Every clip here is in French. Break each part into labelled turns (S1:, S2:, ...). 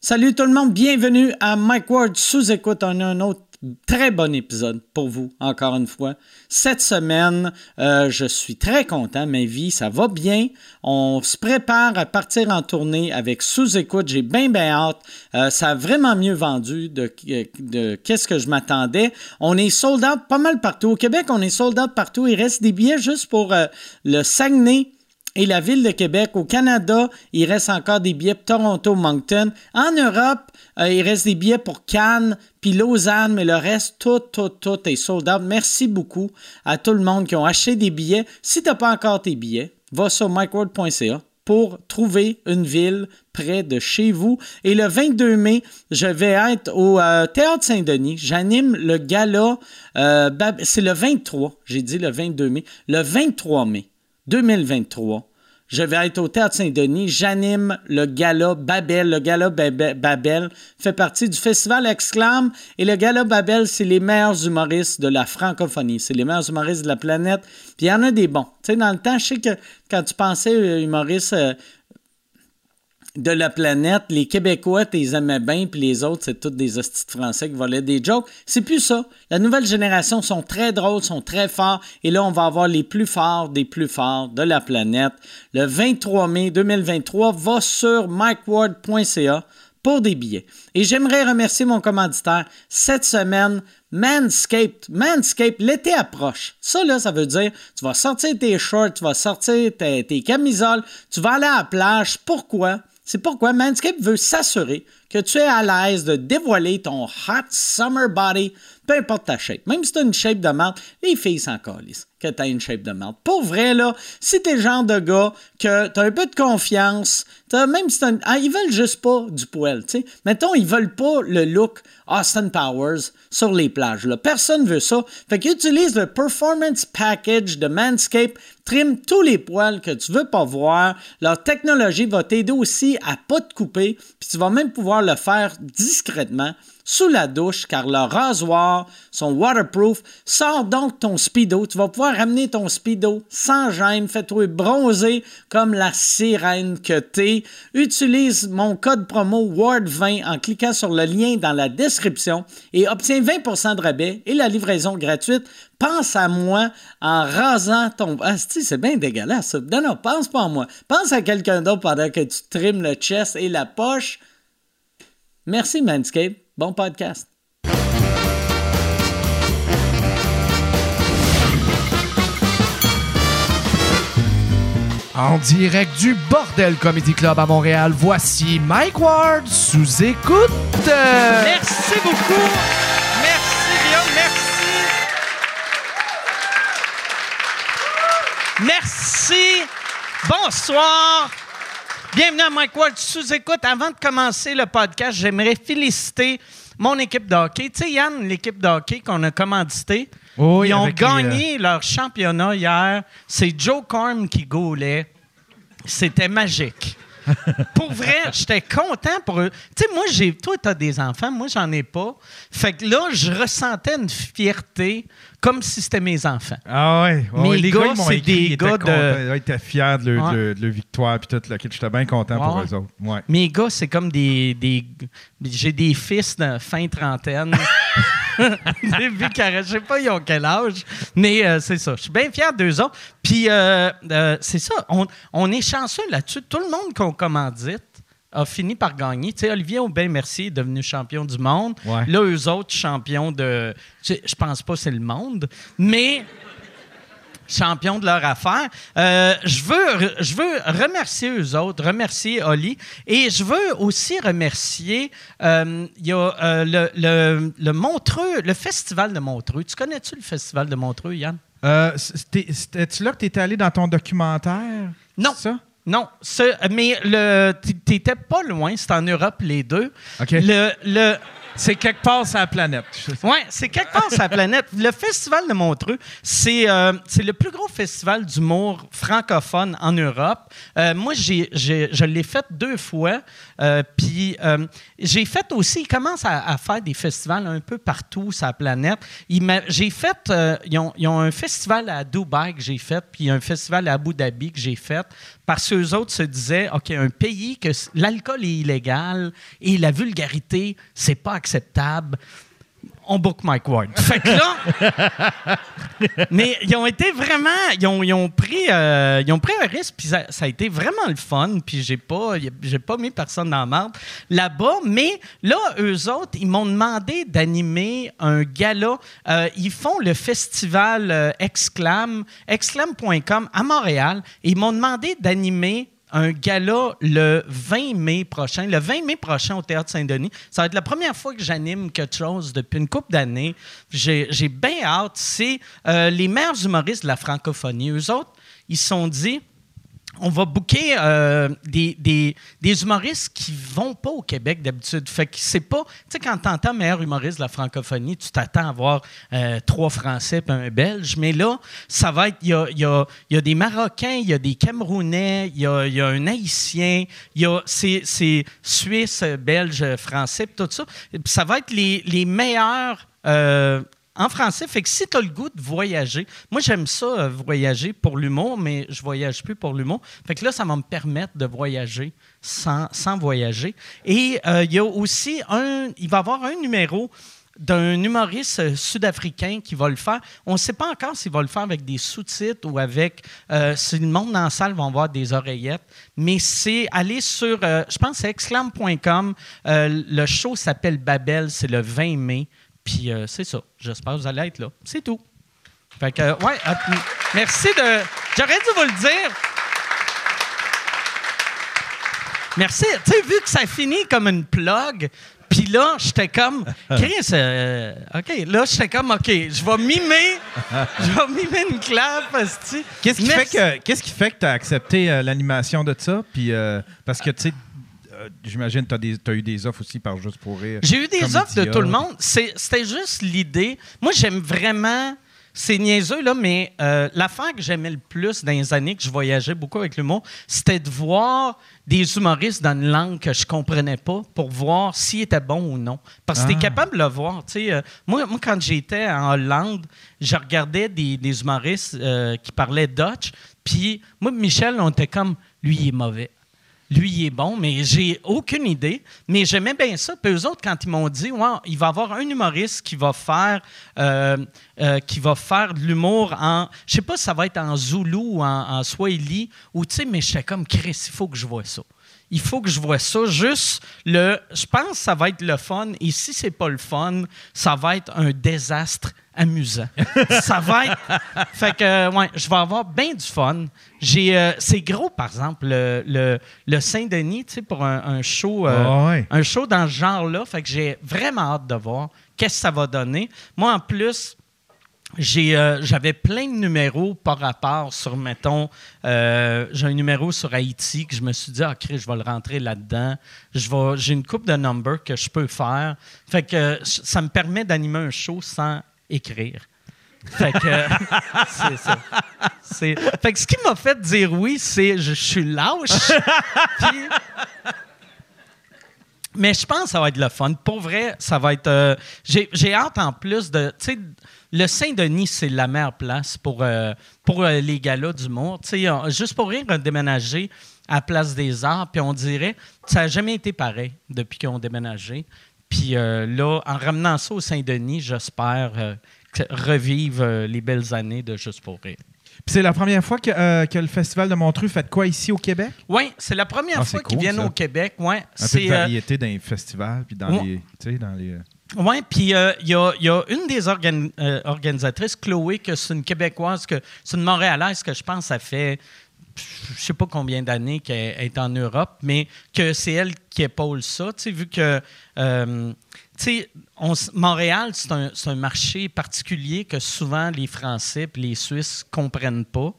S1: Salut tout le monde, bienvenue à Mike Ward sous écoute. On a un autre très bon épisode pour vous, encore une fois. Cette semaine, euh, je suis très content, ma vie, ça va bien. On se prépare à partir en tournée avec sous-écoute. J'ai bien, bien hâte. Euh, ça a vraiment mieux vendu de, de qu'est-ce que je m'attendais. On est sold out pas mal partout. Au Québec, on est sold out partout. Il reste des billets juste pour euh, le Saguenay et la ville de Québec. Au Canada, il reste encore des billets pour Toronto, Moncton. En Europe, euh, il reste des billets pour Cannes, puis Lausanne, mais le reste, tout, tout, tout est sold out. Merci beaucoup à tout le monde qui ont acheté des billets. Si tu n'as pas encore tes billets, va sur mikeworld.ca pour trouver une ville près de chez vous. Et le 22 mai, je vais être au euh, Théâtre Saint-Denis. J'anime le gala. euh, Bab- C'est le 23, j'ai dit le 22 mai. Le 23 mai 2023, je vais être au Théâtre Saint-Denis. J'anime le gala Babel. Le gala Babe- Babel fait partie du festival Exclame. Et le gala Babel, c'est les meilleurs humoristes de la francophonie. C'est les meilleurs humoristes de la planète. Puis il y en a des bons. Tu sais, dans le temps, je sais que quand tu pensais euh, humoriste euh, de la planète, les Québécois, tu les aimais bien, puis les autres, c'est tous des hosties de français qui volaient des jokes. C'est plus ça. La nouvelle génération sont très drôles, sont très forts, et là, on va avoir les plus forts des plus forts de la planète. Le 23 mai 2023, va sur mikeward.ca pour des billets. Et j'aimerais remercier mon commanditaire cette semaine, Manscaped. Manscaped, l'été approche. Ça, là, ça veut dire, tu vas sortir tes shorts, tu vas sortir tes, tes camisoles, tu vas aller à la plage. Pourquoi? C'est pourquoi Manscaped veut s'assurer que tu es à l'aise de dévoiler ton hot summer body, peu importe ta shape. Même si tu as une shape de merde, les filles s'en calissent que tu as une shape de merde. Pour vrai, là, si t'es le genre de gars que t'as un peu de confiance, t'as, même si t'as une- ah, ils veulent juste pas du poil, tu sais. Mettons, ils veulent pas le look Austin Powers sur les plages, là. Personne veut ça. Fait qu'ils utilisent le Performance Package de Manscaped, triment tous les poils que tu veux pas voir. Leur technologie va t'aider aussi à pas te couper, puis tu vas même pouvoir le faire discrètement sous la douche car leur rasoir sont waterproof. Sors donc ton speedo. Tu vas pouvoir ramener ton speedo sans gêne. Fais-toi bronzer comme la sirène que t'es. Utilise mon code promo WARD20 en cliquant sur le lien dans la description et obtiens 20% de rabais et la livraison gratuite. Pense à moi en rasant ton... Asti, c'est bien dégueulasse. ça. Non, non, pense pas à moi. Pense à quelqu'un d'autre pendant que tu trimes le chest et la poche. Merci Manscaped. Bon podcast.
S2: En direct du Bordel Comedy Club à Montréal, voici Mike Ward sous écoute.
S1: Merci beaucoup. Merci Guillaume. Merci. Merci. Bonsoir. Bienvenue à Mike Ward sous-écoute. Avant de commencer le podcast, j'aimerais féliciter mon équipe de hockey. Tu sais, Yann, l'équipe de hockey qu'on a commandité.
S2: Oui,
S1: Ils ont
S2: avec euh, les,
S1: gagné leur championnat hier. C'est Joe Corm qui goulait. C'était magique. pour vrai, j'étais content pour eux. Tu sais, moi, j'ai. Toi, t'as des enfants, moi, j'en ai pas. Fait que là, je ressentais une fierté comme si c'était mes enfants.
S3: Ah ouais, ouais,
S1: Mes
S3: ouais, les
S1: gars,
S3: gars, ils m'ont
S1: c'est
S3: écrit,
S1: des
S3: ils étaient
S1: gars de-
S3: contents. Ouais, Ils étaient fiers de leur,
S1: Ouais.
S3: de leur- de leur victoire puis tout le kit. J'étais bien content pour
S1: Ouais.
S3: eux autres. Ouais.
S1: Mes gars, c'est comme des. des- J'ai des fils de fin trentaine. Début quarantaine. Je sais pas, ils ont quel âge. Mais euh, c'est ça. Je suis bien fier d'eux autres. Puis, euh, euh, c'est ça. On, on est chanceux là-dessus. Tout le monde qu'on commandite a fini par gagner. Tu sais, Olivier Aubin, merci, est devenu champion du monde.
S3: Ouais.
S1: Là, eux autres, champions de. Je je pense pas que c'est le monde. Mais champions de leur affaire. Euh, je, veux, je veux remercier eux autres, remercier Oli, et je veux aussi remercier euh, il y a, euh, le, le- le Montreux, le Festival de Montreux. Tu connais-tu le Festival de Montreux, Yann?
S3: Euh, c'était- C'était-tu là que t'étais allé dans ton documentaire?
S1: Non.
S3: C'est Ça?
S1: Non, ce- mais le, t- t'étais pas loin, c'est en Europe les deux.
S3: OK.
S1: Le, le,
S3: C'est quelque part sur la planète.
S1: Ouais, c'est quelque part sur la planète. Le Festival de Montreux, c'est euh, c'est le plus gros festival d'humour francophone en Europe. Euh, moi, j'ai- j'ai- je l'ai fait deux fois. euh, Puis euh, j'ai fait aussi, ils commencent à, à faire des festivals un peu partout sur la planète. Ils m'a- J'ai fait, euh, ils, ont, ils ont un festival à Dubaï que j'ai fait, puis un festival à Abu Dhabi que j'ai fait.
S4: parce qu'eux autres se disaient, OK, un pays que s- l'alcool est illégal et la vulgarité, c'est pas acceptable. On book Mike Ward. Fait que là, mais ils ont été vraiment. Ils ont, ils ont pris, euh, ils ont pris un risque, puis ça, ça a été vraiment le fun, puis j'ai pas, j'ai pas mis personne dans la marde là-bas. Mais là, eux autres, ils m'ont demandé d'animer un gala. Euh, ils font le festival euh, Exclam, exclam.com à Montréal, et ils m'ont demandé d'animer un gala le 20 mai prochain. Le 20 mai prochain au Théâtre Saint-Denis. Ça va être la première fois que j'anime quelque chose depuis une couple d'années. J'ai j'ai bien hâte. C'est euh, les meilleurs humoristes de la francophonie. Eux autres, ils se sont dit on va booker euh, des, des- des humoristes qui vont pas au Québec d'habitude. Fait que c'est pas. Tu sais, quand t'entends meilleur humoriste de la francophonie, tu t'attends à voir euh, trois Français puis un Belge. Mais là, ça va être. Il y a, il y a- il y a des Marocains, il y a des Camerounais, il y a, il y a un Haïtien, il y a. C'est c'est Suisse, euh, Belge, euh, Français, puis tout ça. Et puis ça va être les, les meilleurs. euh, en français, fait que si tu as le goût de voyager, moi j'aime ça euh, voyager pour l'humour, mais je voyage plus pour l'humour. Fait que là, ça va me permettre de voyager sans, sans voyager. Et euh, il y a aussi un, il va y avoir un numéro d'un humoriste euh, sud-africain qui va le faire. On ne sait pas encore s'il va le faire avec des sous-titres ou avec euh, si le monde dans la salle va avoir des oreillettes. Mais c'est aller sur, euh, je pense, c'est exclam.com. Euh, le show s'appelle Babel, c'est le 20 mai. Puis euh, c'est ça. J'espère que vous allez être là. C'est tout. Fait que, euh, ouais, att- merci de. J'aurais dû vous le dire. Merci. Tu sais, vu que ça finit comme une plug, puis là, j'étais comme. Chris, euh, OK. Là, j'étais comme, OK, je vais mimer. Je vais mimer une clap, asti.
S3: Qu'est-ce qui, fait
S4: Merci.
S3: que, qu'est-ce qui fait que tu as accepté euh, l'animation de ça? Puis, euh, parce que, tu sais, euh, j'imagine que tu as eu des offres aussi par Juste pour rire.
S4: J'ai eu des
S3: Comédia.
S4: offres de tout le monde. C'est- C'était juste l'idée. Moi, j'aime vraiment. C'est niaiseux, là, mais euh, l'affaire que j'aimais le plus dans les années que je voyageais beaucoup avec l'humour, c'était de voir des humoristes dans une langue que je comprenais pas pour voir s'ils étaient bons ou non. Parce que t'es capable de le voir. tu sais, euh, moi, moi, quand j'étais en Hollande, je regardais des, des humoristes euh, qui parlaient Dutch. Puis moi et Michel, on était comme, lui, il est mauvais lui, il est bon, mais j'ai aucune idée. Mais j'aimais bien ça. Puis eux autres, quand ils m'ont dit, ouais, il va y avoir un humoriste qui va faire, euh, euh, qui va faire de l'humour en, je sais pas si ça va être en Zoulou ou en, en Swahili, ou tu sais, mais j'étais comme, Chris, il faut que je vois ça. Il faut que je vois ça. Juste, le, je pense que ça va être le fun. Et si c'est pas le fun, ça va être un désastre amusant. ça va être. Fait que, euh, ouais, je vais avoir bien du fun. J'ai, euh, c'est gros, par exemple, le, le- le Saint-Denis, tu sais, pour un, un show. euh,
S3: Ah ouais.
S4: Un show dans ce genre-là. Fait que j'ai vraiment hâte de voir qu'est-ce que ça va donner. Moi, en plus. J'ai, euh, j'avais plein de numéros par rapport sur, mettons, euh, j'ai un numéro sur Haïti que je me suis dit, ah, Chris, je vais le rentrer là-dedans. Je vais, j'ai une coupe de numbers que je peux faire. Fait que euh, ça me permet d'animer un show sans écrire. Fait que euh, c'est ça. C'est- Fait que ce qui m'a fait dire oui, c'est je, je suis lâche. Puis- mais je pense que ça va être le fun. Pour vrai, ça va être. euh, j'ai, j'ai hâte en plus de. Tu sais, le Saint-Denis, c'est la meilleure place pour, euh, pour euh, les galas d'humour. Tu sais, on- juste pour rire, on a déménagé à la Place des Arts, puis on dirait que ça n'a jamais été pareil depuis qu'ils ont déménagé. Puis euh, là, en ramenant ça au Saint-Denis, j'espère euh, que- revivre euh, les belles années de Juste pour rire.
S3: Puis c'est la première fois que, euh, que le Festival de Montreux fait de quoi ici au Québec?
S4: Oui, c'est la première
S3: Ah,
S4: fois
S3: c'est
S4: qu'ils
S3: cool,
S4: viennent
S3: ça.
S4: au Québec. Ouais,
S3: Un
S4: c'est,
S3: peu de
S4: euh,
S3: variété dans les festivals, puis dans
S4: Ouais.
S3: les... Tu sais, dans les...
S4: Oui, puis euh, il y, a, il y a une des organ- euh, organisatrices, Chloé, que c'est une Québécoise, que c'est une Montréalaise que je pense ça fait je sais pas combien d'années qu'elle est en Europe, mais que c'est elle qui épaule ça, tu sais, vu que euh, tu sais, on s- Montréal, c'est un, c'est un marché particulier que souvent les Français et les Suisses comprennent pas.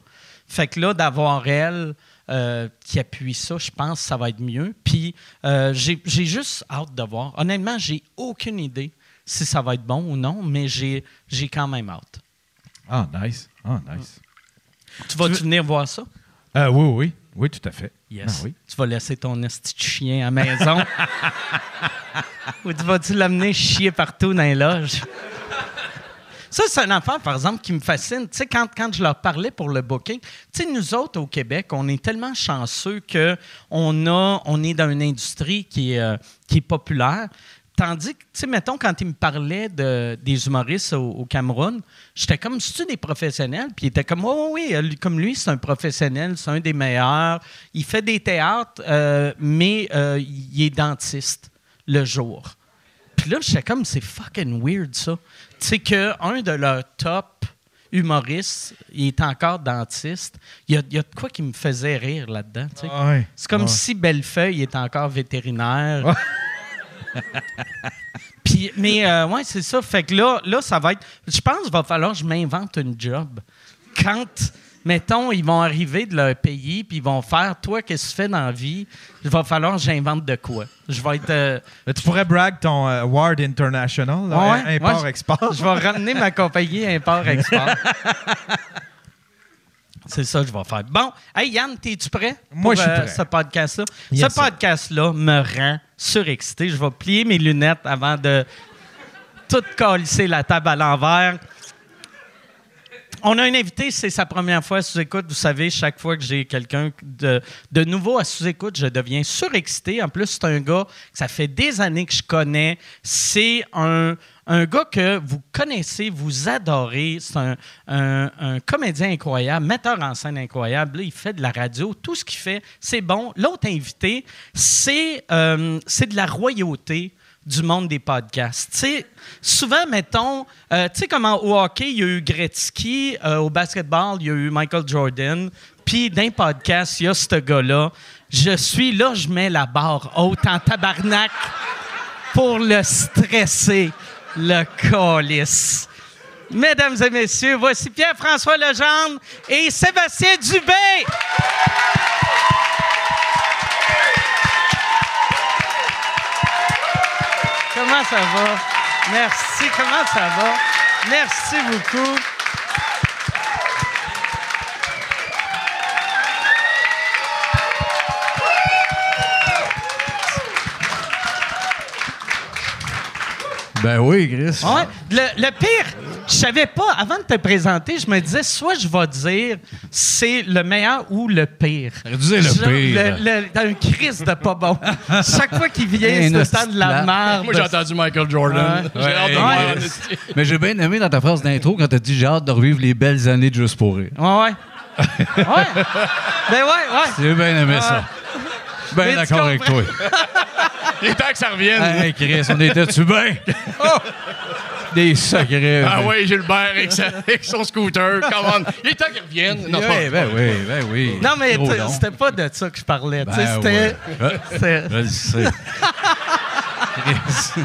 S4: Fait que là, d'avoir elle euh, qui appuie ça, je pense que ça va être mieux. Puis euh, j'ai j'ai juste hâte de voir. Honnêtement, j'ai aucune idée si ça va être bon ou non, mais j'ai j'ai quand même hâte.
S3: Ah, nice. Ah, nice.
S4: Tu vas-tu
S3: veux-
S4: venir voir ça?
S3: Euh, oui, oui. Oui, tout à fait.
S4: Yes.
S3: Ah oui.
S4: Tu vas laisser ton esti de chien à la maison. Ou tu vas-tu l'amener chier partout dans les loges? Ça, Ça, c'est une affaire, par exemple, qui me fascine. Tu sais, quand, quand je leur parlais pour le booking, tu sais, nous autres, au Québec, on est tellement chanceux qu'on a, on est dans une industrie qui est, euh, qui est populaire. Tandis que, tu sais, mettons, quand ils me parlaient de, des humoristes au, au Cameroun, j'étais comme, c'est-tu des professionnels? Puis ils étaient comme, oh, oui, oui, lui- comme lui, c'est un professionnel, c'est un des meilleurs. Il fait des théâtres, euh, mais euh, il est dentiste le jour. Puis là, j'étais comme, c'est fucking weird, ça. Tu sais qu'un de leurs top humoristes, il est encore dentiste. Il y a, il y a de quoi qui me faisait rire là-dedans, tu sais.
S3: Ah ouais.
S4: C'est comme
S3: Ah ouais.
S4: si Bellefeuille est encore vétérinaire. Puis, mais euh, ouais, c'est ça. Fait que là, là, ça va être. Je pense qu'il va falloir que je m'invente une job. Quand, mettons, ils vont arriver de leur pays, puis ils vont faire Toi, qu'est-ce que tu fais dans la vie Il va falloir que j'invente de quoi. Je vais être. euh,
S3: Mais tu pourrais brag ton euh, Ward International, là,
S4: Ouais,
S3: import,
S4: ouais, je-
S3: export.
S4: Je vais ramener ma compagnie import-export. C'est ça que je vais faire. Bon, hey Yann, es-tu prêt?
S3: Moi,
S4: pour,
S3: je suis
S4: euh,
S3: prêt.
S4: ce podcast-là.
S3: Yes,
S4: ce
S3: sir.
S4: podcast-là me rend surexcité. Je vais plier mes lunettes avant de tout colisser la table à l'envers. On a un invité, c'est sa première fois à sous-écoute. Vous savez, chaque fois que j'ai quelqu'un de, de nouveau à sous-écoute, je deviens surexcité. En plus, c'est un gars que ça fait des années que je connais. C'est un, un gars que vous connaissez, vous adorez. C'est un, un- un comédien incroyable, metteur en scène incroyable. Là, il fait de la radio. Tout ce qu'il fait, c'est bon. L'autre invité, c'est euh, c'est de la royauté du monde des podcasts. Tu sais, souvent, mettons, euh, tu sais, comme en- au hockey, il y a eu Gretzky, euh, au basketball, il y a eu Michael Jordan, puis d'un podcast, il y a ce gars-là. Je suis là, je mets la barre haute en tabarnak pour le stresser, le colis. Mesdames et messieurs, voici Pierre-François Legendre et Sébastien Dubé. Comment ça va? Merci. Comment ça va? Merci beaucoup.
S2: Ben oui, Chris.
S5: Ah,
S4: Ah Ouais. Le, le pire, je savais pas, avant de te présenter, je me disais soit je vais dire c'est le meilleur ou le pire.
S2: T'aurais dû dire le
S4: Genre,
S2: pire.
S4: Le, le- un crise de pas bon. Chaque fois qu'il vient,
S2: Un
S4: c'est le
S2: hostie
S4: temps de
S2: de
S4: la
S2: plat.
S4: merde.
S5: Moi, j'ai entendu Michael Jordan.
S4: Ouais.
S5: J'ai hâte
S4: Ouais.
S5: de voir.
S4: Ouais.
S2: Mais j'ai bien aimé dans ta phrase d'intro quand t'as dit j'ai hâte de revivre les belles années de juste pour rire.
S4: Ouais, ouais. ouais. Ben ouais, ouais.
S2: J'ai bien aimé ça.
S4: Ah. Mais
S2: Ben
S4: tu
S2: d'accord avec
S4: comprends.
S2: toi.
S5: Il est temps que ça revienne.
S2: Hey Chris, on était-tu bien? Des secrets.
S5: Ah ouais, Gilbert avec, sa- avec son scooter. Come on. Il est temps qu'il revienne. Non, c'est pas-
S2: Ouais, ben oui, ben oui.
S4: Non, mais
S2: Gros
S4: t'sais,
S2: don.
S4: c'était pas de ça que je parlais. tu sais,
S2: Ben
S4: c'était.
S2: ouais.
S4: c'était-
S2: Je le sais. Chris.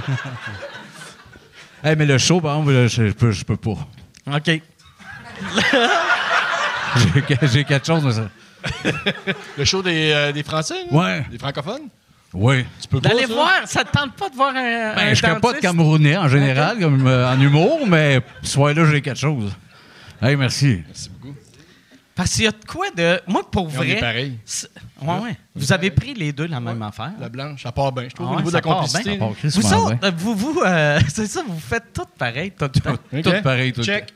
S2: hey, mais le show, par exemple, là, je, je peux, je peux pas.
S4: OK.
S2: J'ai- J'ai quelque chose, mais ça.
S5: Le show des, euh, des Français? là?
S2: Ouais.
S5: Des francophones?
S2: Oui.
S5: Tu peux
S4: D'aller
S5: ça?
S4: voir, ça te tente pas de voir un.
S2: Ben,
S4: un
S2: je ne pas de
S4: dentiste?
S2: Camerounais en général, comme, euh, en humour, mais ce soir-là, j'ai quelque chose. Hey, merci.
S4: Parce qu'il y a de quoi de. Moi, pour
S5: Et on est
S4: vrai.
S5: pareil.
S4: c'est- Ouais, ouais. Vous avez pris les deux la même affaire.
S5: La blanche, ça part bien. Je trouve
S4: Ah ouais,
S5: au niveau de
S4: ça
S5: la
S4: part
S5: complicité.
S4: bien.
S2: Bon, Chris,
S4: Vous
S2: ouais,
S4: autres,
S2: ouais.
S4: euh, vous, vous euh, c'est ça, vous faites tout pareil, tout le temps.
S5: Ok.
S2: Tout pareil, tout.
S5: Check.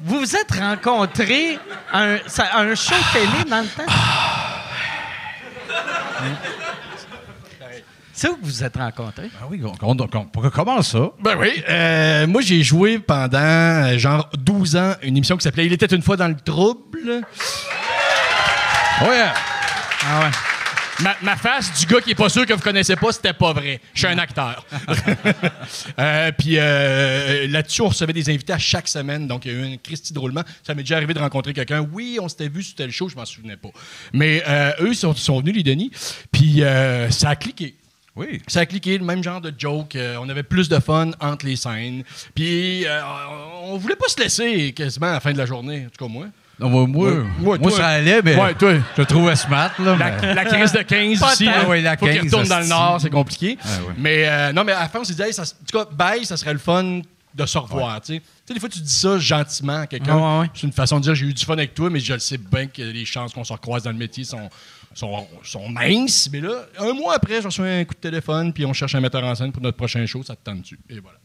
S4: Vous vous êtes rencontrés à un, ça- à un show télé dans le temps? C'est où que vous vous êtes rencontrés?
S2: Ah oui, on, on, on- on- comment ça?
S5: Ben oui. euh, moi, j'ai joué pendant euh, genre 12 ans une émission qui s'appelait Il était une fois dans le trouble.
S2: Ouais.
S5: Ma, ma face du gars qui est pas sûr que vous connaissez pas, c'était pas vrai. Je suis un acteur. Euh, Puis euh, là-dessus, on recevait des invités à chaque semaine. Donc, il y a eu une Christy drôlement. Ça m'est déjà arrivé de rencontrer quelqu'un. Oui, on s'était vu sur tel show, je m'en souvenais pas. Mais euh, eux, ils sont, sont venus, les Denis. Puis euh, ça a cliqué.
S2: Oui.
S5: Ça a cliqué, le même genre de joke. euh, on avait plus de fun entre les scènes. Puis euh, on voulait pas se laisser quasiment à la fin de la journée, en tout cas moi.
S2: Non, moi, moi,
S5: Ouais,
S2: moi,
S5: ouais, toi.
S2: ça allait, mais
S5: Ouais, toi.
S2: je te trouvais smart. Là, mais-
S5: La, la crise de 15
S2: Pas
S5: ici,
S2: tant.
S5: là,
S2: Ah oui, la
S5: faut qu'il
S2: 15,
S5: retourne dans le
S2: hostie.
S5: nord, c'est compliqué.
S2: Ah ouais.
S5: Mais euh, non, mais à la fin, on s'est dit, hey, ça, en tout cas, bye, ça serait le fun de se revoir. Tu sais. Tu sais, des fois, tu dis ça gentiment à quelqu'un.
S2: Ah
S4: Ouais, ouais, ouais.
S5: C'est une façon de dire, j'ai eu du fun avec toi, mais je le sais bien que les chances qu'on se recroise dans le métier sont, sont, sont minces. Mais là, un mois après, je reçois un coup de téléphone, puis on cherche un metteur en scène pour notre prochain show, ça te tente-tu? Et voilà.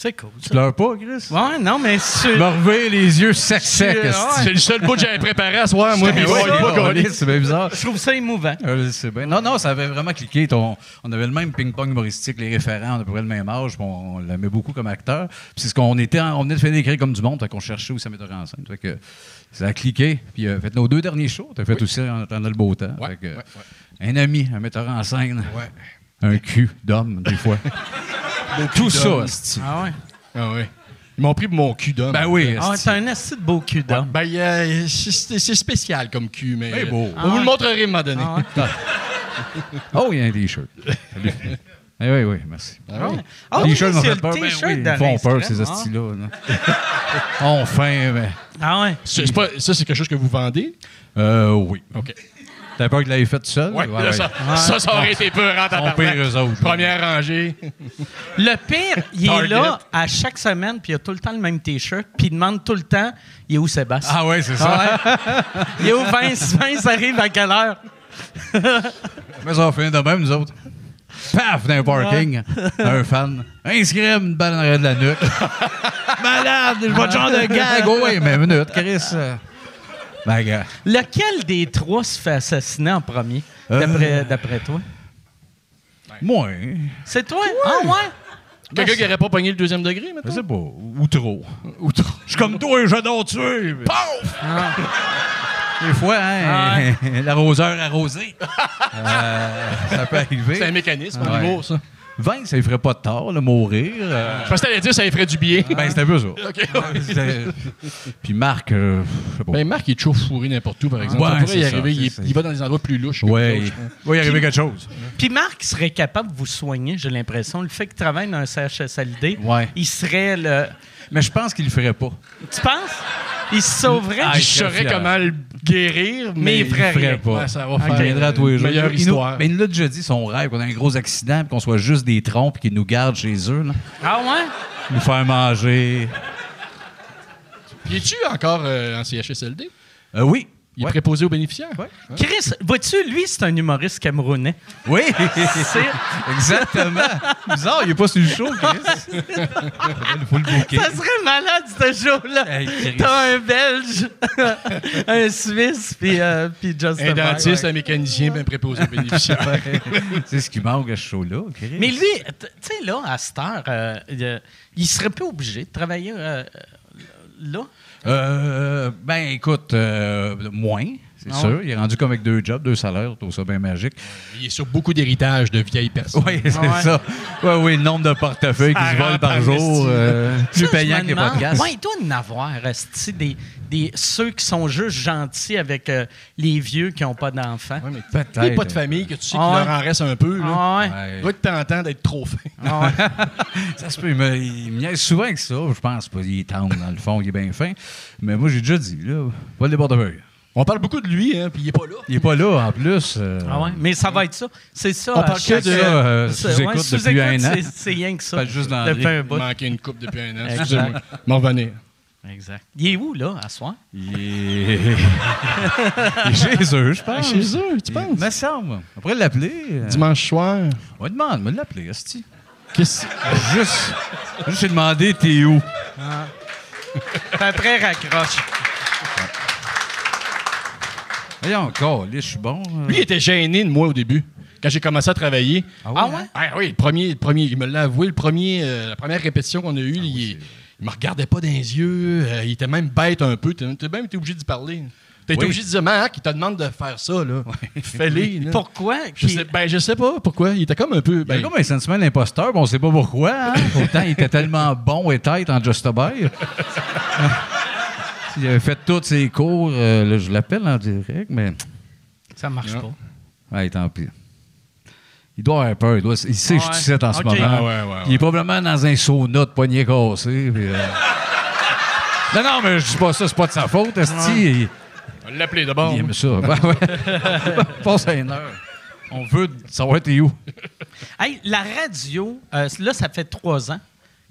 S4: C'est cool.
S3: Tu pleures pas, Chris?
S4: Ouais, non, mais c'est.
S3: Me revient les yeux secs secs.
S4: Ouais.
S5: C'est le seul bout que j'avais préparé à ce soir, moi.
S4: Je
S5: puis
S4: t'ai
S5: il
S4: envoyé
S5: va pas coller.
S6: C'est bien bizarre.
S4: Je trouve ça émouvant.
S6: Euh, je sais bien. Non, non, ça avait vraiment cliqué. Ton- on avait le même ping-pong humoristique, les référents, on a à peu près le même âge, puis on, on l'aimait beaucoup comme acteur. Puis c'est ce qu'on était, en- on venait de finir d'écrire comme du monde, fait qu'on cherchait où ça mettait en scène. Fait que ça a cliqué. Puis euh, fait nos deux derniers shows, t'as fait aussi en attendant le beau temps.
S5: Ouais,
S6: Fait que,
S5: ouais,
S6: Un ami, un metteur en scène,
S5: Ouais.
S6: un cul d'homme, des fois. Tout ça, c'est-
S4: Ah ouais.
S5: Ah ouais. Ils m'ont pris pour mon cul d'homme.
S6: Ben oui,
S4: Ah,
S6: c'est-
S4: t'as un assez de beau cul d'homme.
S5: Ben, euh, c'est- c'est c'est spécial comme cul, mais. euh,
S6: Ben beau.
S5: On vous le montrerez à un moment donné.
S4: Ah ouais.
S6: Oh, il y a un t-shirt. Salut. Eh oui, oui, merci.
S5: Ah ouais.
S4: Ah
S6: les
S4: oui,
S6: t-shirts m'ont
S4: c'est
S6: fait
S4: le
S6: peur. Ben oui,
S4: t-shirt hein?
S6: ils me
S4: d'Alain
S6: font peur,
S4: Strand.
S6: ces hosties-là. non? enfin, ben,
S4: Ah ouais.
S5: C'est- c'est pas- ça, c'est quelque chose que vous vendez?
S6: euh, oui.
S5: OK.
S6: T'as peur qu'il l'ait fait tout seul?
S5: Ouais, Ah. là, Ça, ça, ça aurait été peur en
S6: On pire eux autres.
S5: Première rangée.
S4: Le pire, il est
S5: Target.
S4: là à chaque semaine, puis il a tout le temps le même t-shirt, puis il demande tout le temps il est où Sébastien
S6: Ah ouais, c'est ça.
S4: Il est où Vince Vince arrive à quelle heure
S6: Mais ça va finir de même, nous autres. Paf, dans un parking, un fan. Inscrit une balle en arrière de la nuque. Malade, je vois le genre de gag. Oh, oui, mais minute, Chris. euh, Ben, gars.
S4: Lequel des trois se fait assassiner en premier, d'après, d'après toi
S6: Moi, hein,
S4: C'est toi Ah ouais
S5: Quelqu'un qui n'aurait pas pogné le deuxième degré,
S6: je
S5: maintenant?
S6: sais pas, ou trop. Ou trop. Je suis comme toi, j'adore tuer. mais- Ah.
S5: Paf!
S6: Des fois, hein,
S5: Ah.
S6: l'arroseur arrosé. Euh, ça peut
S5: C'est un
S6: arriver.
S5: mécanisme,
S6: Ouais.
S5: en humour, ça.
S6: Vin, ça lui ferait pas de tort, le mourir. euh,
S5: Je pensais que t'allais dire ça les ferait du bien.
S6: ben, c'était un peu ça.
S5: Ah. OK.
S6: C'était- Puis Marc, euh, je sais pas.
S5: Ben, Marc, il est toujours fourré n'importe où, par exemple.
S6: Ouais,
S5: ça pourrait y
S6: c'est ça,
S5: arriver.
S6: c'est
S5: il, est-
S6: ça.
S5: il va dans des endroits plus louches.
S6: ouais,
S5: Quelque
S6: il-
S5: chose.
S6: ouais, il arrivait quelque chose.
S4: Puis Marc serait capable de vous soigner, j'ai l'impression. Le fait qu'il travaille dans un CHSLD,
S6: Ouais.
S4: il serait le.
S6: Mais je pense qu'il le ferait pas.
S4: Tu penses Il se sauverait
S6: Ah,
S5: Je
S6: il serait
S5: saurais
S6: fier.
S5: comment le guérir, mais,
S4: Mais il ferait
S6: ferait
S4: rien.
S6: pas.
S5: Ouais, ça va
S6: Il
S5: faire
S6: viendra tous les jours.
S5: meilleure
S6: Il nous-
S5: histoire.
S6: Mais il nous l'a déjà dit, son rêve, qu'on a un gros accident, puis qu'on soit juste des trompes, puis qu'ils nous gardent chez eux, là.
S4: Ah ouais
S6: nous faire manger.
S5: Puis es-tu encore euh, en CHSLD?
S6: Euh, oui.
S5: Il
S6: Ouais.
S5: est préposé aux bénéficiaires?
S4: Chris, vois-tu, lui, c'est un humoriste camerounais.
S6: Oui,
S4: C'est-
S6: exactement. Bizarre, il est pas sur le show, Chris. Il faut le bouquet.
S4: Ça serait malade, ce jour-là.
S6: Hey, Chris.
S4: T'as un Belge, un Suisse, puis, euh, puis Justin
S5: Un
S4: Mark.
S5: dentiste, un mécanicien, ben préposé aux bénéficiaires.
S6: C'est ce qui manque à ce show-là, Chris.
S4: Mais lui, t- tu sais, là, à cette heure, euh, euh, il serait pas obligé de travailler euh, là.
S6: Euh, ben, écoute, euh, moins, c'est
S4: Ah
S6: sûr. Il est rendu comme avec deux jobs, deux salaires, tout ça bien magique.
S5: Il est sur beaucoup d'héritage de vieilles personnes.
S6: Oui, c'est
S4: ouais.
S6: ça. Oui, oui, le nombre de portefeuilles qui
S5: Ça
S6: se volent
S5: rentre en
S6: par jour, euh, plus payant que les podcasts.
S4: Oui, il doit en avoir, esti, des, des, ceux qui sont juste gentils avec euh, les vieux qui n'ont pas d'enfants.
S5: Ouais, mais
S6: Peut-être.
S5: t'es pas de famille, que tu sais qu'il
S4: Ah ouais.
S5: leur en reste un peu. Là.
S4: Ah ouais.
S6: Ouais.
S5: Toi, que t'entends d'être trop fin.
S4: Ah ouais.
S6: Ça se peut, mais il me niaise souvent avec ça. Je pense pas. Il est tendre, dans le fond, il est bien fin. Mais moi, j'ai déjà dit, là, pas le portefeuille.
S5: On parle beaucoup de lui, hein, puis il est pas là.
S6: Il est pas là, en plus. euh,
S4: Ah ouais, mais ça va être ça. C'est ça.
S6: On
S4: à
S6: parle que
S4: chaque-
S6: de, euh,
S4: C'est-
S6: sous-écoute
S4: ouais,
S6: depuis
S4: sous-écoute,
S6: un an.
S4: c'est- C'est rien que ça.
S6: Pas juste dans
S4: Depuis
S6: la
S4: un
S5: Il
S4: bout.
S5: manquait une coupe depuis un an.
S4: Exact.
S5: Excusez-moi. M'en revenir.
S4: Exact. Il est où, là, à soir?
S6: Il est il est chez eux, je pense.
S5: Chez eux, tu
S6: Il me semble. On pourrait l'appeler. euh,
S5: Dimanche soir.
S6: On lui demande, on va l'appeler, Asti.
S5: Qu'est-ce
S6: Juste, juste lui demander, t'es où?
S4: Puis après, raccroche.
S6: Voyons, encore, là, je suis bon. euh.
S5: Lui, il était gêné de moi au début, quand j'ai commencé à travailler.
S6: Ah
S4: Ah ouais?
S5: Ah oui, le premier, le premier, il me l'a avoué, le premier, euh, la première répétition qu'on a
S4: Ah
S5: eue, il, il me regardait pas dans les yeux, euh, il était même bête un peu, t'es t'es même été obligé d'y parler. T'as été
S6: Oui.
S5: obligé de dire, Marc, il te demande de faire ça, là. Fais-le. là.
S4: Pourquoi?
S5: Je
S4: qu'il-
S5: sais, ben, je sais pas pourquoi. Il était comme un peu.
S6: Il y
S5: Ben,
S6: a comme un sentiment d'imposteur, mais on sait pas pourquoi. hein. Pourtant, il était tellement bon et tête en Just a Bear. il avait fait tous ses cours. euh, là, je l'appelle en direct, mais...
S4: Ça marche pas.
S6: Ouais, tant pis. Il doit avoir peur. Il, doit- il sait que je
S4: Ouais.
S6: suis ici en ce
S4: Ok.
S6: moment.
S5: Ah ouais, ouais,
S6: Il est probablement dans un sauna de poignet cassé. puis, euh. non, non, mais je dis pas ça. C'est pas de sa faute, Asti. Il-
S5: on va l'appeler d'abord.
S6: Il aime ça. Ben ouais. Passe à une heure. On veut savoir t'es où.
S4: Hey, la radio, euh, là, ça fait trois ans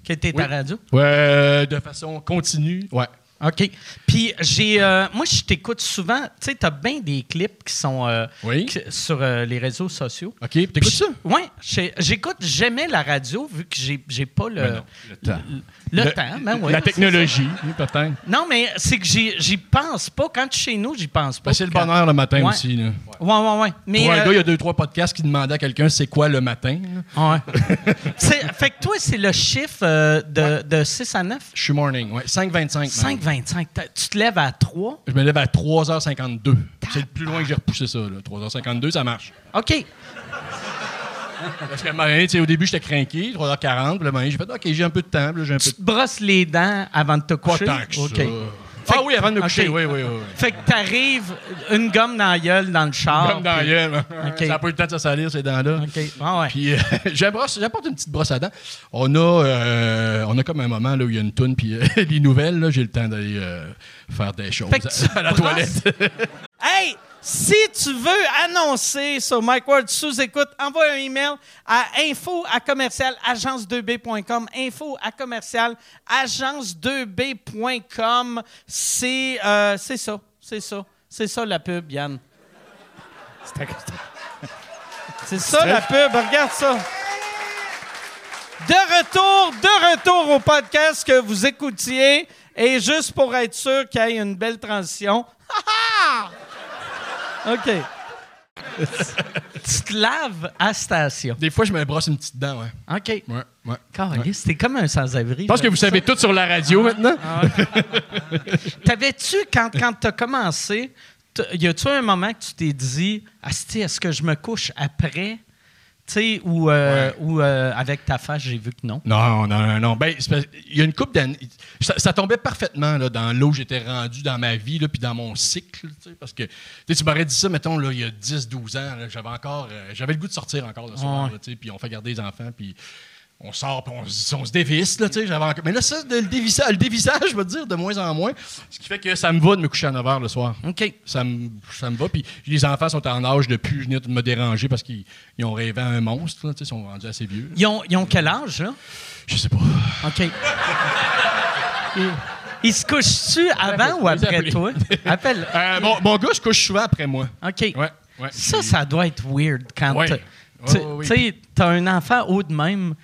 S4: que tu es à la radio.
S5: Ouais, euh, de façon continue. Ouais.
S4: OK. Puis j'ai euh, moi je t'écoute souvent, tu sais tu as bien des clips qui sont euh,
S5: Oui.
S4: qui- sur euh, les réseaux sociaux.
S5: OK, puis t'écoutes ça?
S4: Oui, j'écoute jamais la radio vu que j'ai j'ai pas le le
S6: temps.
S4: le
S5: Le-
S4: temps, ben oui.
S5: La technologie, oui, peut-être.
S4: Non mais c'est que j'y j'y pense pas quand je suis chez nous, j'y pense pas.
S5: Ben, c'est le
S4: Quand-
S5: bonheur le matin
S4: Ouais.
S5: aussi. Là.
S4: Ouais ouais ouais. Mais
S5: Pour un
S4: euh,
S5: gars, il y a deux, trois podcasts qui demandaient à quelqu'un c'est quoi le matin. là.
S4: ouais. C'est- fait que toi c'est le chiffre euh, de, de 6 à 9
S5: Je suis morning, ouais. 5,25. man.
S4: 5 25. T'as- Tu te lèves à 3
S5: Je me lève à 3h52. C'est le plus loin que j'ai repoussé ça. Là. 3h52, ça marche.
S4: OK.
S5: Parce que, à un moment donné, tu sais, au début, j'étais cranky, 3h40. Puis, là, à un moment donné, j'ai fait OK, j'ai un peu de temps. puis là, j'ai un peu
S4: Tu
S5: de
S4: te brosses les dents avant de te
S5: Pas
S4: coucher.
S5: tant que ça.
S4: OK.
S5: Ah oui, avant de me coucher,
S4: OK.
S5: oui, oui, oui.
S4: Fait que t'arrives une gomme dans la gueule dans le char.
S5: Comme dans la
S4: puis-
S5: gueule.
S4: Ah,
S5: hein.
S4: OK.
S5: Ça n'a pas eu le temps de se salir, ces dents-là.
S4: OK. Ah ouais.
S5: Puis euh, j'ai une brosse- j'apporte une petite brosse à dents. On a, euh, on a comme un moment là, où il y a une toune, puis euh, les nouvelles, là, j'ai le temps d'aller euh, faire des choses
S4: Fait que tu
S5: à, la
S4: brosses-
S5: toilette.
S4: Hey, si tu veux annoncer sur Mike Ward sous écoute, envoie un email à info à commercial agence2b.com. Info à commercial agence2b.com. C'est euh, c'est ça. C'est ça. C'est ça la pub, Yann. C'est ça la pub. Regarde ça. De retour, de retour au podcast que vous écoutiez. Et juste pour être sûr qu'il y ait une belle transition. Ha, ha! OK. tu te laves à station.
S5: Des fois, je me brosse une petite dent, ouais.
S4: OK.
S5: Ouais, ouais.
S4: Carlis, t'es comme un sans-abri.
S5: Je pense que vous savez tout sur la radio maintenant.
S4: T'avais-tu, quand, quand t'as commencé, t- y a-tu un moment que tu t'es dit, Asti, est-ce que je me couche après? Tu sais, ou, euh, ou euh, avec ta face, j'ai vu que non.
S5: Non, non, non, non. Ben, c'est parce- il y a une coupe d'années. Ça, ça tombait parfaitement là, dans l'eau où j'étais rendu dans ma vie, là, puis dans mon cycle. tu sais, Parce que tu sais, tu m'aurais dit ça, mettons, là, il y a 10-12 ans, là, j'avais encore. euh, j'avais le goût de sortir encore le soir,
S4: Ouais.
S5: là, tu sais, puis on fait garder les enfants, puis on sort, puis on, se- on se dévisse. Là, tu sais, j'avais encore... Mais là, ça, de- le, dévissa- le dévissage, je veux dire, de moins en moins. Ce qui fait que ça me va de me coucher à 9 h le soir.
S4: OK.
S5: Ça me, ça me va. Puis les enfants sont en âge de plus venir me déranger parce qu'ils ils ont rêvé à un monstre. là, tu sais, Ils sont rendus assez vieux.
S4: Ils ont, ils ont quel âge, là?
S5: Je sais pas.
S4: OK. Ils- Ils se couchent-tu avant ou
S5: les
S4: après
S5: appeler.
S4: toi? Appelle.
S5: Euh, mon, mon gars se couche souvent après moi.
S4: OK.
S5: Ouais, ouais.
S4: Ça, ça doit être weird quand
S5: Ouais.
S4: t'as-
S5: Ouais,
S4: tu
S5: ouais, ouais.
S4: tu sais, t'as un enfant haut de même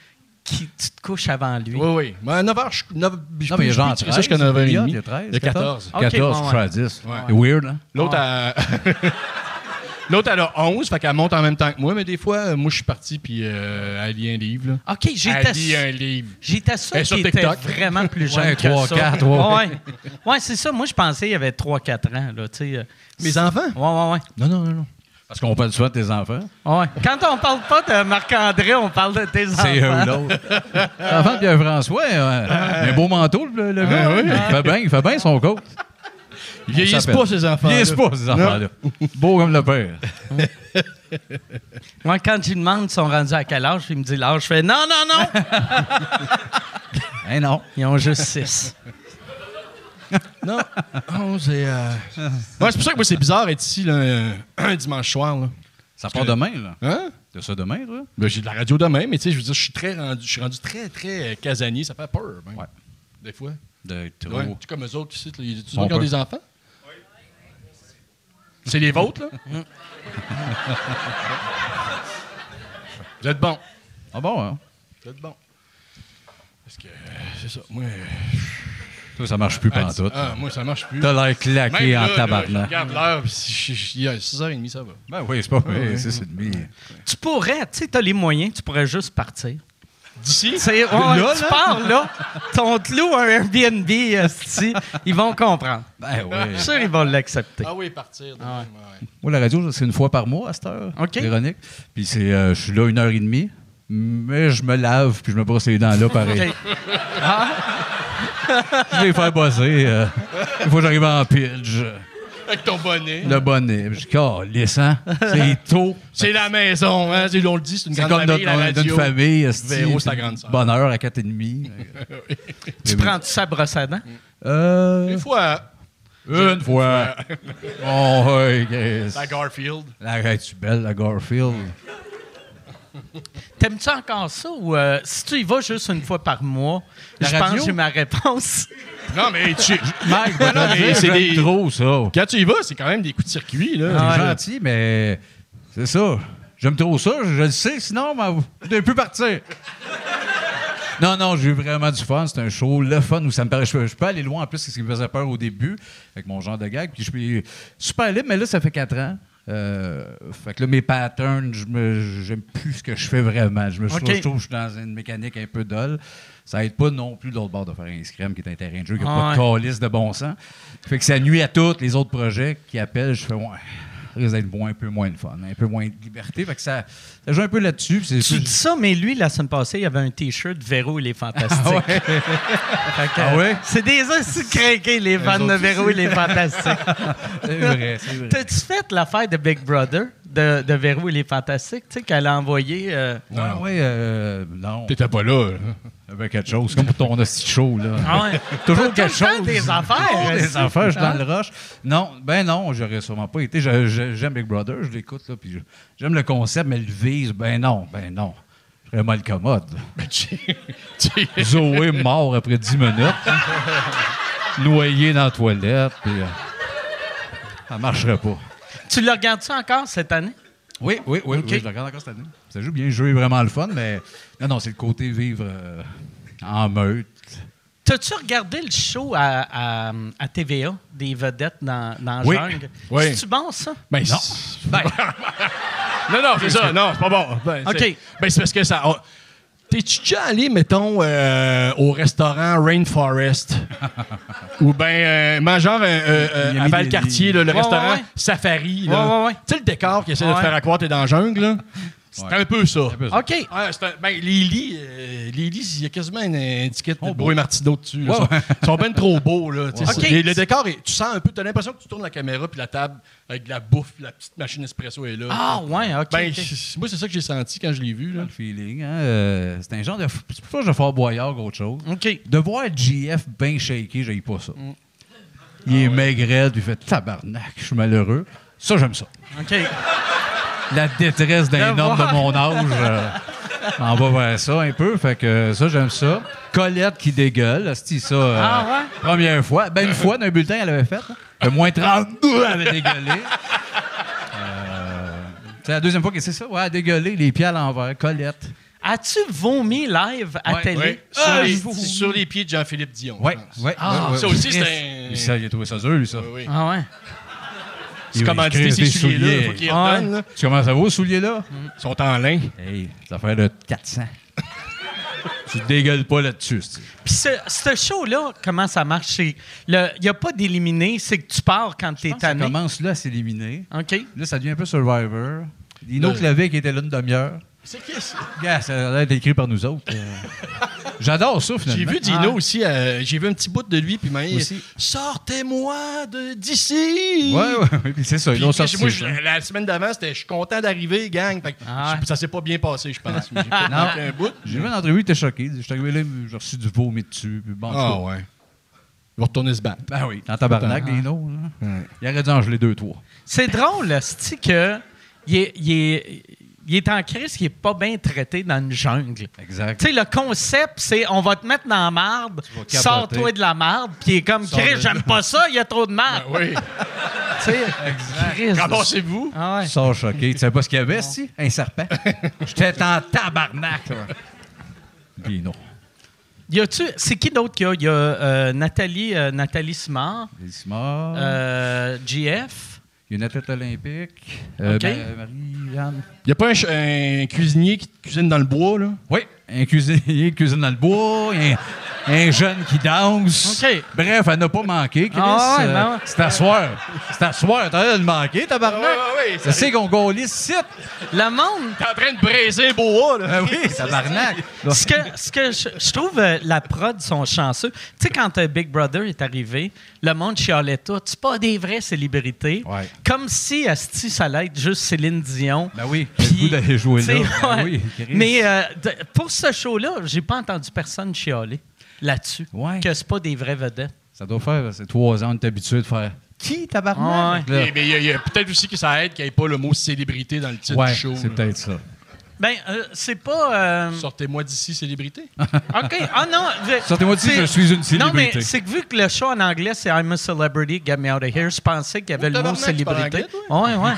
S4: qui tu te couches avant lui.
S5: Oui, oui. Mais à 9h, je, 9, je
S6: Non, mais il y a
S5: je-
S6: genre
S5: je-
S6: 13.
S5: ça jusqu'à 9h30.
S6: Il y a Ah. 13.
S5: Il y a 14.
S6: 14,
S4: ouais,
S6: je suis à 10. C'est weird, hein?
S5: L'autre, à... L'autre, elle a 11, fait qu'elle monte en même temps que moi, mais des fois, euh, moi, je suis parti, puis euh, elle lit un livre. Là.
S4: OK,
S5: Elle
S4: j'étais
S5: lit un livre.
S4: J'étais sûr
S5: Et sur
S4: qu'il était
S5: TikTok.
S4: vraiment plus jeune
S6: Ouais,
S4: que
S6: trois,
S4: ça.
S6: quatre, ouais.
S4: Ouais, Ouais, c'est ça. Moi, je pensais qu'il y avait 3-4 ans. Là, tu sais, euh,
S5: Mes enfants?
S4: Ouais, ouais, ouais.
S6: Non, non, non, non. Parce qu'on parle souvent de tes enfants.
S4: Ouais. Quand on parle pas de Marc-André, on parle de tes enfants.
S6: C'est eux l'autre. L'enfant Ah, de Pierre-François, euh, il a un beau manteau, le, le gars.
S5: Ah,
S6: Il fait bien, il fait bien son coat.
S5: Ils vieillissent
S6: s'appelle.
S5: pas, ces enfants.
S6: Il est pas, ces enfants-là. Beau comme le père.
S4: Moi, quand je lui demande ils sont rendus à quel âge, il me dit l'âge. Je fais non, non, non.
S6: Eh non.
S4: Ils ont juste 6.
S5: Non, 11 et. euh, Ouais, c'est pour ça que moi, c'est bizarre d'être ici là, un- un dimanche soir. Là.
S6: Ça part demain, là.
S5: Hein?
S6: T'as ça demain, toi?
S5: Ben, j'ai de la radio demain, mais tu sais, je veux dire, je suis très rendu, je suis rendu très, très euh, casanier. Ça fait peur, même.
S6: Ouais.
S5: Des fois.
S6: De trop.
S5: Ouais. Tu comme eux autres ici, les
S6: On
S5: gens qui ont
S6: peut.
S5: des enfants? C'est les vôtres, là? Vous êtes bons.
S6: Ah bon, hein?
S5: Vous êtes bons. Parce que, euh, c'est ça. Moi, euh,
S6: Toi, ça marche plus pantoute.
S5: ah, moi, ça marche plus.
S6: T'as l'air claqué
S5: Même là,
S6: en
S5: là,
S6: tabarnak.
S5: Regarde l'heure, puis si je- je- il y a 6h30, ça va.
S6: Ben oui, c'est pas vrai, c'est c'est demi.
S4: Tu pourrais, tu sais, t'as les moyens, tu pourrais juste partir.
S5: D'ici?
S4: Tu sais, ouais,
S6: Là,
S4: tu
S6: là?
S4: pars là, on te loue un Airbnb, esti, ils vont comprendre.
S6: Ben
S4: Je
S6: oui.
S4: suis sûr ils vont l'accepter.
S5: Ah oui, partir. demain, ouais.
S6: Moi, la radio, c'est une fois par mois à cette heure.
S4: OK.
S6: Ironique. Puis c'est, euh, je suis là une heure et demie, mais je me lave puis je me brosse les dents là pareil. Ah!
S4: OK.
S6: Je vais les faire bosser. euh. Une fois, j'arrive en pitch. euh,
S5: Avec ton bonnet.
S6: Le bonnet. Puis Je dis, oh, laissant. C'est tôt.
S5: C'est la maison, hein? c'est- On le dit, c'est une
S6: C'est
S5: grande
S6: comme
S5: famille,
S6: notre,
S5: la
S6: notre
S5: radio.
S6: famille. esti,
S5: Véro, c'est
S6: c'est
S5: ta grande sœur.
S6: Bonheur à 4h30.
S4: Tu prends-tu ça brosse à dents?
S5: Des fois,
S6: Euh, une fois. oh, oui, yes.
S5: la Garfield.
S6: La tu belle, la Garfield.
S4: T'aimes-tu encore ça ou euh, si tu y vas juste une fois par mois,
S6: La
S4: je pense
S6: radio?
S4: que j'ai ma réponse.
S5: Non, mais tu.
S6: Mike,
S5: Non, non, mais c'est des-
S6: trop Ah, ça.
S5: Quand tu y vas, c'est quand même des coups de circuit, là.
S4: Ah,
S6: T'es gentil, mais c'est ça. J'aime trop ça, je, je le sais, sinon, ma- je devais plus partir. Non, non, j'ai eu vraiment du fun. C'était un show, le fun, où ça me paraît. Je, peux- je peux aller loin en plus, c'est ce qui me faisait peur au début, avec mon genre de gag. Puis je suis super libre, mais là, ça fait quatre ans. Euh, fait que là, mes patterns, je me- j'aime plus ce que je fais vraiment. Je me je
S4: OK.
S6: trouve- je trouve que je suis dans une mécanique un peu dolle. Ça aide pas non plus de l'autre bord de faire un scrum qui est un terrain de jeu qui n'a
S4: Ah
S6: pas de calice de bon sens. Fait que ça nuit à tous les autres projets qui appellent. Je fais, ouais, ça risque d'être moins- un peu moins de fun, un peu moins de liberté. Fait que ça, ça joue un peu là-dessus. puis c'est
S4: Tu dis
S6: plus-
S4: ça, mais lui, la semaine passée, il avait un T-shirt Véro, il est fantastique.
S6: Ah ouais?
S4: Fait que,
S6: Ah ouais?
S4: C'est des aussi craqués, les vannes de
S6: autres
S4: Véro,
S6: aussi.
S4: il est fantastique.
S6: C'est vrai, c'est vrai.
S4: T'as-tu fait l'affaire de Big Brother, de, de Véro, il est fantastique, tu sais, qu'elle a envoyé. euh,
S6: Ouais, ouais, euh, non.
S5: T'étais pas là. là.
S6: Avec quelque chose, comme pour ton hostie de show, là.
S4: Ah ouais.
S6: Toujours
S4: T'as
S6: quelque
S4: tout le temps
S6: chose.
S4: des affaires, Hein?
S6: Toujours
S4: est-ce
S6: des
S4: que-
S6: affaires, je suis dans le rush. Non, ben non, j'aurais sûrement pas été. Je- je- J'aime Big Brother, je l'écoute, là, puis je- j'aime le concept, mais le vise, ben non, ben non. Je serais mal commode.
S5: Ben, tu- tu-
S6: Zoé mort après 10 minutes. Noyé dans la toilette, puis. euh, ça marcherait pas.
S4: Tu le regardes-tu encore cette année?
S6: Oui, oui, oui, oui, je le regarde encore cette année. Ça joue bien, le jeu est vraiment le fun, mais. Non, non, c'est le côté vivre euh, en meute.
S4: T'as-tu regardé le show à, à- à TVA, des vedettes dans, dans
S5: Oui.
S4: Jungle?
S5: Oui.
S4: C'est-tu bon, ça?
S5: Ben,
S6: Non.
S5: c'est- non, non, c'est ça. Non, c'est pas bon. Ben,
S4: OK.
S5: c'est- Ben, c'est parce que ça. on- T'es-tu déjà allé, mettons, euh, au restaurant Rainforest? Ou bien, euh, mais genre, euh, euh, euh,
S6: Il a
S5: à
S6: mis
S5: Valcartier,
S6: des-
S5: là, le
S4: Ouais,
S5: restaurant
S4: ouais, ouais.
S5: Safari. là.
S4: Ouais, ouais, ouais.
S5: Tu sais, le décor qui essaie de
S4: Ouais.
S5: te faire à croire que t'es dans la jungle, là? C'est
S6: Ouais.
S5: un peu ça.
S6: peu ça.
S4: OK.
S5: Ah, c'est un- ben, les lits, euh, les lits, il y a quasiment une étiquette de
S6: Oh,
S5: Bruy Martineau dessus. là.
S6: Ouais,
S5: Ils sont-
S6: ouais.
S5: Ils sont bien trop beaux. Là, tu sais,
S4: Ouais.
S5: c'est-
S4: Ok.
S5: les- le décor, est- tu sens un peu, tu as l'impression que tu tournes la caméra puis la table avec de la bouffe, puis la petite machine espresso est là.
S4: Ah, ouais, OK.
S5: Ben,
S4: ok.
S5: c'est- Moi, c'est ça que j'ai senti quand je l'ai vu. Là.
S6: le feeling. Hein? euh, c'est un genre de. C'est plus proche de Fort Boyard qu'autre chose.
S4: OK.
S6: De voir GF bien shaké, j'ai pas ça. Il est maigret, puis il fait tabarnak, je suis malheureux. Ça, j'aime ça.
S4: OK.
S6: La détresse d'un
S4: De
S6: homme
S4: voir.
S6: de mon âge euh, m'en va vers ça un peu. Fait que euh, ça, j'aime ça. Colette qui dégueule, asti, ça. euh,
S4: Ah ouais?
S6: Première fois. Ben, une fois, d'un bulletin, elle avait fait. hein. Le moins 32, elle avait dégueulé. Euh, c'est la deuxième fois que c'est ça. Ouais, dégueuler, les pieds à l'envers. Colette.
S4: As-tu vomi live à
S6: Ouais,
S4: télé?
S5: Ouais. Sur,
S4: Ah,
S5: les,
S4: je vous-
S5: sur les pieds de Jean-Philippe Dion.
S6: Oui,
S5: je pense.
S6: oui.
S4: Ah,
S5: ça aussi, c'est un-
S6: Lui, ça, il a trouvé ça dur, lui, ça.
S5: Oui, oui.
S4: Ah ouais.
S5: C'est comment
S6: Il
S5: dire ces
S6: crée des
S5: souliers-là, il faut qu'ils
S6: souliers.
S5: redonnent. là.
S6: Tu commences à voir, souliers-là?
S5: Ils sont en lin.
S6: Hey, ça fait de 400. tu dégueules pas là-dessus, c'est-
S4: Puis ce, ce show-là, comment ça marche? C'est le- Il n'y a pas d'éliminé, c'est que tu pars quand t'es
S6: Je pense que Ça
S4: tanné.
S6: commence là à s'éliminer.
S4: OK.
S6: Là, ça devient un peu Survivor. Dino
S5: Là,
S6: Clavé qui était là une demi-heure.
S5: C'est qui ça?
S6: Gars, ça a l'air d'être écrit par nous autres. Euh, J'adore ça,
S5: J'ai
S6: finalement.
S5: vu Dino aussi, euh, j'ai vu un petit bout de lui, puis il m'a dit
S6: Aussi.
S5: Sortez-moi de- d'ici!
S6: Ouais, ouais, ouais, puis c'est ça.
S5: Puis,
S6: Ils ont sorti.
S5: moi,
S6: ça.
S5: je- la semaine d'avant, c'était je suis content d'arriver, gang. Fait que
S4: Ah ouais.
S5: je- ça s'est pas bien passé, je pense. Mais J'ai peut-être
S6: Non.
S5: manqué un bout.
S6: J'ai vu une entrevue, il était choqué. Je suis arrivé là, j'ai reçu du vomi dessus. Puis bon, en tout cas.
S5: ouais. Il va retourner se battre.
S6: Ben oui, dans tabarnak, Dino. là.
S5: Ah.
S6: Il aurait dû en geler deux, trois.
S4: C'est drôle, cest que il est, il est- il est en crise, il est pas bien traité dans une jungle.
S6: Exact.
S4: Tu sais, le concept, c'est on va te mettre dans la marde,
S6: vas capoter.
S4: sors-toi de la marde, puis il est comme,
S6: Sors de
S4: Chris,
S6: là. Ben
S4: j'aime pas ça, il y a trop de marde.
S5: Ah oui.
S4: Tu sais, Chris.
S5: Ramassez-vous.
S4: Ah ouais.
S6: Sors choqué. Tu savais pas ce qu'il y avait, si? Un serpent. J'étais en tabarnak. là. Puis non.
S4: Y a-tu, c'est qui d'autre qu'il y a? Il y a euh, Nathalie, euh, Nathalie Simard,
S6: Il est mort.
S4: euh, GF.
S6: Il y a une athlète olympique. Euh,
S4: OK.
S6: Ma- Marie-Jeanne.
S5: Il n'y a pas un, ch- un cuisinier qui cuisine dans le bois, là?
S6: Oui, un cuisinier qui cuisine dans le bois, un, un jeune qui danse.
S4: OK.
S6: Bref, elle n'a pas manqué, Chris.
S4: Ah ouais,
S6: Euh,
S4: ben ouais.
S6: C'est à soir. C'est à soir. T'as l'air de le manquer, tabarnak.
S5: ouais,
S6: Ça c'est qu'on gaulisse site.
S4: Le monde,
S5: T'es en train de braiser le bois, là.
S6: Ah oui, tabarnak.
S4: ce que, ce que je, je trouve, euh, la prod sont chanceux. Tu sais, quand euh, Big Brother est arrivé, le monde chialait tout. C'est pas des vraies célébrités.
S6: Ouais.
S4: Comme si Asti, ça allait être juste Céline Dion.
S6: Ben oui, j'ai
S4: Puis,
S6: le goût d'aller jouer
S4: tu sais,
S6: là. Ben
S4: ouais.
S6: oui, Chris.
S4: Mais euh, de- pour ce show-là, j'ai pas entendu personne chialer là-dessus.
S6: Ouais.
S4: Que c'est pas des vraies vedettes.
S6: Ça doit faire, c'est trois ans, on est habitué de faire. Qui, tabarnak?
S5: Et- Mais il y a, il y a peut-être aussi que ça aide qu'il n'y ait pas le mot célébrité dans le titre
S6: Ouais,
S5: du show.
S6: c'est
S5: là.
S6: peut-être ça.
S4: Ben, euh, c'est pas. euh,
S5: Sortez-moi d'ici, célébrité.
S4: OK. Ah non. je-
S6: Sortez-moi d'ici,
S4: c'est-
S6: je suis une
S4: Non, mais
S6: célébrité.
S4: c'est que vu que le show en anglais, c'est I'm a celebrity, get me out of here, je pensais qu'il y avait
S5: Oh,
S4: le mot
S5: tabarnak, tu parles
S4: célébrité.
S5: anglais,
S4: Oui, ouais.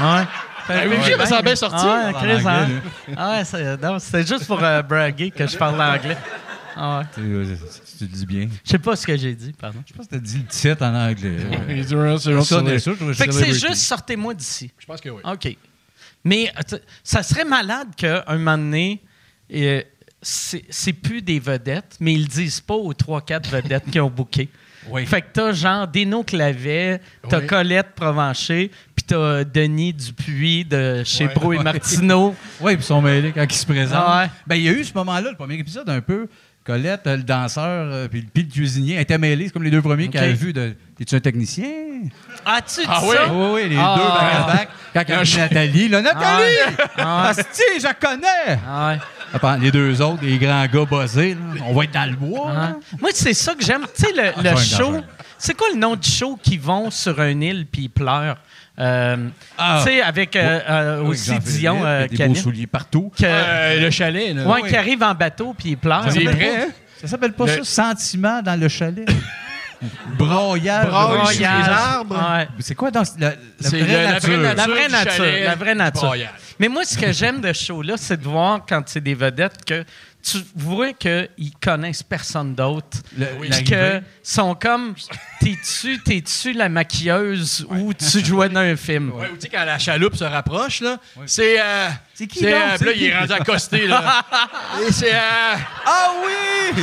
S4: ouais.
S5: Ben oui, mais ça a bien sorti.
S4: Ah,
S5: On
S4: Chris,
S6: anglais,
S4: hein.
S6: lui.
S4: Ah ouais, c'est- non, c'était juste pour euh, braguer que je parle anglais. Ah ouais.
S6: Tu tu le dis bien.
S4: Je sais pas ce que j'ai dit, pardon.
S6: Je pense que t'as dit le titre en anglais. Ouais. Ça,
S5: Je
S6: ça, je trouvais
S4: Fait que
S6: ça
S4: c'est
S6: weird.
S4: juste sortez-moi d'ici.
S5: pense que oui.
S4: OK. Mais euh, t- ça serait malade qu'à un moment donné, euh, c'est c'est plus des vedettes, mais ils le disent pas aux 3-4 vedettes qui ont booké.
S6: Oui.
S4: Fait que t'as genre Déno Clavet, t'as
S5: Oui.
S4: Colette Provencher, puis t'as Denis Dupuis de chez
S5: Ouais.
S4: Bro et
S6: Ouais.
S4: Martineau.
S6: Oui, ils sont mêlés quand ils se présentent.
S4: Ah ouais.
S6: Ben, il y a eu ce moment-là, le premier épisode, un peu. Colette, euh, le danseur, euh, puis, puis le cuisinier étaient mêlés. C'est comme les deux premiers
S4: Ok.
S6: qu'elle a vu. De... T'es-tu un technicien?
S4: As-tu dit
S5: Ah oui?
S4: ça?
S6: Oui, oui, les
S4: Ah.
S6: deux back à back. Quand elle a vu Nathalie, là, Nathalie!
S4: Ah ouais.
S6: Asti, je la connais!
S4: Ah ouais.
S6: Après, les deux autres, les grands gars buzzés, là, on va être dans le bois.
S4: Ah.
S6: là.
S4: Moi, c'est ça que j'aime. Tu sais, le, le
S6: Ah, c'est un
S4: show.
S6: gars,
S4: C'est quoi le nom du show qui vont sur une île puis ils pleurent? Euh,
S6: Ah.
S4: Tu sais, avec euh, euh,
S6: Oui,
S4: aussi
S6: Jean-Philippe,
S4: Dion
S6: il y
S4: euh, qui
S6: a Des beaux
S4: anime.
S6: souliers partout.
S4: Que-
S5: Euh, le chalet, là.
S4: ouais, qui arrive en bateau puis ils pleurent.
S5: C'est vrai, hein?
S6: Ça s'appelle pas
S5: Le-
S6: ça, sentiment dans le chalet? Broyage.
S4: Ah,
S5: Broyage.
S6: Broyage.
S5: Sur les arbres.
S4: Ouais.
S6: C'est quoi dans la, la
S5: C'est
S6: vraie
S5: le- la
S6: nature?
S5: vraie
S4: La
S5: nature.
S4: vraie
S5: du
S4: nature.
S5: chalet
S4: La vraie nature.
S5: royal.
S4: Mais moi, ce que j'aime de ce show-là, c'est de voir quand c'est des vedettes que tu vois qu'ils connaissent personne d'autre.
S6: Le-
S4: Puis
S6: l'arrivée.
S4: que sont comme T'es-tu, t'es-tu la maquilleuse ou tu jouais dans un film?
S5: Ouais, ou tu sais, quand la chaloupe se rapproche, là, c'est. euh,
S6: C'est qui,
S5: C'est.
S6: donc?
S5: euh,
S6: C'est
S5: là,
S6: qui?
S5: il est rendu accosté, là. Et c'est. euh,
S6: Ah oui!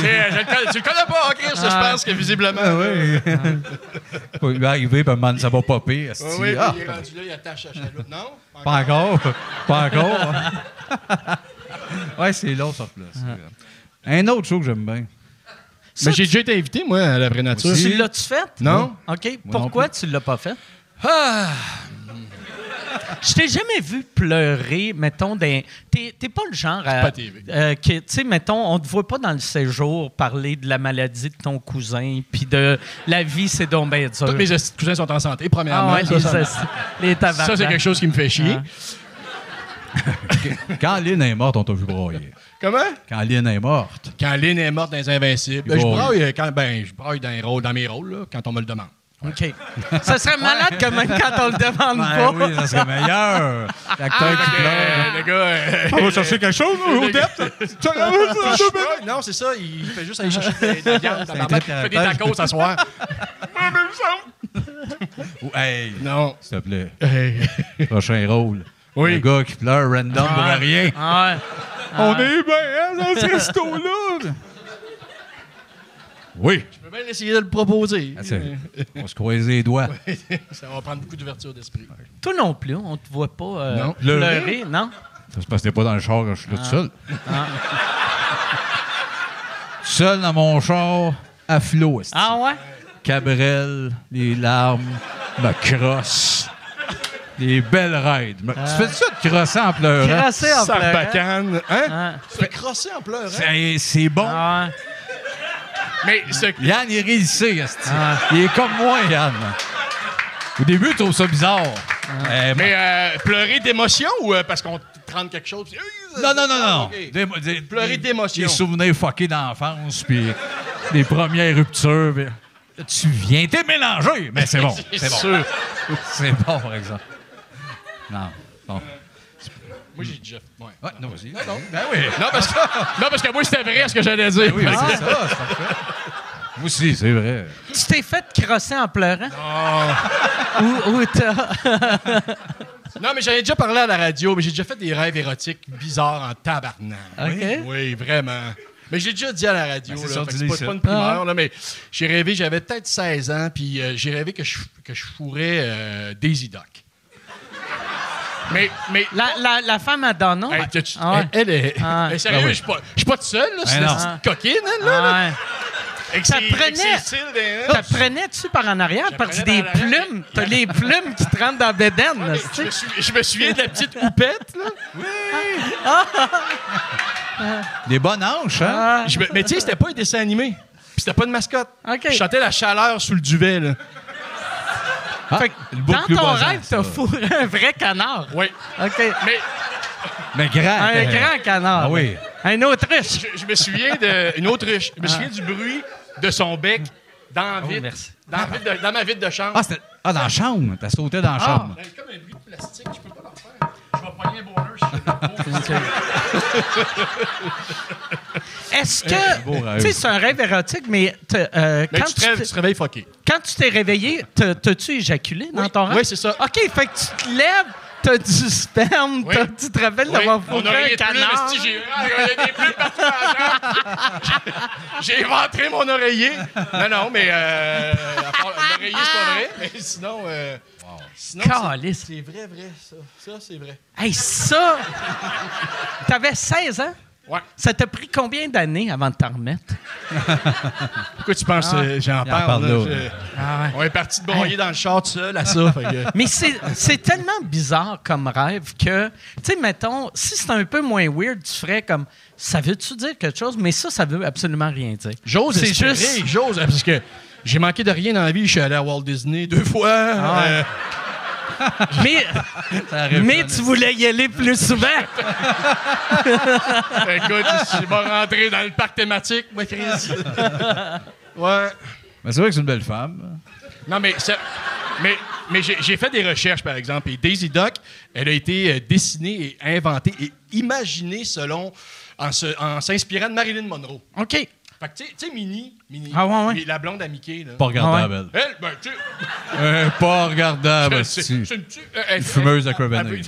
S5: c'est, euh, je le connais- tu le connais pas, hein, Chris, je pense que visiblement.
S6: Ah oui. Il va arriver, puis un moment, ça va popper. asti.
S5: Ah oui,
S6: Ah,
S5: il est rendu là, il attache la chaloupe. Non?
S6: pas encore. Pas encore. ouais, c'est long sur place. Un autre show que j'aime bien.
S4: Ça, tu-
S5: déjà été invité, moi, à la vraie nature.
S4: tu l'as-tu fait?
S5: Non? Ah!
S4: OK.
S6: non
S4: Pourquoi tu l'as pas fait? Je t'ai jamais vu pleurer, mettons, d'un. T'es t'es pas le genre à.
S5: pas TV.
S4: euh, que, tu sais, mettons, on te voit pas dans le séjour parler de la maladie de ton cousin, puis de la vie, c'est donc bien dur.
S5: Tous mes hosties de cousins sont en santé,
S4: Ah
S5: premièrement.
S4: ouais,
S5: ça,
S4: les,
S5: ça-
S4: esti- les tabarnak.
S5: ça, c'est quelque chose qui me fait chier.
S4: Ah.
S6: Quand Lynn est morte, on t'a vu broyer.
S5: Comment?
S6: Quand Lynn est morte.
S5: Quand Lynn est morte dans les Invincibles. Ben, je
S6: Bon.
S5: braille, euh, quand, ben, je braille dans, les rôles- dans mes rôles, là, quand on me le demande.
S4: OK. Ça serait malade que même quand on le demande
S6: Ben
S4: pas.
S6: oui, ça serait meilleur. Ah, L'acteur qui pleure.
S5: Euh, le gars. euh,
S6: On va chercher quelque chose, au
S4: Ah,
S5: je braille. non, c'est ça, il fait juste aller chercher de la viande. dans la barbe, Il fait des tacos ce soir.
S6: Hey,
S5: Non.
S6: s'il te plaît.
S5: Hey.
S6: Prochain rôle.
S5: Oui.
S6: Le gars qui pleure random pour rien.
S4: Ah ouais.
S6: On est bien hein, dans ce resto-là. Oui.
S5: Je peux bien essayer de le proposer.
S6: Ah, c'est- On se croise les doigts.
S5: Ça va prendre beaucoup d'ouverture d'esprit.
S4: Toi non plus, on te voit pas euh,
S5: Non.
S4: pleurer, non?
S6: Ça se passe t'es pas dans le char quand je suis là tout seul. Ah. Seul dans mon char, à flot. esti.
S4: Ah ouais?
S6: Cabrel, les larmes, me crosse. Des belles raids. Me- Tu fais ça de crosser en pleurant?
S4: Crasser en pleurant.
S5: Sarbacane. Hein?
S4: Ah.
S5: Tu fais crosser en pleurant.
S6: C'est c'est bon.
S4: Ah ouais.
S5: Mais ce
S6: Yann, il est réussi, esti.
S4: Ah.
S6: Il est comme moi, Yann. Au début, tu trouves ça bizarre.
S4: Ah.
S6: Eh,
S5: Mais euh, pleurer d'émotion ou euh, parce qu'on te rend quelque chose? puis, euh,
S6: Non, non, non, non.
S5: Ok.
S6: Des- des-
S5: Pleurer
S6: des-
S5: d'émotion.
S6: Des souvenirs fuckés d'enfance, puis des premières ruptures. puis- Là, Tu viens, t'es mélangé, mais c'est bon.
S5: C'est
S6: C'est bon.
S5: sûr.
S6: C'est bon, par exemple. Non, bon.
S5: Moi, j'ai déjà. fait- ouais.
S6: Ouais, non, vas-y. Ben oui.
S5: Non, parce que, non, parce que moi, c'était vrai ce que j'allais dire.
S6: Oui, mais c'est ça, c'est parfait. Moi aussi, c'est vrai.
S4: Tu t'es fait crosser en pleurant? Ou, ou t'as-
S5: Non, mais j'en ai déjà parlé à la radio, mais j'ai déjà fait des rêves érotiques bizarres en tabarnak.
S4: OK.
S5: Oui, vraiment. Mais j'ai déjà dit à la radio,
S6: Ben, c'est
S5: là,
S6: ça,
S5: fait que c'est
S6: dis-les
S5: pas,
S6: ça.
S5: c'est pas une
S4: Ah.
S5: primeur, là, mais j'ai rêvé, j'avais peut-être 16 ans, puis euh, j'ai rêvé que je, que je fourrais euh, Daisy Duck. Mais, mais
S4: la, la, la femme à Donald?
S5: Hey, t'as-tu-
S4: Ah ouais.
S5: elle, elle est.
S4: Ah.
S5: Hey, sérieux,
S6: Ben oui.
S5: je suis pas- je suis pas tout seul, là. C'est
S6: Ben
S5: la
S6: non.
S5: petite coquine, elle, là. là.
S4: Ah ouais.
S5: Avec
S4: Ça
S5: ses-
S4: prenait-
S5: avec ses cils, ben, hein.
S4: T'apprenais-tu par en arrière? Parce que des
S5: par en arrière.
S4: plumes, t'as les plumes qui te rentrent dans la bédaine. là,
S5: Ah, Je me
S4: c'est-tu?
S5: souvi- Je me souviens de la petite houppette, là.
S6: Des bonnes hanches, hein?
S4: Ah,
S5: Je me- Mais tu sais, c'était pas un dessin animé. Puis c'était pas une mascotte.
S4: OK.
S5: Je sentais la chaleur sous le duvet, là.
S6: Ah,
S4: fait que
S6: le beau
S4: Ah. dans
S6: plus
S4: ton
S6: basant,
S4: rêve,
S6: ça.
S4: t'as fourré un vrai canard.
S5: Oui.
S4: OK.
S5: Mais
S6: Mais grand.
S4: Un
S6: euh,
S4: grand canard.
S6: Ah oui.
S4: Un Autriche.
S5: Je, je me souviens d'une autruche. Je me souviens du bruit de son bec dans, la vitre-
S4: merci.
S5: dans, la vitre de- dans ma vitre de chambre.
S6: Ah, c'était- ah, dans la chambre. T'as sauté dans la chambre.
S5: C'est comme un bruit de plastique, je peux pas le refaire. Je vais pogner un bonheur si je le
S4: Est-ce que.
S6: beau rêve.
S4: Tu sais, c'est un rêve érotique, mais, t'as, euh,
S5: Mais
S4: quand,
S5: Ben, tu
S4: tu
S5: te, réveilles-
S4: t'es-
S5: tu te réveilles fucké.
S4: quand tu t'es réveillé, t'as- t'as-tu éjaculé dans
S5: Oui.
S4: ton rêve?
S5: Oui, c'est ça.
S4: OK, fait que tu te lèves, t'as du sperme,
S5: Oui.
S4: t'as- tu te rappelles d'avoir
S5: on
S4: fourré
S5: a
S4: un
S5: rien
S4: canard.
S5: de plus, j'ai on a des plumes partout dans la chambre. J'ai ventré mon oreiller. Non, non, mais euh, à part- l'oreiller, c'est pas vrai. Mais sinon, euh, sinon c'est-
S4: Calisse.
S5: c'est vrai, vrai, ça. Ça, c'est vrai.
S4: Hey, ça! T'avais 16 ans?
S5: Ouais.
S4: Ça t'a pris combien d'années avant de t'en remettre?
S5: Pourquoi tu penses euh, j'en parle?
S6: parle
S5: là,
S6: là,
S5: je-
S4: Ah ouais.
S5: euh, On est parti de broyer dans le char tout seul à ça. fait que-
S4: Mais c'est c'est tellement bizarre comme rêve que, tu sais, mettons, si c'est un peu moins weird, tu ferais comme ça veut-tu dire quelque chose? Mais ça, ça veut absolument rien dire.
S5: J'ose
S4: C'est
S5: espérer,
S4: juste-
S5: j'ose, parce que j'ai manqué de rien dans la vie. Je suis allé à Walt Disney deux fois.
S4: Ah
S5: euh,
S4: Mais, mais tu voulais y aller plus souvent.
S5: Euh, écoute, je suis pas rentré dans le parc thématique, moi, Chris.
S4: Ah.
S5: ouais.
S6: Mais c'est vrai que c'est une belle femme.
S5: Non, mais ça- Mais, mais j'ai j'ai fait des recherches, par exemple, et Daisy Duck, elle a été euh, dessinée et inventée et imaginée selon... en se- en s'inspirant de Marilyn Monroe.
S4: OK.
S5: Fait que, tu sais- tu sais, Minnie, Minnie
S4: Ah ouais, ouais.
S5: mais la blonde à Mickey, là.
S6: Pas regardable,
S5: Elle, ben, tu sais...
S6: elle. Euh, pas regardable,
S5: C'est
S6: c'est-tu.
S5: c'est Ah, ben, une petite- euh, elle-
S6: fumeuse
S5: elle-
S6: à Crevenage.
S5: Elle,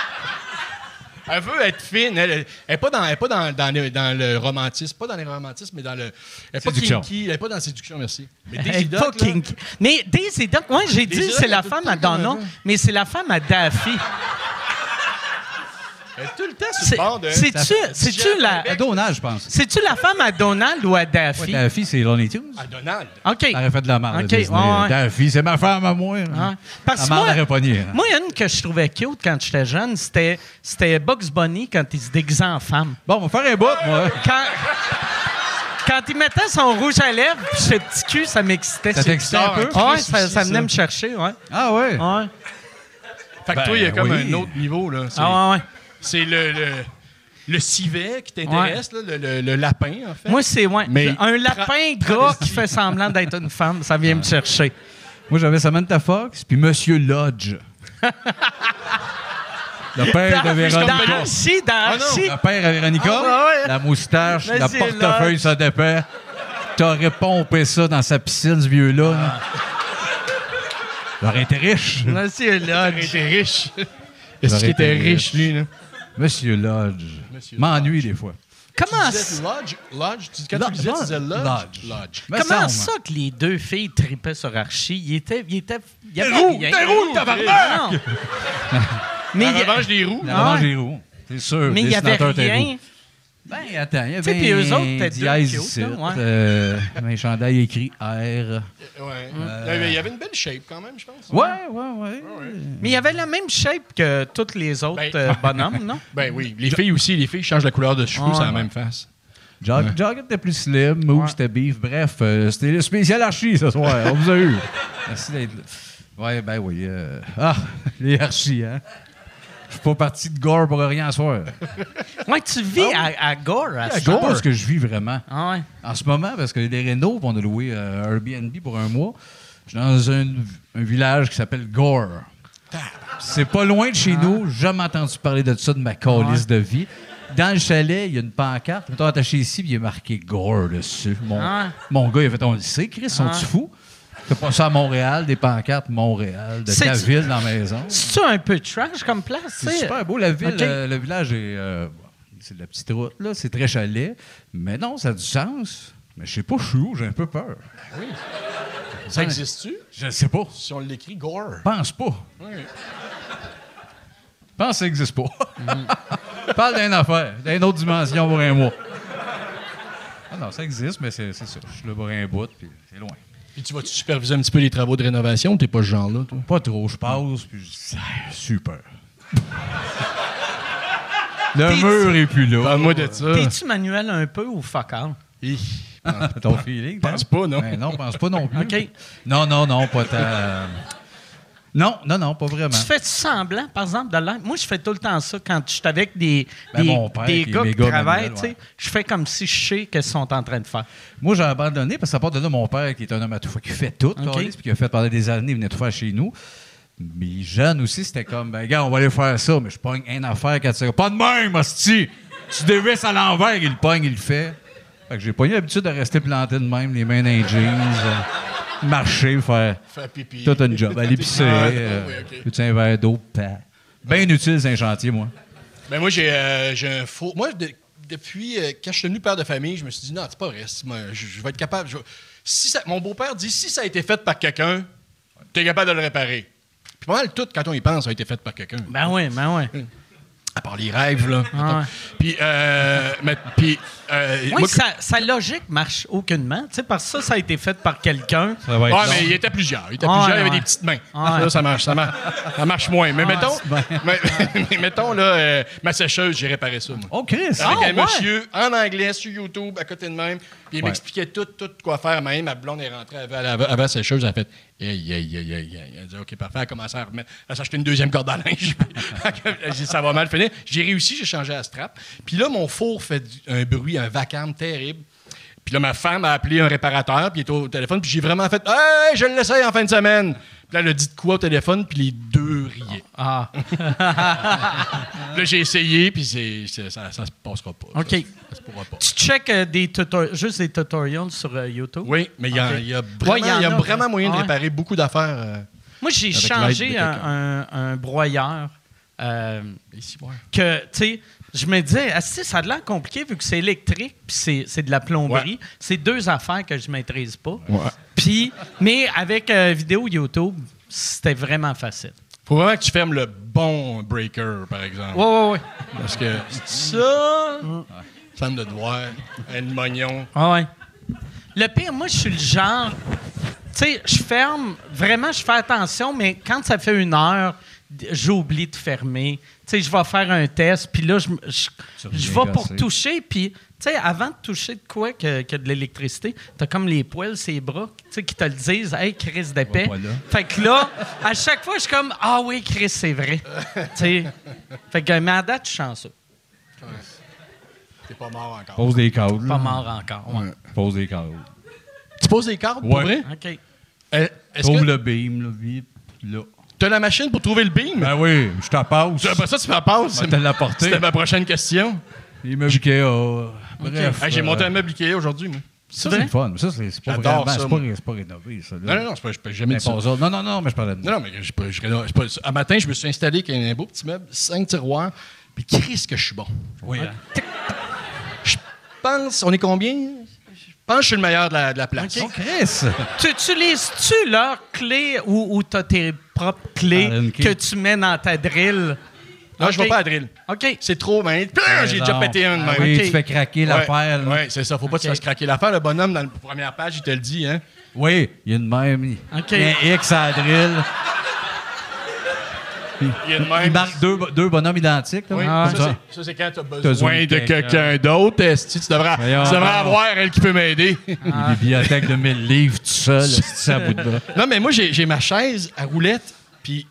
S5: veut- Elle veut être fine. Elle n'est pas, dans, elle est pas dans, dans le, dans le romantisme. Pas dans les romantismes, mais dans le. Elle est pas
S6: Séduction.
S5: kinky. Elle n'est pas dans la séduction, merci. Mais
S4: Hey,
S5: Daisy Duck, là,
S4: fucking. Mais Daisy Duck, moi j'ai
S5: Daisy
S4: dit
S5: Duck,
S4: c'est
S5: elle
S4: la
S5: est tout le
S4: femme
S5: temps
S4: à
S5: comme
S4: Donald,
S5: elle
S4: mais c'est la femme à Daffy.
S5: elle est tout le temps sur le
S4: C'est-
S5: bord de.
S4: C'est-tu c'est-tu la,
S6: À Donald, je pense.
S4: c'est-tu la femme à Donald ou à Daffy?
S6: Ta fille, c'est Lonnie Tunes.
S5: À Donald.
S4: OK.
S6: Elle aurait fait de la merde.
S4: Ok,
S6: Okay,
S4: ouais, ouais.
S6: Ta fille, c'est ma femme à moi.
S4: Ouais.
S6: La
S4: Parce que
S6: merde
S4: moi,
S6: aurait pogné. hein.
S4: moi, une que je trouvais cute quand j'étais jeune, c'était, c'était Bugs Bunny quand il se déguisait en femme.
S6: Bon, on va faire un bout, moi.
S4: Quand, quand il mettait son rouge à lèvres pis ce petit cul, ça m'excitait.
S6: Ça t'excitait un peu?
S4: Ah ouais, ça, ça venait me chercher, ouais.
S6: Ah ouais.
S4: Ouais.
S5: Fait que toi, il y a comme
S6: oui.
S5: un autre niveau, là. C'est
S4: Ah ouais, ouais.
S5: c'est le, le, le civet qui t'intéresse, là, le, le- le lapin, en fait.
S4: Moi, c'est ouais.
S5: Mais-
S4: un lapin gras qui fait semblant d'être une femme, ça vient me chercher.
S6: Moi, j'avais Samantha Fox, puis Monsieur Lodge. le père de Ah
S4: Dans
S6: Véronica.
S4: Archie, dans Archie.
S6: Le père à Véronica,
S4: Ah ouais.
S6: la moustache,
S4: Monsieur
S6: la portefeuille,
S4: Lodge.
S6: ça dépend. T'aurais pompé ça dans sa piscine, ce vieux-là.
S4: Ah.
S6: là. J'aurais été riche.
S4: Monsieur
S5: Il
S4: Lodge.
S5: était riche. Est-ce
S6: J'aurais
S5: qu'il était
S6: été
S5: riche,
S6: riche.
S5: lui, là?
S6: Monsieur Lodge.
S5: Monsieur
S6: M'ennuie des fois.
S4: Comment,
S5: disais Lodge? Lodge? Tu- Quand tu
S6: Lodge.
S5: le disais, tu disais Lodge?
S6: Lodge.
S5: Lodge.
S6: Me
S4: comment
S6: semble. hein.
S4: ça que les deux filles tripaient sur Archie? Il était. Il était. Il y avait
S5: roux,
S4: rien.
S5: t'es roux,
S4: Non.
S5: tabarnak!
S4: Mais
S5: En
S4: il y a-
S5: revanche, les roues.
S6: La
S4: Ah
S6: revanche
S4: ouais.
S6: des roues. C'est sûr.
S4: mais il
S6: les
S4: y avait
S6: sénateurs étaient
S4: rien.
S6: roux. Ben, attends, il y
S4: sais,
S6: avait
S4: puis eux autres, t'étais
S6: un
S4: deux
S6: dièse
S4: cute,
S6: ici,
S4: là, ouais.
S6: euh, un chandail écrit R.
S5: Ouais. Il y avait- Il y avait une belle shape quand même, je pense.
S6: Ouais, ouais, ouais.
S4: Mais il y avait la même shape que tous les autres
S5: Ben-
S4: euh, bonhommes, non?
S5: Ben oui, les filles aussi, les filles changent la couleur de cheveux,
S4: Ah,
S5: c'est la
S4: ouais.
S5: même face.
S6: Jog, Jog était plus slim, Moose était beef. Bref, euh, c'était le spécial archi ce soir. On vous a eu. Merci d'être là. Ouais, ben oui. euh, Ah, les archis, hein. Je suis pas parti de gore pour rien ce soir.
S4: Ouais, tu vis à, à Gore, à
S6: C'est
S4: ce moment.
S6: gore ce que je vis vraiment.
S4: Ah ouais.
S6: En ce moment, parce que les Renault, on a loué euh, Airbnb pour un mois. Je suis dans un, un village qui s'appelle Gore. C'est pas loin de chez
S4: Ah.
S6: nous. Jamais entendu parler de ça de ma calice de vie. Dans le chalet, il y a une pancarte. Mettons, attaché ici, puis il est marqué Gore dessus. Mon,
S4: Ah.
S6: mon gars, il a fait On le sait, Chris, sont-tu fous? T'as pas ça à Montréal, des pancartes Montréal, de
S4: C'est-
S6: ta ville dans la maison.
S4: C'est-tu un peu trash comme place?
S6: C'est
S4: tu sais?
S6: super beau. La ville,
S4: OK.
S6: euh, le village est. euh, bon, c'est de la petite route, là. C'est très chalet. Mais non, ça a du sens. Mais je sais pas, je suis où, j'ai un peu peur.
S5: Ça existe-tu?
S6: Je sais pas. Je
S5: Si on l'écrit gore.
S6: pense pas.
S5: Ouais.
S6: Je pense que ça n'existe pas.
S4: Mm.
S6: Parle d'une affaire, d'une autre dimension pour un mois. Ah non, ça existe, mais c'est c'est ça. Je suis là pour un bout, puis c'est loin.
S5: Puis tu vas-tu superviser un petit peu les travaux de rénovation ou t'es pas ce genre-là, toi?
S6: Pas trop, je passe, puis je dis, Ah, super. Le mur est plus là.
S5: Parle-moi de ça.
S4: T'es-tu manuel un peu ou fuck out?
S5: Hi.
S6: Ton feeling?
S5: Pense pas, non.
S6: Ben non, pense pas non plus.
S4: OK.
S6: Non, non, non, pas tant. Non, non, non, pas vraiment.
S4: Tu fais semblant, par exemple, de l'air? Moi, je fais tout le temps ça quand je suis avec des,
S6: Ben,
S4: des-
S6: mon père,
S4: des
S6: puis
S4: gars
S6: mes
S4: qui
S6: gars,
S4: travaillent.
S6: Manuel,
S4: tu sais.
S6: ouais.
S4: Je fais comme si je sais ce qu'ils sont en train de faire.
S6: Moi, j'ai abandonné parce que à part de là, mon père, qui est un homme à tout faire, qui fait tout, câlisse, puis qui a fait pendant des années, il venait tout faire chez nous. Mais jeune aussi, c'était comme, ben, gars, on va aller faire ça, mais je pogne une affaire quand tu dis, pas de même, hostie! Tu dévisses à l'envers, il le pogne, il le fait. Fait que j'ai pas eu l'habitude de rester planté de même, les mains dans les jeans, euh, marcher, faire
S5: Faire pipi.
S6: tout un job, aller pisser,
S5: Ah, ouais,
S6: euh,
S5: ouais, ok.
S6: puis tu sais, un verre d'eau, Bien utile, c'est un chantier, moi.
S5: Ben moi, j'ai euh, j'ai un faux. Moi, de- depuis euh, quand je suis devenu père de famille, je me suis dit non, c'est pas vrai. Si moi, je, je vais être capable. je- si ça- mon beau-père dit si ça a été fait par quelqu'un, t'es capable de le réparer. Puis pas mal tout, quand on y pense, ça a été fait par quelqu'un.
S4: Ben oui, ben oui.
S5: À part les rêves, là.
S4: Ah ouais.
S5: Puis, euh, mais- puis, euh,
S4: Oui,
S5: moi-
S4: sa, sa logique marche aucunement. Tu sais, parce que ça, ça a été fait par quelqu'un.
S6: Ça va être
S5: Ouais,
S6: long.
S5: mais il était plusieurs. Il était
S4: Ah,
S5: plusieurs,
S4: ouais,
S5: il avait
S4: ouais.
S5: des petites mains.
S4: Ah, ouais.
S5: Là, ça marche, ça marche, ça marche moins. Mais mettons, mais, mais mettons là, euh, ma sécheuse, j'ai réparé ça, moi.
S6: Oh, Chris!
S5: Avec
S4: Ah,
S5: un
S4: ouais?
S5: monsieur en anglais sur YouTube, à côté de même. Puis il
S6: Ouais.
S5: m'expliquait tout, tout quoi faire. Même ma blonde est rentrée avant, avant, avant ses choses. Elle a fait Aïe, aïe, aïe, aïe, aïe. Elle a dit OK, parfait. Elle a commencé à remettre. Elle s'est acheté une deuxième corde à linge. J'ai dit, Ça va mal finir. J'ai réussi, j'ai changé la strap. Puis là, mon four fait du- un bruit, un vacarme terrible. Puis là, ma femme a appelé un réparateur, puis il était au téléphone, puis j'ai vraiment fait Hey, je l'essaye en fin de semaine. Puis là, elle a dit de quoi au téléphone, puis les deux riaient.
S4: Ah,
S5: Là, j'ai essayé, puis c'est- c'est- ça, ça se passera pas.
S4: OK.
S5: Ça, ça se pourra pas.
S4: tu check euh, des tuto- juste des tutorials sur euh, YouTube.
S5: Oui, mais il y, a-
S4: Ok.
S5: il y a vraiment,
S4: Ouais, il y en
S5: il y a
S4: a,
S5: vraiment
S4: ouais.
S5: moyen
S4: Ah
S5: de
S4: ouais.
S5: réparer beaucoup d'affaires. euh,
S4: Moi, j'ai
S5: Avec l'aide
S4: changé
S5: de
S4: un,
S5: quelqu'un.
S4: un- un broyeur euh,
S5: ici, ouais.
S4: que, tu sais, je me disais, Ah, si, ça a l'air compliqué vu que c'est électrique puis c'est, c'est de la plomberie.
S5: Ouais.
S4: C'est deux affaires que je maîtrise pas.
S5: Ouais.
S4: Puis, mais avec euh, vidéo YouTube, c'était vraiment facile.
S5: Faut vraiment que tu fermes le bon breaker, par exemple.
S4: Oui, oui, oui.
S5: Parce que
S4: Ça.
S5: femme de devoir, un mignon.
S4: Ah ouais. Le pire, moi, je suis le genre. Tu sais, je ferme. Vraiment, je fais attention, mais quand ça fait une heure, d- j'oublie de fermer. Tu sais, je vais faire un test, puis là, je m- je je
S6: reviens
S4: vais pour
S6: gossé.
S4: toucher, puis. Tu sais, avant de toucher de quoi que, que de l'électricité, t'as comme les poils, ces bras, tu sais, qui te le disent, hey, Chris d'épais.
S6: voilà.
S4: Fait que là, à chaque fois, je suis comme, ah oui, Chris, c'est vrai. tu sais. Fait que, mais à date, je suis chanceux.
S5: T'es pas mort encore.
S6: Pose des câbles.
S4: Pas mort encore. ouais.
S6: Pose des câbles.
S5: Tu poses des cartes, pour
S6: Ouais.
S5: vrai?
S4: OK.
S5: Euh, Est-ce
S6: Trouve
S5: que
S6: le beam, là, vip, là.
S5: t'as la machine pour trouver le beam?
S6: Ben oui, je t'en passe.
S5: Après ça, tu fais la passe.
S6: Je vais te l'apporter.
S5: C'était ma prochaine question.
S6: Les meubles Ikea. Bref.
S5: Hey, J'ai
S6: euh,
S5: monté un meuble Ikea aujourd'hui. moi.
S6: Ça, c'est le fun. Ça, c'est c'est pas
S5: J'adore
S6: vraiment.
S5: ça,
S6: C'est pas,
S5: moi.
S6: c'est pas rénové, ça.
S5: Non,
S6: Là.
S5: non, non, c'est pas- je peux jamais
S6: Mais
S5: dit ça.
S6: pas ça. Non, non, non, mais je parlais de.
S5: Non, non, mais je, peux- je, c'est pas- à matin, je me suis installé avec un beau petit meuble, cinq tiroirs, puis qu'est-ce que je suis bon. Ah,
S6: Oui, hein.
S5: Tic, tac. Je pense, on est combien? Je pense que je suis le meilleur de la, de la place.
S6: Oh, Chris!
S4: Tu utilises-tu leur clé ou, ou t'as tes propres clés
S6: Ah, une clé.
S4: que tu mets dans ta drill?
S5: Non, je ne vais
S4: Ok.
S5: pas à drill.
S4: OK.
S5: C'est trop, man. J'ai déjà
S6: Non.
S5: pété un de
S6: Ah
S5: même.
S6: Oui,
S4: Ok.
S6: tu fais craquer
S5: Ouais.
S6: l'affaire. là.
S5: Ouais, c'est ça. Faut pas que tu fasses craquer l'affaire. Le bonhomme, dans la première page, il te le dit. Hein.
S6: Oui, il y a une même. Il
S4: Ok.
S6: il y a un X à la drill.
S5: Il, est de même.
S6: Il marque deux, bo- deux bonhommes identiques. Là,
S5: Oui,
S6: comme
S5: ça,
S6: ça.
S5: c'est- ça, c'est quand tu as
S6: besoin
S5: besoin
S6: de
S5: de quelqu'un d'autre. esti. Tu devrais, tu
S6: Voyons
S5: devrais
S6: donc.
S5: avoir elle qui peut m'aider.
S6: Une bibliothèque de 1000 livres tout seul, c'est à bout de bras.
S5: Non, mais moi, j'ai j'ai ma chaise à roulette, puis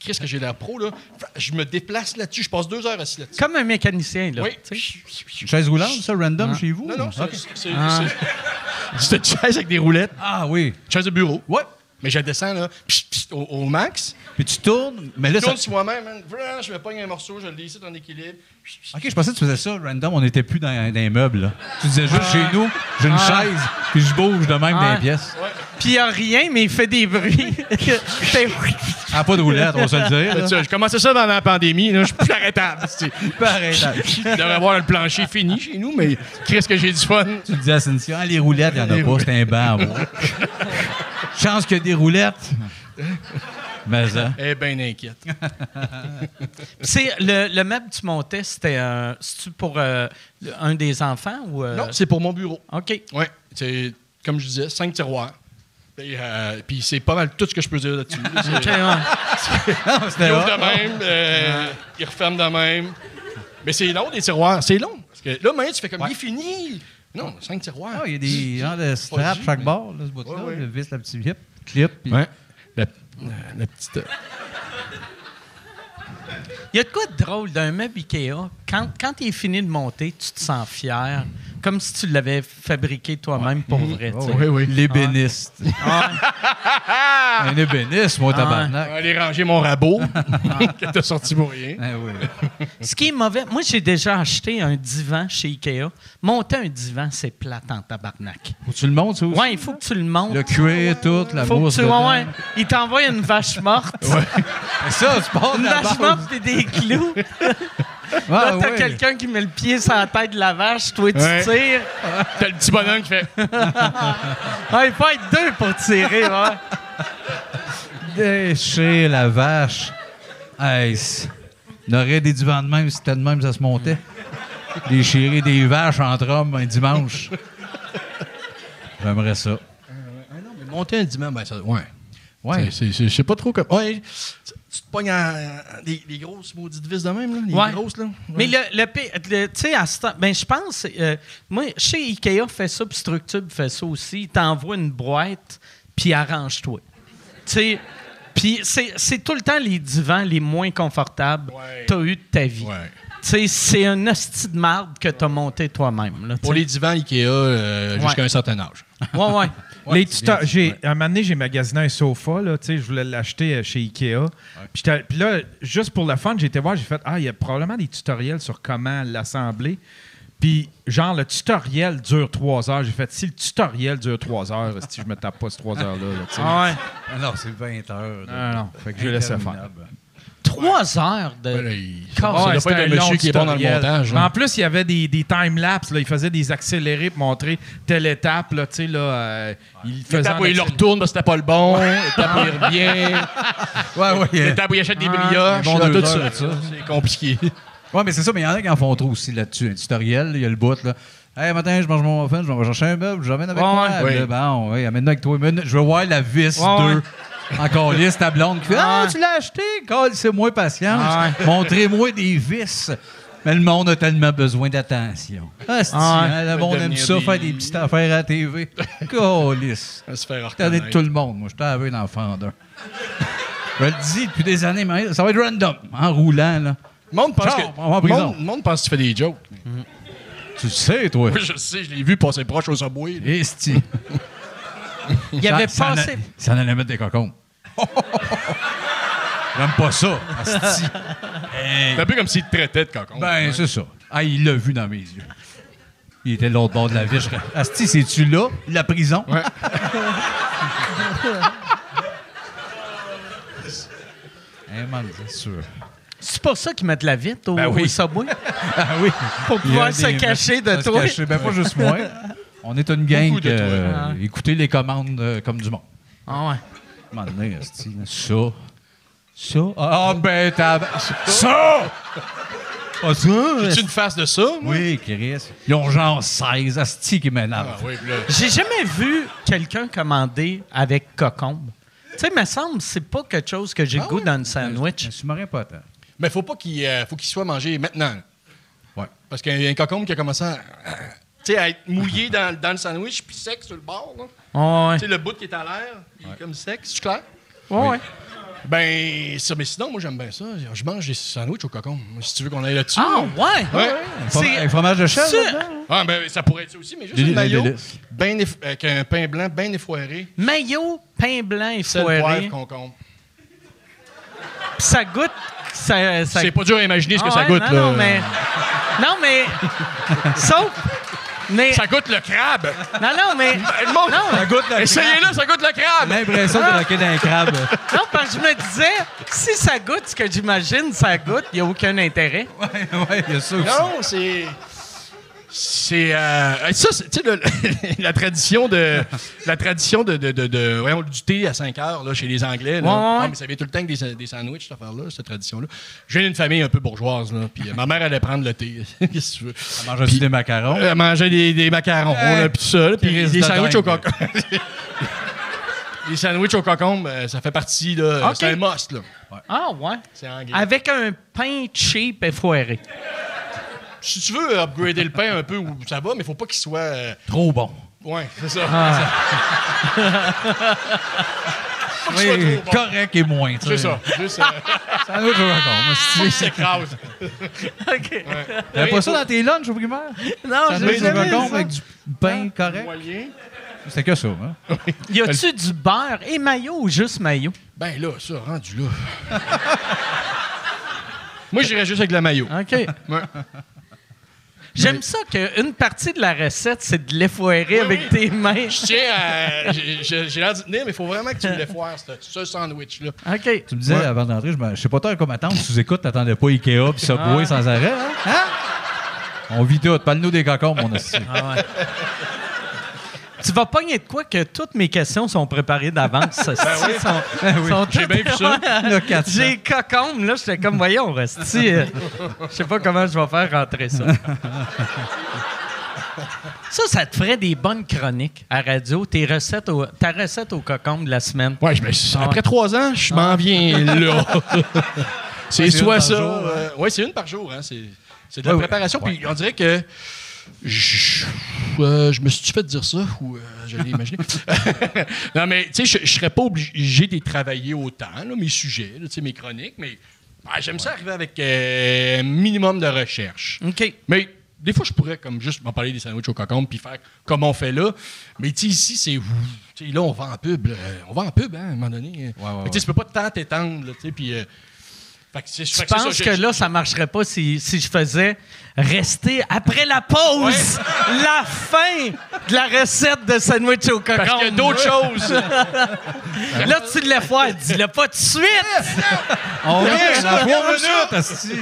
S5: qu'est-ce que j'ai l'air pro, là? Je me déplace là-dessus, je passe deux heures assis là-dessus.
S4: Comme un mécanicien, là.
S5: Oui.
S4: tu sais.
S6: Une chaise roulante, ça, random chez vous?
S5: Non, non, c'est
S6: Ok.
S5: c'est- c'est- c'est une chaise avec des roulettes,
S6: Ah oui.
S5: une chaise de bureau.
S6: Ouais.
S5: Mais je descends, là, psh, psh, au, au max.
S6: Puis tu tournes, mais là,
S5: Je
S6: ça-
S5: tourne sur moi-même, man. Vrrr, je me pogne un morceau, je le laisse en équilibre. Psh, psh.
S6: OK, je pensais que tu faisais ça, random, on n'était plus dans, dans les meubles. là. Tu disais juste chez nous, j'ai une
S4: Ah.
S6: chaise, puis je bouge de même
S4: Ah.
S6: dans les pièces.
S4: Puis il a rien, mais il fait des bruits. Fait-
S6: Ah, pas de roulette, on va se le dire.
S5: Fait
S6: là.
S5: ça, Je commençais ça pendant la pandémie, là, je suis plus arrêtable. c'est-
S6: Pareil, là.
S5: Je devrais avoir le plancher fini chez nous, mais qu'est-ce que j'ai du fun?
S6: Tu disais à Cynthia, Ah, les roulettes, il n'y en a pas, c'est un banc. moi. Chance qu'il y a des roulettes. Mais hein. ça.
S5: Eh ben inquiète.
S4: c'est le, le meuble que tu montais, c'était un- c'est-tu pour euh, le- un des enfants ou... euh,
S5: Non, c'est pour mon bureau.
S4: OK.
S5: Oui, c'est comme je disais, cinq tiroirs. Puis, euh, puis c'est pas mal tout ce que je peux dire là-dessus. là. C'est-
S4: OK, ouais.
S6: Non,
S5: Il
S6: c'était
S5: ouvre
S6: hot.
S5: de même, euh, il referme de même. Mais c'est long, des tiroirs. C'est long. Parce que là, maintenant, tu fais comme, il est fini. Non, cinq tiroirs.
S6: Ah, Il y a des gens de
S5: Pas
S6: strap
S5: dit,
S6: chaque
S5: mais-
S6: bord, là, ce bout-là,
S5: Ouais, ouais.
S6: le vis, la petite clip, clip. puis-
S5: Ouais. La- Euh, La petite. euh,
S4: Il y a de quoi de drôle d'un meuble Ikea. Quand, quand il est fini de monter, tu te sens fier, comme si tu l'avais fabriqué toi-même pour vrai. tu sais.
S5: oui.
S6: Ah, L'ébéniste. Un ébéniste, moi, tabarnak.
S5: Aller ranger mon rabot que t'as sorti pour rien.
S6: Ah oui.
S4: Ce qui est mauvais, moi j'ai déjà acheté un divan chez Ikea. Monter un divan, c'est plate en tabarnak.
S6: Faut que tu le montes, ça aussi?
S4: Ouais, il faut que tu le montes.
S6: Le cuir, tout, la
S4: faut que
S6: mousse
S4: tu...
S6: dedans.
S4: ouais, ouais. il t'envoie une vache morte.
S6: Et Ça, tu pars de
S4: Une
S6: la
S4: vache
S6: base.
S4: morte et des clous.
S6: Ah,
S4: Là, t'as
S6: ouais.
S4: quelqu'un qui met le pied sur la tête de la vache, toi, tu
S5: Ouais.
S4: tires.
S5: T'as le petit bonhomme qui fait.
S4: Ah, il faut être deux pour tirer, ouais.
S6: Déchez la vache. Hey, c- on aurait des divans de même, c'était de même, ça se montait. Déchirer des vaches entre hommes un dimanche. J'aimerais ça.
S5: Monter un dimanche, ben ça. Ouais.
S6: Ouais.
S5: C'est- c'est- c'est- Je sais pas trop comme. Ouais, tu- tu te pognes en- en- des, des grosses maudites vis de même, là. Les
S4: Ouais.
S5: grosses, là.
S4: Mais le, le, pi- le- tu sais, à ce temps- ben, je pense, euh, moi, chez Ikea, fait ça, puis Structube fait ça aussi. Ils t'envoient une boîte, puis arrange-toi. Tu sais, puis c'est c'est tout le temps les divans les moins confortables
S5: Ouais.
S4: que tu as eu de ta vie.
S5: Ouais.
S4: Tu sais, c'est un hostie de marde que tu as monté toi-même. là, tu
S5: Pour
S4: sais.
S5: les divans Ikea, euh, jusqu'à
S4: Ouais.
S5: un certain âge.
S4: Ouais, ouais.
S3: les tuteurs, j'ai, à un moment donné, j'ai magasiné un sofa, là, tu sais, je voulais l'acheter euh, chez Ikea. Puis j'étais- Puis là, juste pour le fun, j'ai été voir, j'ai fait, ah, il y a probablement des tutoriels sur comment l'assembler. Puis, genre, le tutoriel dure trois heures. J'ai fait, si le tutoriel dure trois heures, si je me tape pas ces trois heures-là, là, tu sais.
S4: Ah ouais.
S6: Ah Non, c'est 20 heures.
S3: Non, Ah non, non. Fait que je laissais faire.
S6: Interminable.
S4: Trois heures de.
S5: Ben là, il-
S4: Car-
S5: ça doit
S3: Ouais,
S5: pas être
S3: c'était
S5: un
S3: long
S5: monsieur qui est bon dans le
S3: tutoriel.
S5: montage. hein.
S3: En
S5: là.
S3: plus, il y avait des, des time-lapse. là. Il faisait des accélérés pour montrer telle étape. Là, tu sais, là, euh, il faisait
S5: L'étape
S3: en
S5: où il le
S3: accéléré.
S5: retourne parce que c'était pas le bon. L'étape où il revient.
S6: Ouais, ouais. euh,
S5: L'étape où il achète des brioches.
S6: bon
S5: là,
S6: deux
S5: tout
S6: heures
S5: ça.
S6: de ça.
S5: C'est compliqué.
S6: Ouais, mais c'est ça, mais il y en a qui en font trop aussi là-dessus. Un tutoriel, il y a le bout, là. Hey, matin, je mange mon muffin, je m'en vais chercher un meuble, je l'amène avec
S4: Ouais,
S6: moi.
S5: ouais.
S6: Là, Bon, oui, amène-le avec toi. Mais Je veux voir la vis
S4: Ouais, ouais.
S6: 2. Encore lisse, ta blonde qui fait Ah,
S4: Ouais.
S6: tu l'as acheté, Carl, c'est moins patience.
S4: Ouais.
S6: Montrez-moi des vis. Mais le monde a tellement besoin d'attention. Ah, c'est
S4: Ouais.
S6: hein, le monde
S5: Devenir
S6: aime ça,
S5: des-
S6: faire des petites affaires à la TV. Calice.
S5: Ça se faire
S6: Regardez
S5: reconnaître.
S6: tout le monde. Moi, j'étais avec l'enfant d'un. Je le dis depuis des années, mais ça va être random, en roulant, là.
S5: Le monde pense
S6: Ciao,
S5: que.
S6: on va en prison.
S5: monde- Le monde pense que tu fais des jokes.
S6: Tu le sais, toi.
S5: Moi, je sais, je l'ai vu passer proche au subway. là.
S6: Esti.
S4: Il y avait
S6: Ça- ça
S4: passé.
S6: en a- Ça en allait mettre des cocons. J'aime pas ça. esti.
S5: C'est un peu comme s'il te traitait de cocon.
S6: Ben, c'est ça. Ah, il l'a vu dans mes yeux. Il était de l'autre bord de la vie. Je serais- Asti, c'est-tu là, la prison? Eh, man, c'est sûr.
S4: C'est pour ça qu'ils mettent la vitre au,
S6: Ben oui.
S4: au subway.
S6: Ah oui.
S4: Pour
S6: Il y a
S4: pouvoir se
S6: des-
S4: cacher de
S6: se
S4: toi.
S6: cacher. Ben, pas juste moi. On est une gang.
S5: Beaucoup de
S6: que,
S5: toi.
S6: euh, Écoutez les commandes euh, comme du monde.
S4: Ah ouais.
S6: Un moment donné, esti, là, Ça. Ça. Ah, ben, t'as. Ça! Ah, ça!
S5: J'ai-tu une face de ça? moi?
S6: Oui, Chris. Ils ont genre 16 asti qui
S5: Ah,
S6: m'énervent.
S5: oui, puis là.
S4: J'ai jamais vu quelqu'un commander avec cocombe. Tu sais, me semble, c'est pas quelque chose que
S5: Ah
S4: j'ai le goût dans le
S6: Je
S4: sandwich.
S6: suis marin pas tant.
S5: Mais faut pas qu'il euh, faut qu'il soit mangé maintenant.
S6: Ouais.
S5: Parce qu'il y a un cocombe qui a commencé à, euh, tu sais, à être mouillé dans, dans le sandwich puis sec sur le bord. là.
S4: Ouais.
S5: Tu sais, le bout qui est à l'air, il est comme sec, c'est clair?
S4: Ouais, ouais.
S5: Ben, ça, mais sinon, moi, j'aime bien ça. Je mange des sandwichs au cocombe. Si tu veux qu'on aille là-dessus.
S4: Ah ouais.
S5: Ouais.
S4: C'est-
S6: Un fromage de chèvre?
S4: C'est-
S6: là-dedans?
S5: Ah, ben, ça pourrait être ça aussi, mais juste
S6: Des-
S5: un
S6: des
S5: maillot
S6: délices.
S5: ben eff- avec un pain blanc bien effoiré,
S4: Mayo, pain blanc et
S5: sel, poivre,
S4: foiré.
S5: concombre.
S4: Ça goûte. Ça, ça...
S5: C'est pas dur à imaginer ce que
S4: Ah
S5: ça
S4: ouais,
S5: goûte.
S4: non,
S5: là.
S4: Non, mais. Non, mais. Sauf. Mais.
S5: Ça goûte le crabe.
S4: Non, non, mais. Non,
S6: goûte la
S5: Essayez-le, ça goûte le crabe.
S6: L'impression de croquer dans un crabe.
S4: non, parce que je me disais, si ça goûte ce que j'imagine, ça goûte, il n'y a aucun intérêt.
S6: ouais, ouais, il y a ça aussi.
S5: Non, c'est. C'est. euh, ça, c'est- tu sais, le- la tradition de. La tradition de. de, de, de- voyons, du thé à 5 heures, là, chez les Anglais. Là.
S4: Ouais, ouais, ouais.
S5: Ah, mais ça vient tout le temps avec des, des sandwichs, cette affaire-là, cette tradition-là. Je viens d'une famille un peu bourgeoise, là. Puis euh, ma mère allait prendre le thé. Qu'est-ce que tu veux?
S6: On mange aussi des macarons.
S5: Elle mangeait des, des macarons,
S6: Hey,
S5: là, puis tout ça, là, puis
S6: Christ
S5: des
S6: de
S5: sandwichs au
S6: dingue.
S5: cocombe. Les sandwichs au cocombe, euh, ça fait partie, là.
S4: Ok.
S5: C'est un must, là.
S4: Ah ouais.
S5: C'est anglais.
S4: Avec un pain cheap et foiré.
S5: Si tu veux upgrader le pain un peu, ou- ça va, mais faut pas qu'il soit. euh,
S6: Trop bon.
S5: Ouais, c'est ça. Faut que je sois trop bon.
S6: Ah. correct et moins. tu
S5: C'est
S6: sais.
S5: ça. Juste, euh,
S6: C'est un autre record, mais
S5: faut que
S6: c'est-
S5: je s'écrase.
S4: OK.
S6: T'avais pas ça dans tes lunchs au primaire?
S4: Non,
S6: Ça
S4: je
S6: donné
S4: l'ai
S6: des
S4: jamais
S6: racons
S4: ça.
S6: avec du pain correct?
S5: Moyen.
S6: C'était que ça, hein?
S4: Y a-tu du beurre et maillot ou juste maillot?
S5: Ben là, ça, rendu là. Moi, j'irais juste avec la maillot.
S6: Hein?
S4: OK. J'aime ça qu'une partie de la recette, c'est de l'effoirer avec
S5: oui.
S4: tes mains.
S5: Je tiens à- j'ai- J'ai j'ai l'air d'y tenir, mais il faut vraiment que tu me le foires, ce, ce sandwich-là.
S4: OK.
S6: Tu me disais avant d'entrer, je, me- je sais pas tant comme attendre, sous écoute, t'attendais pas Ikea puis Subway sans arrêt, hein? Hein? On vit tout. Parle-nous des cocons, mon assis.
S4: Tu vas pogner de quoi que toutes mes questions sont préparées d'avance. Ça, sont- sont
S5: J'ai bien vu ça.
S6: Le 400.
S4: J'ai cocombe, là, j'étais comme, voyons, Rusty, euh, je sais pas comment je vais faire rentrer ça. Ça, ça te ferait des bonnes chroniques à radio, tes recettes au- ta recette au cocombe de la semaine.
S5: Ouais, je me suis- après trois ans, je m'en viens là. c'est soit ça. euh, ouais, c'est une par jour. Hein, c'est c'est de la
S6: Ouais, ouais.
S5: préparation. Puis on dirait que. Je, euh, je me suis fait dire ça ou euh, je l'ai imaginé. non, mais tu sais, je- je serais pas obligé de travailler autant, là, mes sujets, là, tu sais, mes chroniques, mais ah, j'aime ça arriver avec euh, un minimum de recherche.
S4: OK.
S5: Mais des fois, je pourrais comme juste m'en parler des sandwichs au cocombe puis faire comme on fait là. Mais tu sais, ici, c'est. tu sais, là, on va en pub. là. On va en pub, hein, à un moment donné.
S6: Ouais, ouais,
S5: Fait que tu sais, tu peux pas tant t'étendre, là, tu sais, puis. euh, fait que c'est-
S4: Je
S5: fait que c'est
S4: pense
S5: ça,
S4: que
S5: je-
S4: là, ça marcherait pas si, si je faisais rester après la pause la fin de la recette de sandwich au cocon.
S5: Parce qu'il y a d'autres choses.
S4: Là, tu l'as fait, dis-le pas tout de suite.
S6: On est dans trois minutes, assis.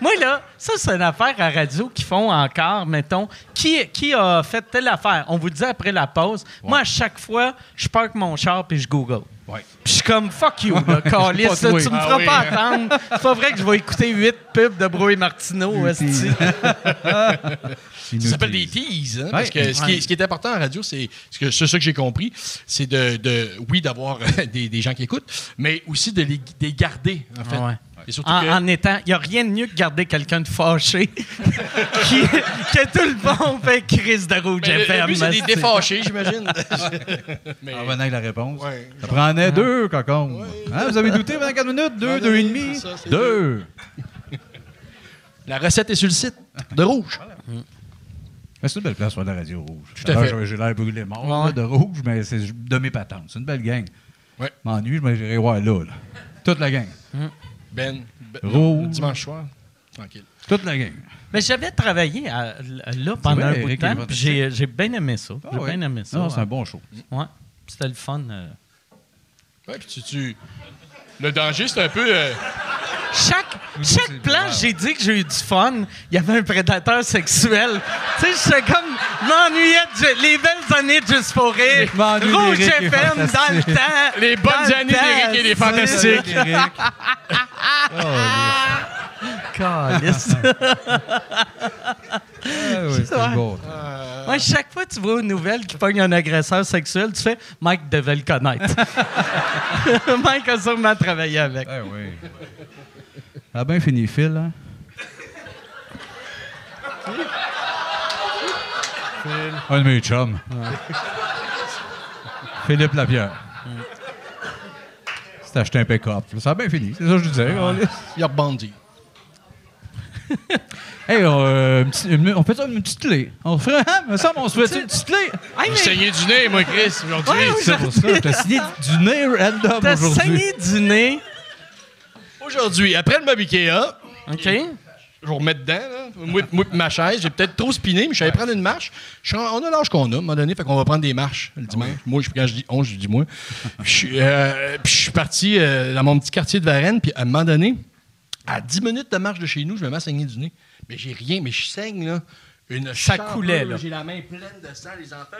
S4: Moi, là, ça, c'est une affaire à radio qu'ils font encore, mettons. Qui, qui a fait telle affaire? On vous le dit après la pause. Moi, à chaque fois, je parque mon char puis je Google.
S6: Ouais.
S4: Puis je suis comme, fuck you, là, câlisse,
S6: Pas
S4: là,
S6: toi.
S4: tu me
S5: Ah
S4: feras
S5: oui.
S4: pas attendre. C'est pas vrai que je vais écouter huit pubs de Bro et Martineau, esti.
S5: Ça s'appelle des teases. hein, parce
S6: Ouais.
S5: que ce qui, est, ce qui est important en radio, c'est ce que c'est ça que j'ai compris, c'est de, de- oui d'avoir euh, des, des gens qui écoutent, mais aussi de les, de les garder en fait.
S4: Ah ouais.
S5: Et surtout
S4: En,
S5: que-
S4: en étant, il n'y a rien de mieux que garder quelqu'un de fâché qui, que tout le monde fait crise de rouge
S5: Mais
S4: FM.
S5: Ben, le- le but, c'est des
S4: esti.
S5: défâchés, j'imagine. Mais-
S6: En Ah, venant avec la réponse.
S5: Ouais.
S6: Ça prenait deux cocons. Hein, vous avez douté 24 minutes? Deux, deux et demi?
S5: c'est ça, c'est
S6: Deux.
S5: La recette est sur le site de Rouge.
S6: Mais c'est une belle place pour la radio rouge.
S5: Tout à fait.
S6: J'avais- J'ai l'air brûlé mort
S4: Ouais.
S6: là, de rouge, mais c'est de mes patentes. C'est une belle gang.
S5: Ouais.
S6: M'ennuie, je me dirais, ouais, là, là. Toute la gang.
S5: Ben, ben-
S6: Rouge.
S5: le dimanche soir, tranquille.
S6: Toute la gang.
S4: Mais j'avais travaillé à- là pendant
S6: vrai,
S4: un bout de
S6: Eric, il
S4: temps,
S6: va
S4: puis j'ai j'ai bien aimé ça.
S6: Ah
S4: j'ai
S6: ouais.
S4: bien aimé ça.
S6: Non, c'est un bon show.
S4: Ouais. C'était le fun. euh.
S5: Ouais, puis tu, tu- Le danger, c'est un peu. euh,
S4: Chaque, chaque plan, j'ai dit que j'ai eu du fun. Il y avait un prédateur sexuel. tu sais, j'étais comme m'ennuyais de ju- les belles années de Juste pour rire.
S6: Je m'ennuie
S4: Rouge
S6: d'Éric et
S4: FM dans le
S6: Fantastique.
S4: temps.
S5: Les bonnes
S4: Dans le
S5: années
S4: temps,
S5: d'Éric et des
S4: c'est-
S5: Fantastiques. Eric.
S6: Eric.
S4: Caliste.
S6: Ah oui, c'est
S4: vrai.
S6: bon.
S4: Ouais, chaque fois que tu vois une nouvelle qui pogne un agresseur sexuel, tu fais Mike devait le connaître. Mike a sûrement travaillé avec.
S6: Ah oui. Ça a bien fini, Phil. Hein? Un de mes chums. Philippe Lapierre. C'est acheté un pick-up. Ça a bien fini. C'est ça que je disais.
S5: Il a rebondi.
S6: Hey, euh, un petit- une- on fait ça une petite clé. On ferait, hein? me semble, on se fait une petite clé.
S4: Hey,
S5: J'ai
S4: mais
S5: saigné du nez, moi, Chris, aujourd'hui.
S4: Ouais, oui.
S6: C'est pour ça. Je t'ai signé du nez random
S4: t'as
S6: aujourd'hui.
S4: saigné du nez.
S5: Aujourd'hui, après le Bob Ikea,
S4: OK.
S5: je vais remettre dedans, là. Moi, moi pis ma chaise, j'ai peut-être trop spiné, mais je suis allé prendre une marche. Je suis en- on a l'âge qu'on a, à un moment donné, fait qu'on va prendre des marches
S4: Ah
S5: le dimanche. Moi, je- quand je dis 11, je dis moi. Je suis, euh, puis je suis parti euh, dans mon petit quartier de Varennes, puis à un moment donné, à 10 minutes de marche de chez nous, je me mets à saigner du nez. Mais j'ai rien, mais je saigne, là. Une
S4: Ça
S5: chaleur,
S4: coulait, là.
S5: J'ai la main pleine de sang, les enfants.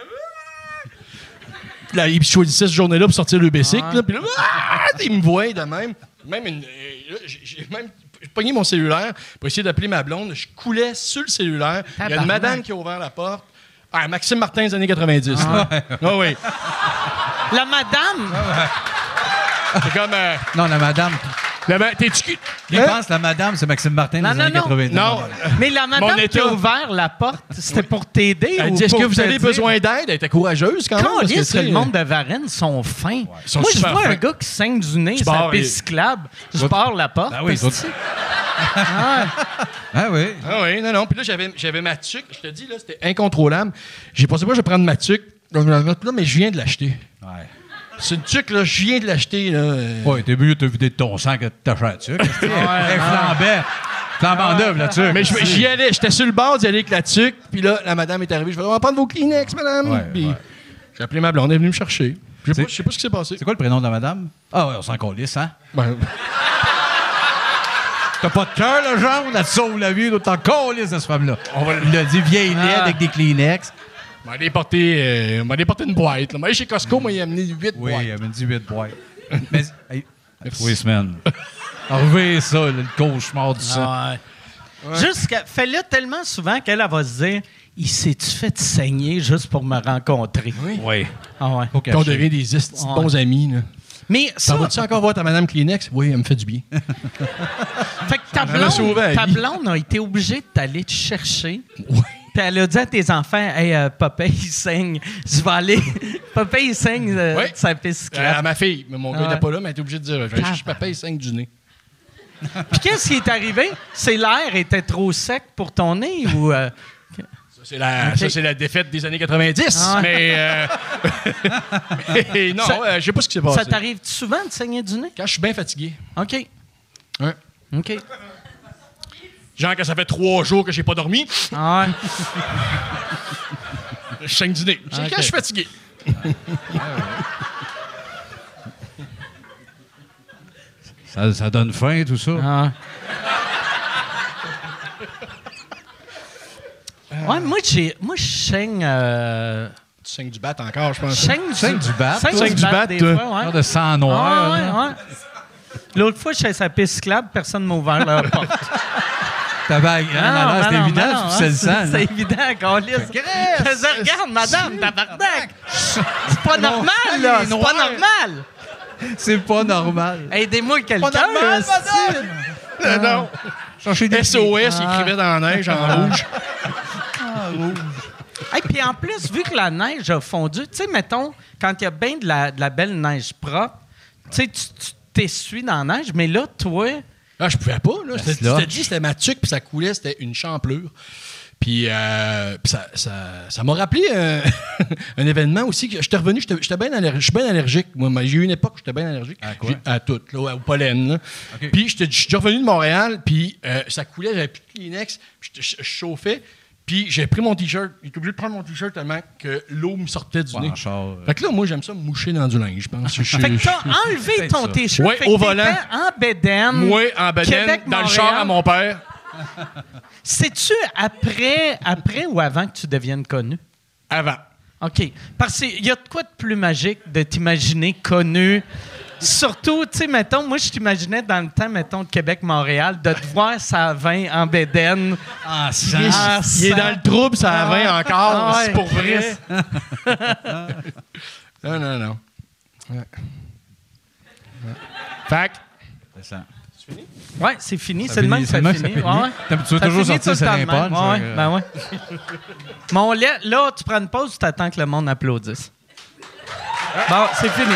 S5: Là, ils choisissaient cette journée-là pour sortir le basic. Là, puis là, ah, ils me voient de même. Même une- euh, là, j'ai- j'ai même pogné mon cellulaire pour essayer d'appeler ma blonde. Je coulais sur le cellulaire. Il y a une madame qui a ouvert la porte. Ah, Maxime Martin des années 90. là. Ah, oui.
S4: La madame,
S5: Ah C'est comme. euh,
S6: Non, la madame.
S5: Le ma- T'es-tu.
S6: Il pense la madame, c'est Maxime Martin
S4: Non,
S6: des années
S4: non, non.
S6: 90.
S5: Non.
S4: Mais la madame qui
S5: état.
S4: a ouvert la porte, c'était pour t'aider
S5: Elle
S4: ou
S5: dit, Est-ce
S4: pour
S5: que vous
S4: te
S5: avez
S4: dire-
S5: besoin d'aide? Elle était courageuse quand même. parce que,
S4: Calisse
S5: tu sais,
S4: que le monde de Varennes sont fins.
S5: sont
S4: Moi, je
S5: super
S4: vois
S5: fins.
S4: un gars qui saigne du nez sur
S5: pars
S4: la
S5: et-
S4: piste cyclable. Je pars la porte.
S5: Ben
S6: Ah oui,
S4: esti.
S6: d'autres- Ah oui.
S5: Ah oui, non, non. Puis là, j'avais, j'avais ma tuque. Je te dis, là, c'était incontrôlable. J'ai pensé, moi, je vais prendre ma tuque. Là, je la note là, mais je viens de l'acheter.
S6: Ouais.
S5: C'est une tuque, là, je viens de l'acheter, là. euh.
S6: Ah Ouais, t'es mieux de te vider de ton sang que de ta chair dessus. Elle flambait. Flambant en neuve là-dessus.
S5: Mais je- j'y allais, j'étais sur le bord d'y aller avec la tuque. Puis là, la madame est arrivée. Je vais on va prendre vos Kleenex, madame.
S6: Ouais,
S5: Puis
S6: ouais.
S5: j'ai appelé ma blonde, elle est venue me chercher. Je sais
S6: C'est-
S5: pas, je sais pas ce qui s'est passé.
S6: C'est quoi le prénom de la madame? Ah ouais, on s'en colisse, hein?
S5: Ben,
S6: T'as pas de cœur, le genre? La sauve la vie, d'autant colisse de cette femme-là. On va le dit vieille laide avec des Kleenex.
S5: on m'a déporté, euh, on m'a déporté une boîte. Là. On m'a allé chez Costco, moi, il a amené 8
S6: Oui, euh,
S5: boîtes.
S6: elle m'a dit 8 boîtes. Mais. Hey, Trois semaines. Enlevez ça, le cauchemar du sang.
S4: Ah ouais. Jusqu'à- Fais-le tellement souvent qu'elle elle va se dire Il s'est-tu fait saigner juste pour me rencontrer
S6: Oui.
S4: Ah ouais.
S6: Faut
S5: Puis on
S6: cacher.
S5: devient des esti de
S4: Ouais.
S5: bons amis. Là.
S4: Mais
S5: T'en
S4: ça,
S5: vas-tu encore voir ta madame Kleenex? Oui, elle me fait du bien.
S4: fait que ta
S5: me sauve la
S4: blonde, ta
S5: vie.
S4: blonde a été obligée de t'aller te chercher. Puis elle a dit à tes enfants Hey, euh, papa, il saigne. Je vais aller. papa, il saigne euh,
S5: Ouais.
S4: de sa piste
S5: Euh,
S4: cyclable.
S5: à ma fille. Mais mon gars
S4: Ouais.
S5: n'était pas là, mais elle était obligée de dire Je vais aller chercher papa et 5 du nez.
S4: Puis qu'est-ce qui est arrivé? C'est l'air était trop sec pour ton nez ou. euh,
S5: Ça, c'est la, ça, c'est la défaite des années 90.
S4: Ah.
S5: Mais. euh, mais non,
S4: Ça-
S5: euh, je sais pas ce qui s'est passé.
S4: ça t'arrive souvent de saigner du nez?
S5: Quand je suis bien fatigué.
S4: OK.
S5: Hein?
S4: OK.
S5: Genre, quand ça fait trois jours que j'ai pas dormi,
S4: Ah ouais.
S5: je saigne du nez. Ah, C'est
S4: Ok.
S5: quand je suis fatigué.
S6: Ça, ça donne faim, tout ça.
S4: Ah.
S6: Euh.
S4: Ouais, moi, j'ai, moi, je saigne, euh,
S5: Tu saignes du bat encore, je
S4: je
S5: pense.
S4: saigne du,
S6: Saigne du bat,
S4: saigne
S5: toi? Saigne du bat,
S4: des
S5: toi.
S4: fois, ouais.
S6: Genre de sang
S4: Ah,
S6: noir.
S4: ouais,
S6: là.
S4: ouais. L'autre fois, je suis à la piste cyclable, personne m'a ouvert la porte.
S6: Ta bague,
S4: Non,
S6: hein, la
S4: non,
S6: lance, c'est
S4: non,
S6: évident,
S4: non,
S6: tu sais le
S4: hein,
S6: sang.
S4: C'est évident, câlisse. Je disais, regarde, madame, tabarnak. C'est pas normal,
S6: sang,
S4: là.
S6: il est
S4: C'est pas
S6: noir.
S4: normal.
S6: C'est pas normal.
S4: Aidez-moi quelqu'un. là,
S6: normal,
S4: c'est-
S5: Euh, non.
S6: Chercher des
S5: SOS, il écrivait dans la neige en rouge.
S4: Et puis en plus, vu que la neige a fondu, tu sais, mettons, quand il y a bien de la, de la belle neige propre, tu sais, tu tu t'essuies dans la neige, mais là, toi,
S5: Ah, je pouvais pas, là. C'était-
S6: Ben, c'est
S5: Je te
S6: là.
S5: dis, c'était ma tuque, puis ça coulait, c'était une champlure. Puis, euh, puis ça, ça, ça m'a rappelé euh, un événement aussi. que J'étais revenu, j'étais j'étais bien allergique. Je suis bien allergique. Moi, mais j'ai eu une époque où j'étais bien allergique.
S6: À quoi?
S5: J'ai- À tout, là, au pollen. là.
S6: OK.
S5: Puis j'étais- je suis revenu de Montréal, puis euh, ça coulait, j'avais plus de Kleenex, puis je, je- je chauffais. Puis j'ai pris mon T-shirt. J'étais obligé de prendre mon T-shirt tellement que l'eau me sortait du
S6: Ouais,
S5: nez.
S6: en char, euh.
S5: Fait que là, moi, j'aime ça me moucher dans du linge, je pense. Je- je-
S4: fait que
S5: je-
S4: t'as enlevé
S6: peut-être
S4: ton
S6: ça.
S4: t-shirt.
S5: Ouais,
S4: fait que
S5: au
S4: t'étais
S5: volant.
S4: en bédaine.
S5: Moi, en bedaine,
S4: Québec,
S5: dans le char
S4: Montréal.
S5: à mon père.
S4: C'est-tu après, après ou avant que tu deviennes connu?
S5: Avant.
S4: OK. Parce qu'il y a de quoi de plus magique de t'imaginer connu. Surtout, tu sais, mettons, moi, je t'imaginais dans le temps, mettons, de Québec-Montréal, de te voir ça à 20 en bédaine.
S6: Ah, sang.
S4: Ah,
S5: Il est
S4: ça-
S5: dans le trouble, ça a
S4: Ah
S5: 20
S4: ouais.
S5: encore.
S4: Ah ouais,
S5: c'est pour vrai.
S4: Chris.
S5: non, non, non. Ouais. Ouais. Fait que,
S6: Le sang.
S4: Ouais, c'est fini.
S6: Ça
S4: C'est le
S6: finit,
S4: même que
S6: c'est
S4: ça
S6: le même que
S4: finit.
S6: ça
S4: Ouais, ouais.
S6: finit. Tu veux
S4: Ça
S6: toujours
S4: finit
S6: sortir
S4: tout le
S6: ça
S4: temps
S6: d'un
S4: de même.
S6: punch,
S4: Ouais,
S6: euh.
S4: ben ouais. Mais on l'a- là, tu prends une pause, tu attends que le monde applaudisse. Bon, c'est fini.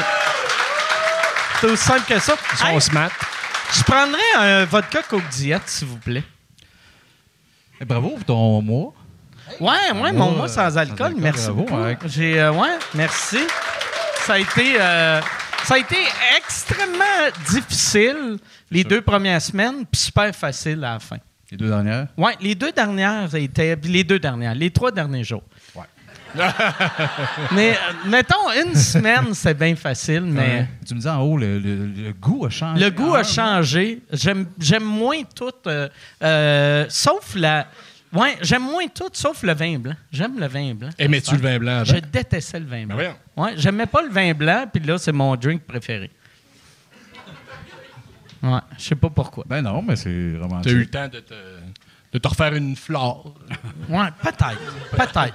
S4: C'est aussi simple que ça. Hey,
S5: on se mate.
S4: je prendrais un vodka Coke Diet, s'il vous plaît.
S6: Eh, bravo pour ton mois.
S4: Ouais, ouais, mon mois
S6: euh,
S4: sans
S6: sans
S4: alcool,
S6: alcool,
S4: merci
S6: bravo,
S4: beaucoup.
S6: ouais.
S4: J'ai, euh, ouais, merci. Ça a été, euh, ça a été extrêmement difficile les deux premières semaines, puis super facile à la fin.
S6: Les deux dernières.
S4: Oui, les deux dernières étaient. puis Les deux dernières, les trois derniers jours. mais euh, mettons, une semaine, c'est bien facile, mais
S6: Tu me dis en haut, le, le- le goût a changé.
S4: Ben,
S6: Ah,
S4: le goût a changé. J'aime j'aime moins tout, euh, euh, sauf la. Ouais, j'aime moins tout, sauf le vin blanc. J'aime le vin blanc.
S5: Aimais-tu Eh, le vin blanc
S4: Je
S5: avant? Ben
S4: détestais le vin blanc.
S5: voyons.
S4: ouais, j'aimais pas le vin blanc, puis là, c'est mon drink préféré. Ouais, je sais pas pourquoi.
S6: Ben non, mais c'est vraiment.
S5: T'as eu le temps de te, de te refaire une flore.
S4: Ouais, peut-être. Peut-être.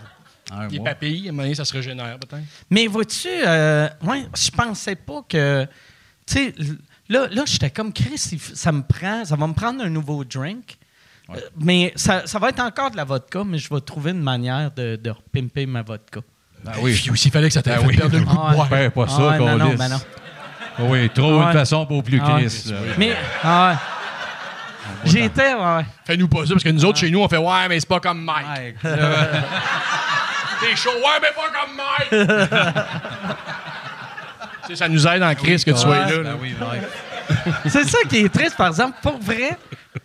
S4: Ah
S6: Un
S5: Des
S6: mois.
S5: papilles, à un moment donné, ça se régénère peut-être.
S4: Mais vois-tu, euh, ouais, je pensais pas que. Tu sais, l- Là, là j'étais comme Chris, il f- ça me prend, ça va me prendre un nouveau drink. Euh, Mais ça, ça va être encore de la vodka, mais je vais trouver une manière de, de pimper ma vodka.
S6: Ah
S5: Oui.
S6: oui.
S5: il fallait que ça t'ait
S6: Ah
S5: fait
S6: oui.
S5: perdre le goût
S4: Ah
S5: de boire.
S6: Ben, pas
S4: Ah
S6: ça,
S4: ouais, non, non,
S6: câlisse.
S4: ben non.
S6: Ah Oui, trouve
S4: Ah ouais.
S6: une façon pour plus
S4: Ah ouais.
S6: Chris. là.
S4: Mais, ah ouais. J'étais, ouais.
S5: Fais-nous pas ça, parce que nous
S4: Ah.
S5: autres, chez nous, on fait Ouais, mais c'est pas comme Mike.
S6: Mike.
S5: T'es chaud, ouais, mais pas comme Mike. Tu sais, ça nous aide en crise que tu sois là. là.
S6: Ben
S4: Ah,
S6: oui, Mike.
S4: C'est ça qui est triste, par exemple. Pour vrai,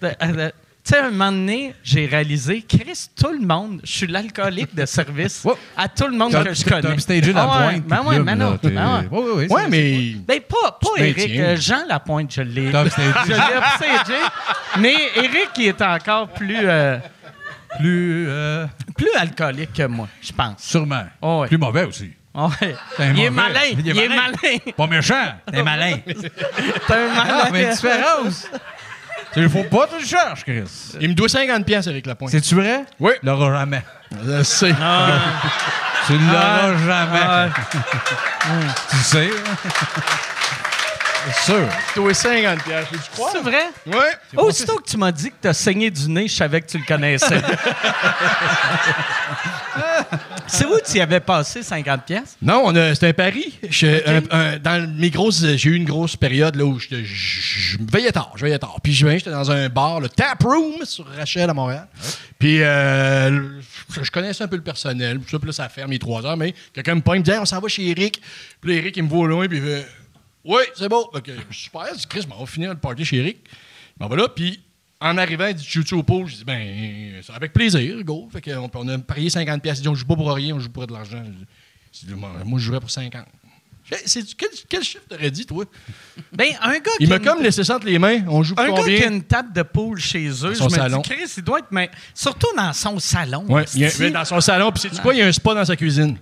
S4: euh, euh, tu sais, un moment donné, j'ai réalisé, Chris, tout le monde, je suis l'alcoolique de service
S6: Wow.
S4: à tout le monde
S6: T'as-
S4: que je
S6: t'as-
S4: connais.
S6: T'as upstagé la
S4: Ah ouais,
S6: pointe.
S4: Ben ouais,
S6: là,
S4: mais
S6: là,
S4: non.
S6: t'es-
S4: ben ouais.
S6: Ouais, ouais, ouais.
S5: Ouais, mais.
S4: Ben, pas, pas
S5: Tu
S4: Eric.
S5: maintiens.
S4: euh, Jean Lapointe, je l'ai.
S6: T'as
S4: Je l'ai
S6: upstagé.
S4: upstagé. Mais Eric, il est encore plus, euh,
S6: Plus. euh,
S4: plus alcoolique que moi, je pense.
S6: Sûrement.
S4: Ah ouais.
S6: Plus mauvais aussi.
S4: Ouais.
S6: T'es un
S4: Il est
S6: mauvais.
S4: malin. Il est malin.
S6: Pas méchant. T'es malin.
S4: T'es un
S6: Ah, mais
S4: malin.
S6: différence. Il faut pas que tu le cherches, Chris.
S5: Il me doit 50$ piastres avec la pointe.
S6: C'est-tu vrai?
S5: Oui.
S6: L'aura jamais.
S5: Je sais.
S4: Ah.
S6: Tu l'auras jamais. Tu sais. C'est sûr.
S5: Il me doit 50$. piastres. Tu crois?
S4: C'est vrai?
S5: Ouais.
S4: Aussitôt que tu m'as dit que t'as saigné du nez, je savais que tu le connaissais. C'est où tu y avais passé 50 pièces?
S5: Non, on a- c'était un pari. Je- un- un- dans mes grosses, j'ai eu une grosse période là où je, je- je- je veillais tard, je veillais tard. Puis je j'étais dans un bar, le Tap Room sur Rachel à Montréal. Puis euh, le- je, je connaissais un peu le personnel, tout ça, puis là ça ferme les trois heures, mais quelqu'un me pointe, il me dit Hey, on s'en va chez Eric. Puis là, Eric il me voit au loin, puis il fait oui, c'est beau. Fait que, super, je dis, Chris, ben, on va finir le party chez Eric. Il m'en va là, puis en arrivant, il dit, tu joues au pool? Je dis, ben, c'est avec plaisir, go. Fait que, on, on a parié 50 pièces. Il dit, on joue pas pour rien, on joue pour de l'argent. Je dis, moi, moi, je jouerais pour 50. Je dis, C'est, quel, quel chiffre t'aurais dit, toi?
S4: Ben, un gars qui
S5: Il
S4: a
S5: m'a
S4: une-
S5: comme laissé ça entre les mains. On joue pour
S4: Un gars qui a
S5: combien?
S4: une table de poule chez eux, je
S5: son
S4: me
S5: salon.
S4: dis, Chris, il doit être... Mais, surtout dans son salon.
S5: Ouais, il y a-
S4: hostie.
S5: dans son salon, puis c'est quoi? Il y a un spa dans sa cuisine.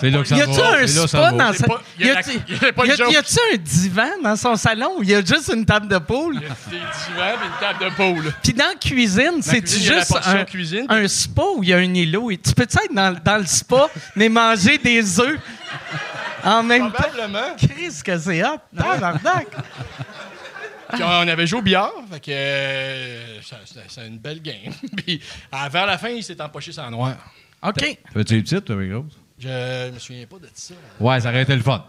S6: C'est là que ça
S4: Y
S6: va.
S4: a-tu un
S6: C'est là que ça
S4: spa
S6: va.
S4: dans
S5: C'est
S4: sa...
S5: pas- y a
S4: Y
S5: la-
S4: a-tu
S5: y a pas de
S4: y a-
S5: joke.
S4: y a-tu un divan dans son salon ou y a juste une table de poule?
S5: Des divans et une table de poule.
S4: Puis dans la cuisine, c'est
S5: cuisine, il y a la
S4: juste
S5: portion
S4: un,
S5: cuisine.
S4: un spa où il y a un îlot. Et tu peux être dans, dans le spa, mais manger des œufs en même temps.
S5: Probablement.
S4: Chris, que c'est hop! Tabarnak!
S5: Puis on avait joué au billard, fait que euh, ça- ça- c'est une belle game. Puis à- vers la fin, il s'est empoché sans noir.
S4: OK.
S6: T'avais-tu les petites, toi, les grosses?
S5: Je me souviens pas de ça.
S6: Ouais, ça aurait été le fun.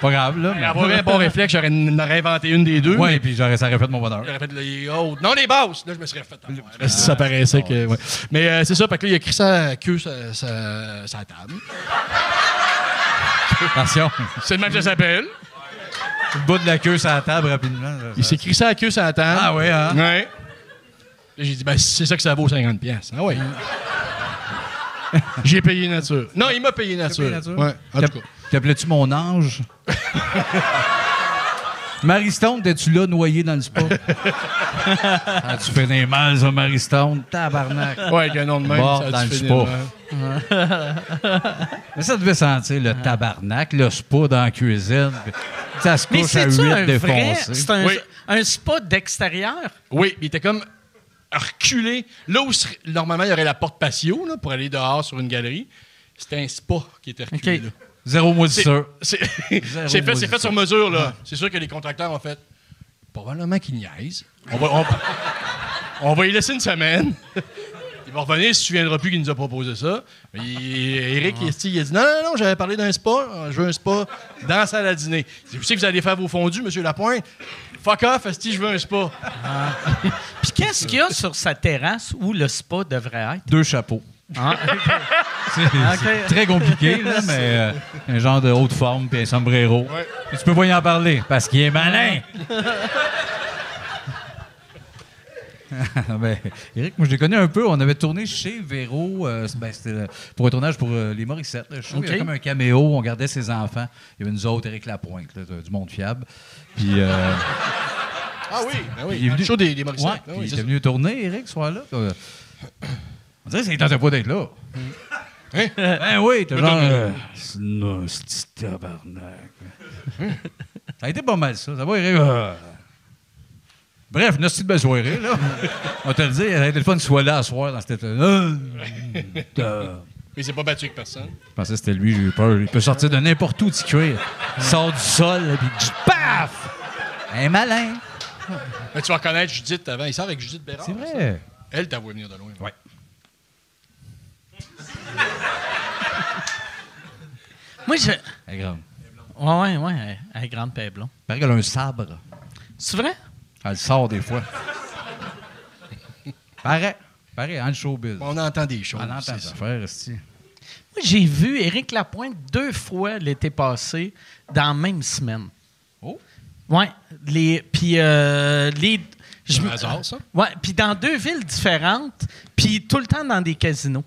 S6: Pas grave, là.
S5: Mais avoir eu un bon réflexe, j'aurais n- aurais inventé une des deux.
S6: Ouais,
S5: mais
S6: puis j'aurais- ça aurait fait mon bonheur.
S5: J'aurais fait les autres. Non, les basses! Là, je me serais fait avoir. Là, si ça paraissait que. ouais. Mais euh, c'est ça, fait que là, il a écrit sa queue sa, sa, sa table.
S6: Attention.
S5: C'est le match que ça s'appelle.
S6: Le bout de la queue sur la table rapidement.
S5: Il s'est écrit sa queue sa table.
S6: Ah ouais, hein?
S5: Ouais. Là, J'ai dit, ben, c'est ça que ça vaut 50$. piastres. Ah ouais. J'ai payé nature. Non, il m'a payé nature.
S6: nature?
S5: Ouais, en
S6: T'app-
S5: tout cas.
S6: T'appelais-tu mon ange? Maristone, t'es-tu là, noyé dans le spa? ah, tu fais des mal, ça, Maristone. Tabarnak.
S5: Ouais, avec un nom de même,
S6: Bon,
S5: ça
S6: dans
S5: a
S6: le
S5: dû finir.
S6: spa.
S5: de même.
S6: Mais ça devait sentir le tabarnak, le spa dans la cuisine. puis Ça se
S4: Mais
S6: couche à
S4: c'est-tu un
S6: 8
S4: vrai...
S6: défoncés.
S4: C'est un,
S5: Oui.
S4: un spa d'extérieur?
S5: Oui, il était comme reculé. Là où serait- normalement il y aurait la porte patio là, pour aller dehors sur une galerie, c'était un spa qui était reculé.
S4: OK.
S5: là.
S6: Zéro moisissure.
S5: C'est c'est fait,
S6: Zéro
S5: c'est fait
S6: position.
S5: sur mesure. là. C'est sûr que les contracteurs ont fait probablement qu'ils niaisent. On va, on, on va y laisser une semaine. Il va revenir si tu ne viendras plus qu'il nous a proposé ça. Mais il- Eric, il- il a dit non, non, non, j'avais parlé d'un spa. Je veux un spa dans la salle à dîner. Je sais que vous allez faire vos fondus, monsieur Lapointe. Fuck off, Esti, je veux un spa.
S4: Puis qu'est-ce qu'il y a sur sa terrasse où le spa devrait être?
S6: Deux chapeaux.
S4: Hein?
S6: C'est c'est
S4: Ok.
S6: très compliqué, là, mais euh, un genre de haute forme puis un sombrero. Et tu peux pas y en parler parce qu'il est malin. Ah, ben, Eric, moi je l'ai connu un peu. On avait tourné chez Véro euh, c'est- ben, c'était, euh, pour un tournage pour euh, Les Morissettes. là. Je trouve qu'il
S4: Ok.
S6: y avait comme un caméo. On gardait ses enfants. Il y avait nous autres, Eric Lapointe, là, du monde fiable. Puis. euh,
S5: Ah oui, ben oui.
S6: Il est venu-
S5: Chaud des, des
S6: Ouais,
S5: Morissac. Ah
S6: puis
S5: oui,
S6: il
S5: c'est
S6: était
S5: ça.
S6: venu tourner, Eric, ce soir-là. Euh, On dirait que c'est tentait pas d'être là.
S5: Hein?
S6: Ben oui, t'es genre. euh, C'est une hostie de tabarnak. ça a été pas mal, ça. Ça va, Eric? Euh, Bref, une hostie de belle soirée, là. On va te le dire, ça a été le fun de soir là à soir dans cette. Euh, euh,
S5: Mais il s'est pas battu avec personne.
S6: Je pensais que c'était lui, j'ai eu peur. Il peut sortir de n'importe où, petit cuir. Il sort du sol, là, puis il dit paf! Un malin.
S5: Mais tu vas reconnaître Judith avant. Il sort avec Judith Bérard.
S6: C'est vrai.
S5: ça. Elle t'a vu venir de loin. Ouais.
S4: Moi, je.
S6: Elle est grande.
S4: Ouais, ouais, ouais. Elle, elle est grande paix blond.
S6: Il paraît qu'elle a un sabre.
S4: C'est vrai?
S6: Elle sort des fois. Pareil. Pareil, en showbiz.
S5: On entend des choses.
S6: On entend
S5: c'est
S6: ça. Frère, esti.
S4: Moi, j'ai vu Éric Lapointe deux fois l'été passé dans la même semaine.
S6: Oh.
S4: Ouais. Les, puis euh, les. je me-
S5: hasard, ça.
S4: Ouais, puis dans deux villes différentes, puis tout le temps dans des casinos.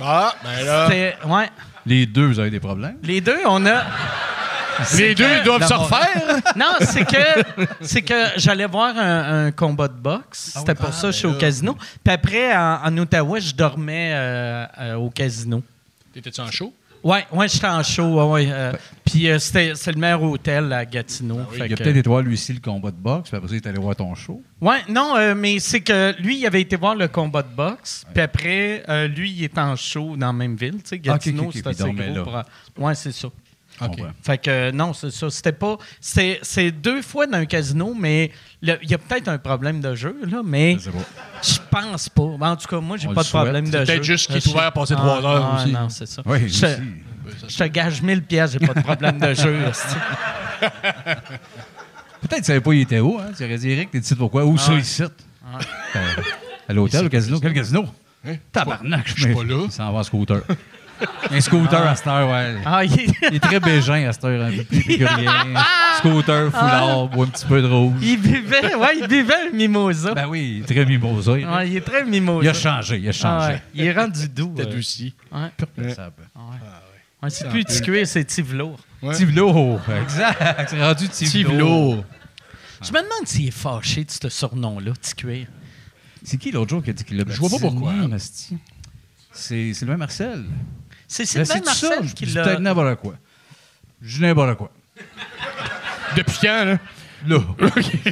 S5: Ah, ben là.
S4: C'était- ouais.
S6: Les deux, vous avez des problèmes?
S4: Les deux, on a.
S5: Les deux, ils doivent se refaire.
S4: Non, c'est que c'est que j'allais voir un, un combat de boxe.
S5: Ah
S4: C'était pour ça je suis au casino. Puis après, en, en Outaouais, je dormais euh, euh, au casino.
S5: T'étais-tu en show?
S4: Ouais, ouais, j'étais en show. ouais, ouais, euh, Puis euh, c'était c'est le meilleur hôtel à Gatineau. fait
S6: Ah Il a
S4: que-
S6: peut-être été voir, lui aussi, le combat de boxe, puis après ça, il est allé voir ton show.
S4: Ouais, non, euh, mais c'est que lui, il avait été voir le combat de boxe. Puis après, euh, lui, il est en show dans la même ville. Tu sais, Gatineau,
S6: Ah, ok, ok,
S4: c'est
S6: puis
S4: assez
S6: il dormait
S4: gros.
S6: là.
S4: pour- Ouais, c'est ça.
S6: OK.
S4: Fait que euh, non, c'est ça. C'était pas. C'est c'est deux fois dans un casino, mais le- il y a peut-être un problème de jeu, là, mais
S6: Je sais pas.
S4: je pense pas. Ben, En tout cas, moi, j'ai
S6: On
S4: pas
S6: le
S4: de problème
S6: souhaite.
S4: de jeu.
S5: C'est peut-être juste qu'il est
S4: Je-
S5: ouvert à passer
S4: Ah,
S5: trois heures
S4: ah,
S5: aussi.
S4: Non, c'est ça.
S6: Oui,
S4: je,
S6: aussi.
S4: je te gage 1000 pièces, j'ai pas de problème de jeu. esti.
S6: Peut-être qu'il savait pas il était où, hein? Tu aurais dit, Eric, t'es ici pourquoi? Où ça, ici? Euh, à l'hôtel, au casino? Quel casino?
S5: Hein?
S6: Tabarnak, je
S5: suis
S6: m'ai-
S5: pas là.
S6: Il s'en va en scooter. Un scooter à cette heure, ouais.
S4: Ah, il,
S6: Il est très bégin à cette heure, un peu plus épicurien. Scooter, foulard, boit un petit peu de rouge.
S4: il buvait, ouais, il buvait un mimosa.
S6: Ben oui, il est très mimosa. Il,
S4: Ouais, il est très
S6: il
S4: mimosa.
S6: a changé, il a
S4: Ah,
S6: changé.
S4: ouais. Il est rendu doux.
S5: T'as
S4: ouais.
S5: aussi.
S4: Ouais.
S6: Ça va.
S4: Ouais, c'est plus petit cuir, c'est petit velours.
S5: Ouais.
S6: Tivlo, exact. C'est rendu Tivlo.
S5: Tivlo.
S4: Je me demande s'il est fâché de ce surnom-là, petit cuir.
S6: C'est qui l'autre jour qui a dit qu'il l'a
S5: Je vois pas
S6: baptisé
S5: pourquoi.
S6: de même, esti? C'est Sylvain Marcel.
S4: C'est Sylvain
S6: Ben, c'est-tu ça?
S4: Marcel qui
S6: Je dis
S4: l'a.
S6: peut-être n'importe quoi. Je dis n'importe quoi.
S5: Depuis quand, là?
S6: Là.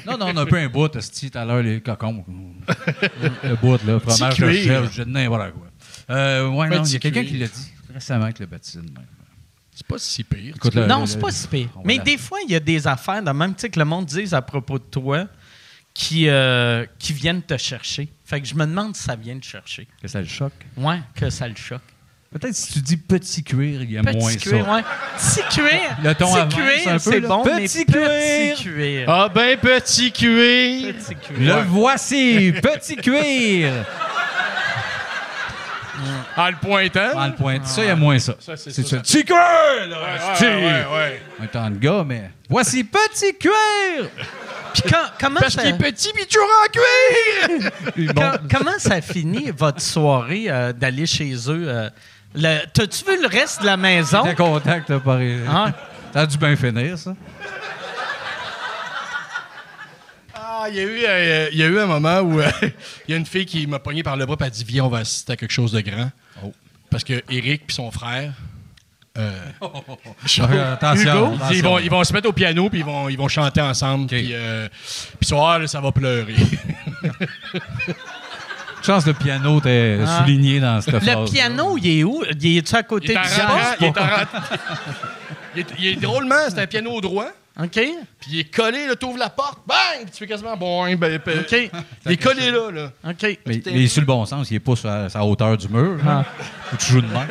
S6: non, non, on a un peu un bout, esti, tout à l'heure, les cocons. le bout, là, fromage de
S5: cuir.
S6: chèvre, je dis n'importe quoi. Euh, ouais,
S5: Ben,
S6: non, il
S5: petit
S6: y a quelqu'un
S5: cuir.
S6: qui l'a dit récemment avec le baptême.
S5: C'est pas si pire.
S6: Écoute, le-
S4: Non,
S6: le-
S4: c'est
S6: le-
S4: pas si pire.
S6: Euh, on
S4: Mais
S6: l'a-
S4: des fois, il y a des affaires, de même tu sais, que le monde dise à propos de toi, qui, euh, qui viennent te chercher. Fait que je me demande si ça vient te chercher.
S6: Que ça le choque.
S4: Ouais, que ça le choque.
S6: Peut-être si tu dis petit cuir, il y a moins
S4: Petit cuir,
S6: ça.
S4: ouais. Petit cuir.
S6: Le ton
S4: petit
S6: avance un peu,
S4: cuir, c'est
S6: là.
S4: bon, mais
S6: Petit
S4: petit
S6: cuir.
S4: cuir.
S5: Ah ben, petit cuir!
S4: Petit cuir.
S6: Le voici, petit cuir!
S5: En Ah, le pointant.
S6: En le point. Ça, il y a moins ça.
S5: c'est
S6: C'est
S5: ça.
S6: ça. Petit cuir! là, esti.
S5: Ah, ouais, ouais.
S6: Un temps de gars, mais. Voici petit cuir!
S4: Puis quand- comment,
S5: Parce
S4: ça,
S5: qu'il est petit, puis toujours en cuir!
S4: quand- comment ça finit votre soirée euh, d'aller chez eux? euh, le- T'as-tu vu le reste de la maison?
S6: T'es content que t'as pas ri.
S4: Oh. Hein?
S6: T'as dû bien finir, ça.
S5: Ah, il y, a eu, euh, il y a eu un moment où euh, il y a une fille qui m'a pogné par le bras et a dit Viens, on va assister à quelque chose de grand.
S6: Oh.
S5: Parce que Eric puis son frère. euh,
S6: attention,
S5: Hugo,
S6: attention.
S5: Ils, vont, ils vont se mettre au piano puis ils vont, ils vont chanter ensemble. Puis euh, puis soir, là, ça va pleurer.
S6: Chance le piano t'es
S4: Ah.
S6: souligné dans cette
S4: Le
S6: phrase.
S4: piano, il est où? Il est-tu à côté
S5: Il est en
S4: du
S5: rentrant,
S4: bar?
S5: il est en rentrant. Il est- il est drôlement, c'est un piano droit.
S4: OK.
S5: Puis il est collé, là, t'ouvres la porte, bang! Puis tu fais quasiment boing. ben, ben.
S4: OK.
S5: Il est collé là, là.
S4: OK.
S6: Mais mais il est sur le bon sens, il est pas sur la, sur la hauteur du mur. là, Où tu joues de même.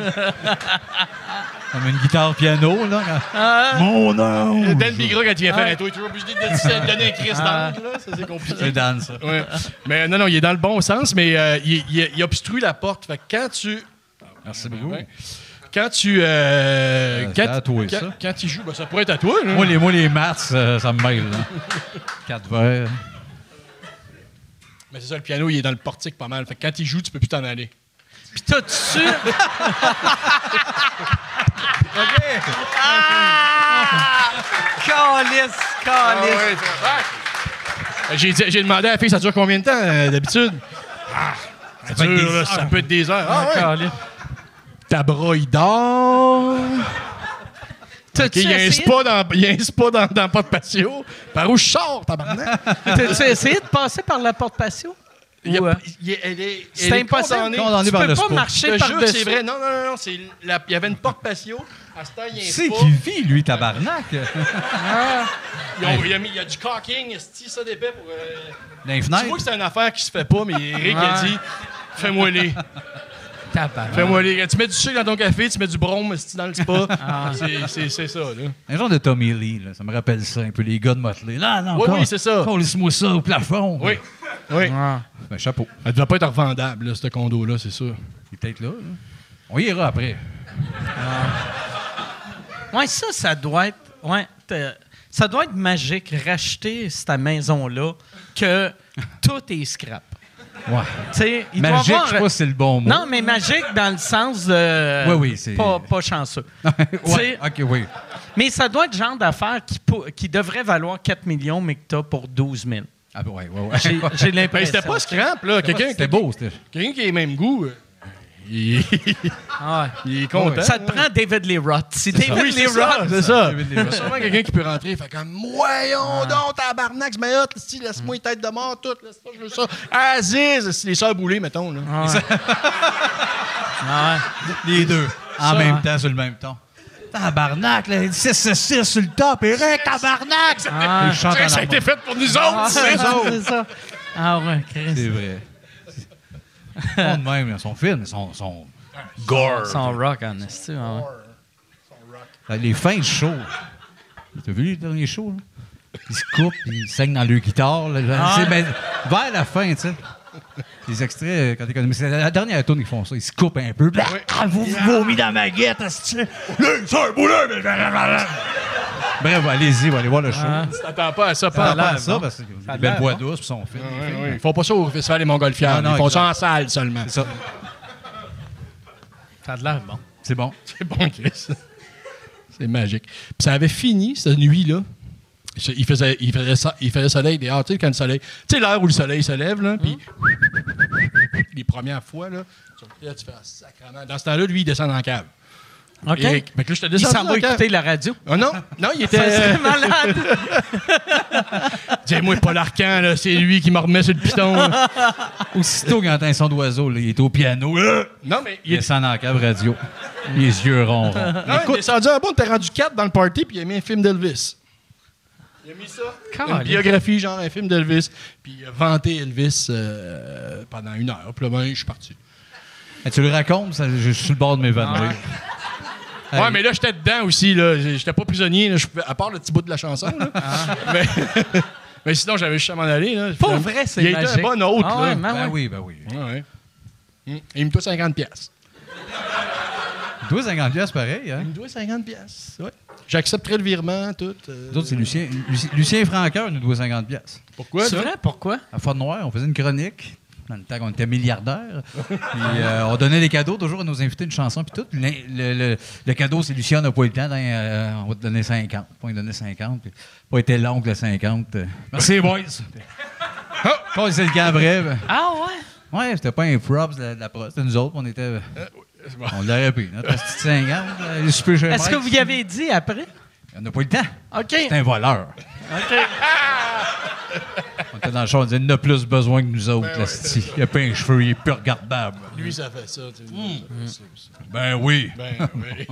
S6: Comme une guitare piano, là. quand- Mon nom!
S5: Dan Bigra, quand il
S6: Ah.
S5: vient faire un tour, il est toujours obligé de de donner un crise d'angle, là. Ça, c'est compliqué.
S6: C'est Dan, ça.
S5: Ouais. Mais non, non, il est dans le bon sens, mais euh, il, il- il obstrue la porte. Fait que quand tu.
S6: Merci beaucoup.
S5: Ouais. Quand tu. euh,
S6: Euh,
S5: quand,
S6: c'est à toi,
S5: quand-
S6: ça.
S5: quand il joue, ben, ça pourrait être à toi, là.
S6: Moi, les, moi, les maths, euh, ça me mêle. là. Quatre verres.
S5: Mais c'est ça, le piano, il est dans le portique pas mal. Fait que quand il joue, tu peux plus t'en aller.
S4: Puis t'as-tu... Ah! Calice,
S5: Ah
S4: calice.
S5: Ben, J'ai dit- j'ai demandé à la fille, ça dure combien de temps euh, d'habitude? Ah, ça,
S6: peut être
S5: dure,
S6: des
S5: là,
S6: heures.
S5: ça peut être des heures. Ah, ouais.
S4: Calice.
S5: Ta bras, il dort.
S4: T'as-tu
S5: Il y a un
S4: essayé,
S5: spa dans, il y a un spa dans, dans le porte patio. Par où je sors, tabarnak?
S4: t'as-tu essayé de passer par la porte patio?
S5: Il y a-
S4: Ou, euh,
S5: il y a- elle est,
S4: C'est
S5: elle est
S4: impossible.
S5: condamnée.
S6: Condamné
S4: tu
S6: par
S4: peux
S6: le
S4: pas
S6: sport.
S5: Je te
S4: marcher
S5: jure que
S4: par-dessus.
S5: c'est vrai. Non, non, non. non, c'est la- il y avait une porte patio. À ce temps, il y a un
S6: C'est
S5: spa.
S6: qui vit, lui, tabarnak?
S5: Ils ont- il, y a mis- il y a du caulking, esti, ça d'épais pour... euh,
S6: Dans les
S5: Tu vois que
S6: fenêtres?
S5: c'est une affaire qui se fait pas, mais Eric a dit... Fais-moi les.
S4: Tabarnak.
S5: Fais-moi les. Tu mets du sucre dans ton café, tu mets du brome esti, dans le spa. C'est- C'est c'est ça, là.
S6: Un genre de Tommy Lee, là. ça me rappelle ça, un peu les gars de Motley. Là, non,
S5: Oui,
S6: con-
S5: oui, c'est ça.
S6: con, laisse-moi ça au plafond.
S5: Oui. Oui.
S6: Ben, chapeau.
S5: Elle devait pas être revendable, là, ce condo-là, c'est sûr.
S6: Il est peut-être là, là. On y ira après.
S4: Ouais, ça, ça doit être. Ouais, t'as- ça doit être magique, racheter cette maison-là, que tout est scrap.
S6: Ouais.
S4: Tu sais, il doit
S6: Magique,
S4: avoir-
S6: je sais pas si c'est le bon mot.
S4: Non, mais magique dans le sens de.
S6: Oui, oui, c'est-
S4: Pas, pas chanceux. Tu sais,
S6: ouais, ok, oui.
S4: Mais ça doit être le genre d'affaire qui, pou- qui devrait valoir 4 millions, mais que t'as pour 12 000.
S6: Ah, ben, ouais, ouais, ouais.
S4: J'ai j'ai
S5: Ben,
S4: l'impression.
S5: c'était pas scrap, là. Quelqu'un
S6: C'était beau, c'était.
S5: quelqu'un qui a les mêmes goûts, euh, il,
S4: Ah ouais.
S5: il est content.
S4: Ça te prend David Lee Roth. Si David
S5: Oui,
S4: Lee
S5: c'est ça,
S4: Roth.
S5: c'est ça.
S6: David Lee
S5: Il y a
S6: Roth.
S5: sûrement quelqu'un qui peut rentrer, fait comme, voyons donc, tabarnak, je mets hot, si, laisse-moi une tête de mort, tout, laisse ça, je veux ça. Aziz, si les sœurs boulées, mettons, là.
S4: Ah ouais. Ah ouais.
S6: Les deux. En
S4: Ça,
S6: même
S4: hein.
S6: temps, sur le même ton. Tabarnak, là, 6 6 6 sur le top, Eric, tabarnak!
S4: Ah.
S6: Ils chantent en
S5: ça a
S6: harmonie.
S5: été fait pour nous autres, tu sais.
S4: C'est ça. Ah ouais, Chris.
S6: C'est vrai. Ils sont de même, là, ils sont fines, ils sont, ils sont gore.
S4: Son rock, en esti, ah ouais.
S6: Les fins de show. T'as vu les derniers shows? là? Ils se coupent, ils saignent dans leur guitare. là.
S4: Ah.
S6: C'est- mais vers la fin, tu sais. Les extraits, euh, quand t'es comme- C'est la dernière tourne qu'ils font ça. Ils se coupent un peu. Blah,
S4: Ah,
S6: Vous vous vomis dans ma guette, esti. Là, c'est un boulot, mais- ah, Bref, allez-y, allez voir le show.
S4: Ah.
S5: T'attends pas à ça,
S6: Pas
S5: pas.
S6: à ça, parce que les belles bois douces, puis sont
S4: Ah,
S6: fines. les filles.
S5: Ils font pas ça au festival des Montgolfières,
S6: Non, non,
S5: ils font
S6: exact.
S5: ça en salle seulement.
S6: C'est ça.
S4: Ça a de l'air bon.
S6: C'est bon.
S5: C'est bon, Chris. C'est magique. Puis ça avait fini, cette nuit-là. Je- Il faisait, il, faisait, so- il faisait soleil dehors, tu sais, quand le soleil. Tu sais, l'heure où le soleil se lève, là, puis. Les premières fois, là, tu, là, tu fais un sacrement. Dans ce temps-là, lui, il descend dans la cave.
S4: OK.
S5: Eric, fait que là, je te
S4: Il
S5: descends
S4: s'en
S5: dans
S4: va
S5: la cave.
S4: écouter la radio.
S5: Ah non, non, il était. euh,
S4: Ça serait malade.
S5: Dis-moi, Paul Arcan, là, c'est lui qui me remet sur le piston. là.
S6: Aussitôt qu'il entend un son d'oiseau, là, il est au piano. là.
S5: Non, mais il
S6: Il
S5: est.
S6: descend dans la cave radio. Les yeux ronds. ronds.
S5: Non, il est descendu à bon, t'es rendu 4 dans le party, puis il a mis un film d'Elvis. Il a mis ça. une biographie, genre un film d'Elvis. Puis il a vanté Elvis euh, pendant une heure. Puis là, ben, je suis parti.
S6: Ah, Tu le racontes, ça, je suis sur le bord de
S4: Ah,
S6: m'évanouir.
S5: Ouais, mais là, j'étais dedans aussi. là. J'étais pas prisonnier, là. Je pouvais- à part le petit bout de la chanson. là. Mais, mais sinon, j'avais juste à m'en aller. Là.
S4: Ah. Pour vrai, c'est
S5: Il a
S4: magique.
S5: été un bon hôte.
S4: Ah ouais,
S5: là.
S4: man,
S6: Ben
S4: ouais.
S6: oui, ben oui.
S5: Ouais, ouais. Mm. Il me doit 50 pièces.
S6: 12,50 piastres, pareil. Hein?
S5: Il me doit 50 pièces. Ouais. J'accepterai le virement, tout. euh,
S6: Nous autres, c'est Lucien, Lucien, Lucien Franqueur nous doit 50 piastres.
S5: Pourquoi?
S4: C'est
S5: ça?
S4: vrai, pourquoi?
S6: À Fort Noir, on faisait une chronique dans le temps qu'on était milliardaires. Puis euh, on donnait des cadeaux toujours à nos invités, une chanson, puis tout. Puis l'in- Le, le- le cadeau, c'est Lucien, on n'a pas eu le temps, dans, euh, on va te donner 50. Puis on lui donnait 50. Puis pas été long que le 50. euh, Merci, boys! oh, quand c'est le camp bref.
S4: Ah ouais?
S6: ben, Ouais, c'était pas un props de la, de la prod, c'était nous autres, on
S4: Euh,
S6: était. On l'aurait pris, notre petit 50. là, le super chez
S4: Est-ce que
S6: Mike.
S4: vous y avez dit après?
S6: On n'a pas eu le temps.
S4: OK.
S6: C'est un voleur.
S4: OK.
S6: On était dans le champ, on disait, il en a plus besoin que nous autres,
S4: Ben
S6: là, c'ti. Il a pas un cheveu, il est plus regardable.
S5: Lui, ça fait ça. tu sais.
S6: Ben oui.
S5: Ben, oui.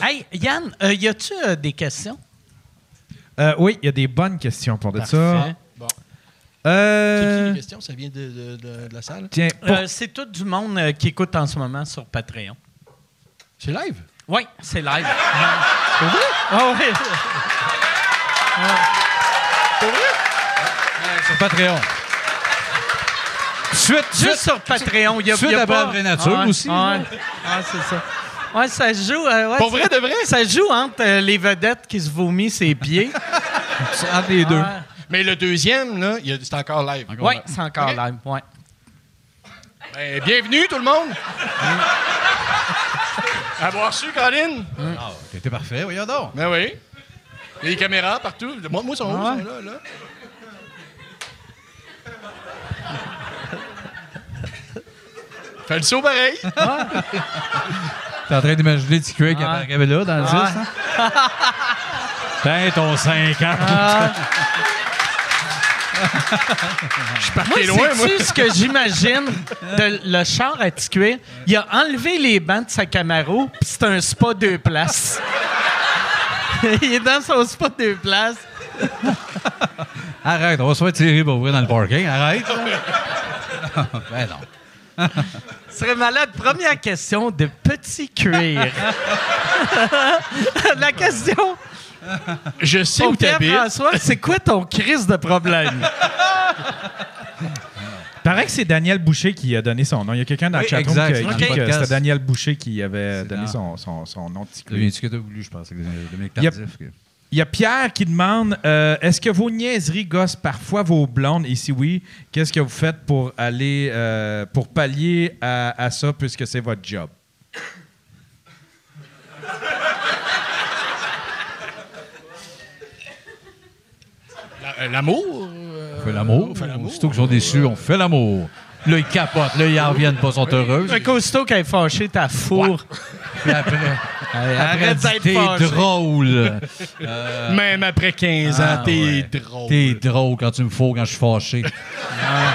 S4: Hey, Yann, euh, y a-tu euh, des questions?
S3: Euh, oui, il y a des bonnes questions pour de ça.
S4: Parfait.
S5: C'est qui
S3: Euh,
S5: les questions? Ça vient de, de- de- de la salle?
S3: tiens, pour-
S4: Euh, c'est tout du monde euh, qui écoute en ce moment sur Patreon.
S5: C'est live?
S4: Oui, c'est live. C'est vrai? Ah oui.
S6: sur Patreon. Suite,
S4: Juste
S6: suite.
S4: sur Patreon. Y a,
S6: Suite
S4: y a
S6: à
S4: pas...
S6: Brave et Nature
S4: Ah ouais,
S6: aussi,
S4: Ah, ouais. Ah, c'est ça. Ouais, ça se joue. euh, ouais,
S5: Pour
S4: ça-
S5: vrai, de vrai?
S4: Ça se joue entre euh, les vedettes qui se vomissent ses pieds.
S6: C'est Entre les deux.
S4: Ah,
S5: Mais le deuxième, là, il y a- c'est encore live.
S6: Encore
S4: ouais,
S6: là.
S4: c'est encore
S5: Ok.
S4: live. Ouais.
S5: Ben, bienvenue, tout le monde! Avoir su, Colin?
S6: Ah, t'étais parfait, voyons donc.
S5: Ben oui. Il y a des caméras partout. Moi, moi, ils sont, où,
S4: Ah ouais.
S5: ils sont là, là. Fais le saut pareil.
S6: T'es en train d'imaginer Ticue avec
S4: Ah.
S6: la Cabella dans le
S4: Ah.
S6: 10, hein? T'as ton 50.
S4: Ah.
S5: Je suis parti
S4: Moi,
S5: loin, moi.
S4: sais-tu ce que j'imagine de le char à ticuir? Il a enlevé les bancs de sa Camaro, puis c'est un spa deux places. Il est dans son spa deux places.
S6: Arrête, on va se faire tirer pour vrai dans le parking. Arrête. là. ben non.
S4: Ce serait malade. Première question de petit cuir. La question
S5: Je sais
S4: pour
S5: où t'habites.
S4: Pierre-François, c'est quoi ton crise de problème?
S3: Paraît que c'est Daniel Boucher qui a donné son nom. Il y a quelqu'un dans
S6: Oui,
S3: le chatroom
S6: exact,
S3: qui
S6: dans
S3: a
S6: le
S3: dit que
S6: podcast.
S3: c'était Daniel Boucher qui avait
S6: C'est
S3: donné son,
S6: dans-
S3: son, son nom de petit
S6: Tu
S3: clou.
S6: viens ce que t'as voulu, je pense, avec Dominique
S3: Yep.
S6: Tardif. que-
S3: Il y a Pierre qui demande euh, Est-ce que vos niaiseries gossent parfois vos blondes Et si oui, qu'est-ce que vous faites pour aller euh, pour pallier à, à ça puisque c'est votre job
S5: Euh, L'amour?
S6: On fait l'amour.
S5: on fait l'amour.
S6: Aussitôt qu'ils sont déçus, on fait l'amour. Là, ils capotent. Là, ils en reviennent pas, sont heureux.
S4: Un costaud qui a fâché ta four.
S6: Puis après, après
S4: Arrête
S6: dit,
S4: d'être
S6: t'es
S4: fâché.
S6: drôle.
S5: Même après 15 ans,
S6: Ah,
S5: t'es
S6: ouais.
S5: drôle.
S6: T'es drôle quand tu me fous quand je suis fâché. Ah.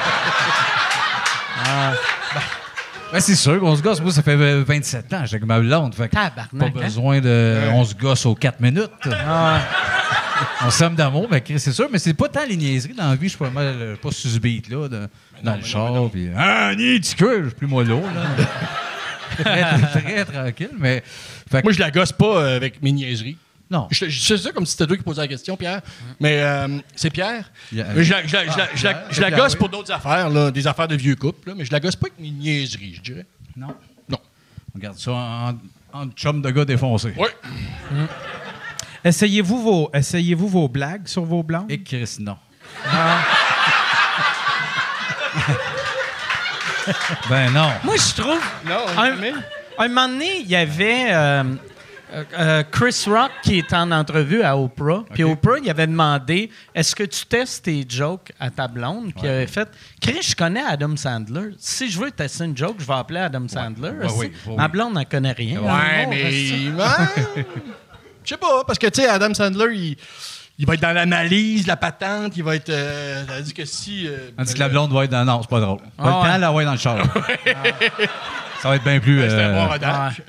S6: Ben, c'est sûr qu'on se gosse. Moi, ça fait euh, 27 ans. J'étais avec ma blonde. Fait que
S4: Tabarnak,
S6: Pas
S4: hein?
S6: besoin de. On se gosse aux 4 minutes. On s'aime d'amour. mais c'est sûr, mais c'est pas tant les niaiseries dans la vie. Je suis pas mal. euh, pas sur ce beat-là, de- dans le char. Puis. Ah, ni tu que, je suis plus mollo, là. très, très tranquille, mais. Fait que-
S5: Moi, je la gosse pas euh, avec mes niaiseries.
S6: non.
S5: Je, je sais ça comme si c'était toi qui posais la question, Pierre. Mais euh, c'est Pierre.
S6: Yeah.
S5: Mais Je la, je la- je la- je la-
S6: Pierre.
S5: je la
S6: Pierre,
S5: gosse
S6: oui.
S5: pour d'autres affaires, là, des affaires de vieux couple, là, mais je la gosse pas avec mes niaiseries, je dirais.
S6: Non.
S5: Non.
S6: On garde ça en, en chum de gars défoncé.
S5: Oui.
S3: Essayez-vous vos, essayez-vous vos blagues sur vos blondes
S6: Et Chris, non. ben non.
S4: Moi, je trouve.
S5: Non,
S4: un, un moment donné, il y avait euh, euh, euh, Chris Rock qui était en entrevue à Oprah. Puis
S6: OK.
S4: Oprah, il avait demandé Est-ce que tu testes tes jokes à ta blonde Puis il avait fait Chris, je connais Adam Sandler. Si je veux tester une joke, je vais appeler Adam Sandler.
S6: Ouais,
S4: aussi.
S6: oui, oui,
S4: Ma
S6: oui.
S4: blonde n'en connaît rien.
S5: Ouais,
S4: Bon,
S5: mais.
S4: reste-
S5: Ouais. Je sais pas, parce que, tu sais, Adam Sandler, il, il va être dans l'analyse, la patente, il va être. euh, tandis que si. euh,
S6: On dit que la blonde va être dans. Non, c'est pas drôle. Pas
S4: Ah
S6: le temps
S4: ouais.
S6: de la voir dans le char. Ça va être bien plus.
S5: euh, C'est un
S6: euh,
S5: bon rodage.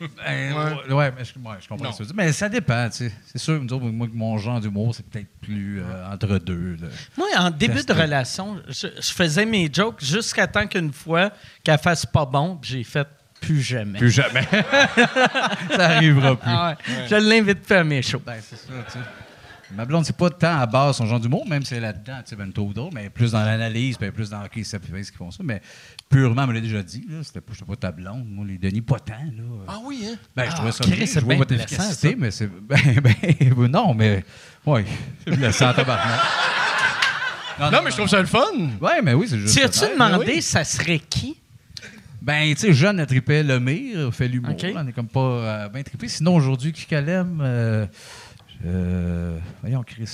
S6: ben,
S5: Ouais.
S6: ouais. ouais, mais je, ouais, je comprends
S5: Non.
S6: ce que tu veux dire. Mais ça dépend, tu sais. C'est sûr, nous autres, moi, mon genre d'humour, c'est peut-être plus euh, entre deux. là.
S4: Moi, en début
S6: Tester.
S4: de relation, je, je faisais mes jokes jusqu'à temps qu'une fois qu'elle fasse pas bon, puis j'ai fait plus jamais.
S6: Plus jamais. ça arrivera plus.
S4: Ah ouais. Je l'invite plus à mes shows.
S6: Ben, c'est ça, tu sais. Ma blonde, c'est pas tant à base son genre d'humour, même si elle est là-dedans, tu sais, ben, tôt ou tard, mais plus dans l'analyse, ben, plus dans OK, ça fait ce qu'ils font ça. Mais purement, elle me l'a déjà dit, là, c'était pas, j'étais pas ta blonde, moi, les Denis, pas tant, là.
S5: Ah oui, hein?
S6: Ben, je trouvais ça
S4: Chris, c'est
S6: bien, je
S4: bien
S6: trouvais votre
S4: blessant,
S6: efficacité, mais c'est. Ben, ben, non, mais. Oui, c'est blessant, tabarnak.
S5: Non, mais je trouve ça le fun.
S6: Ouais, mais oui, c'est juste.
S4: Tu
S6: ça.
S4: as-tu demandé ça serait qui?
S6: Ben, tu sais, Jeanne a trippé Lemire, fait l'humour.
S4: OK.
S6: là, On est comme pas euh, bien trippé. Sinon, aujourd'hui, Kikalem. Euh, euh, voyons, Chris.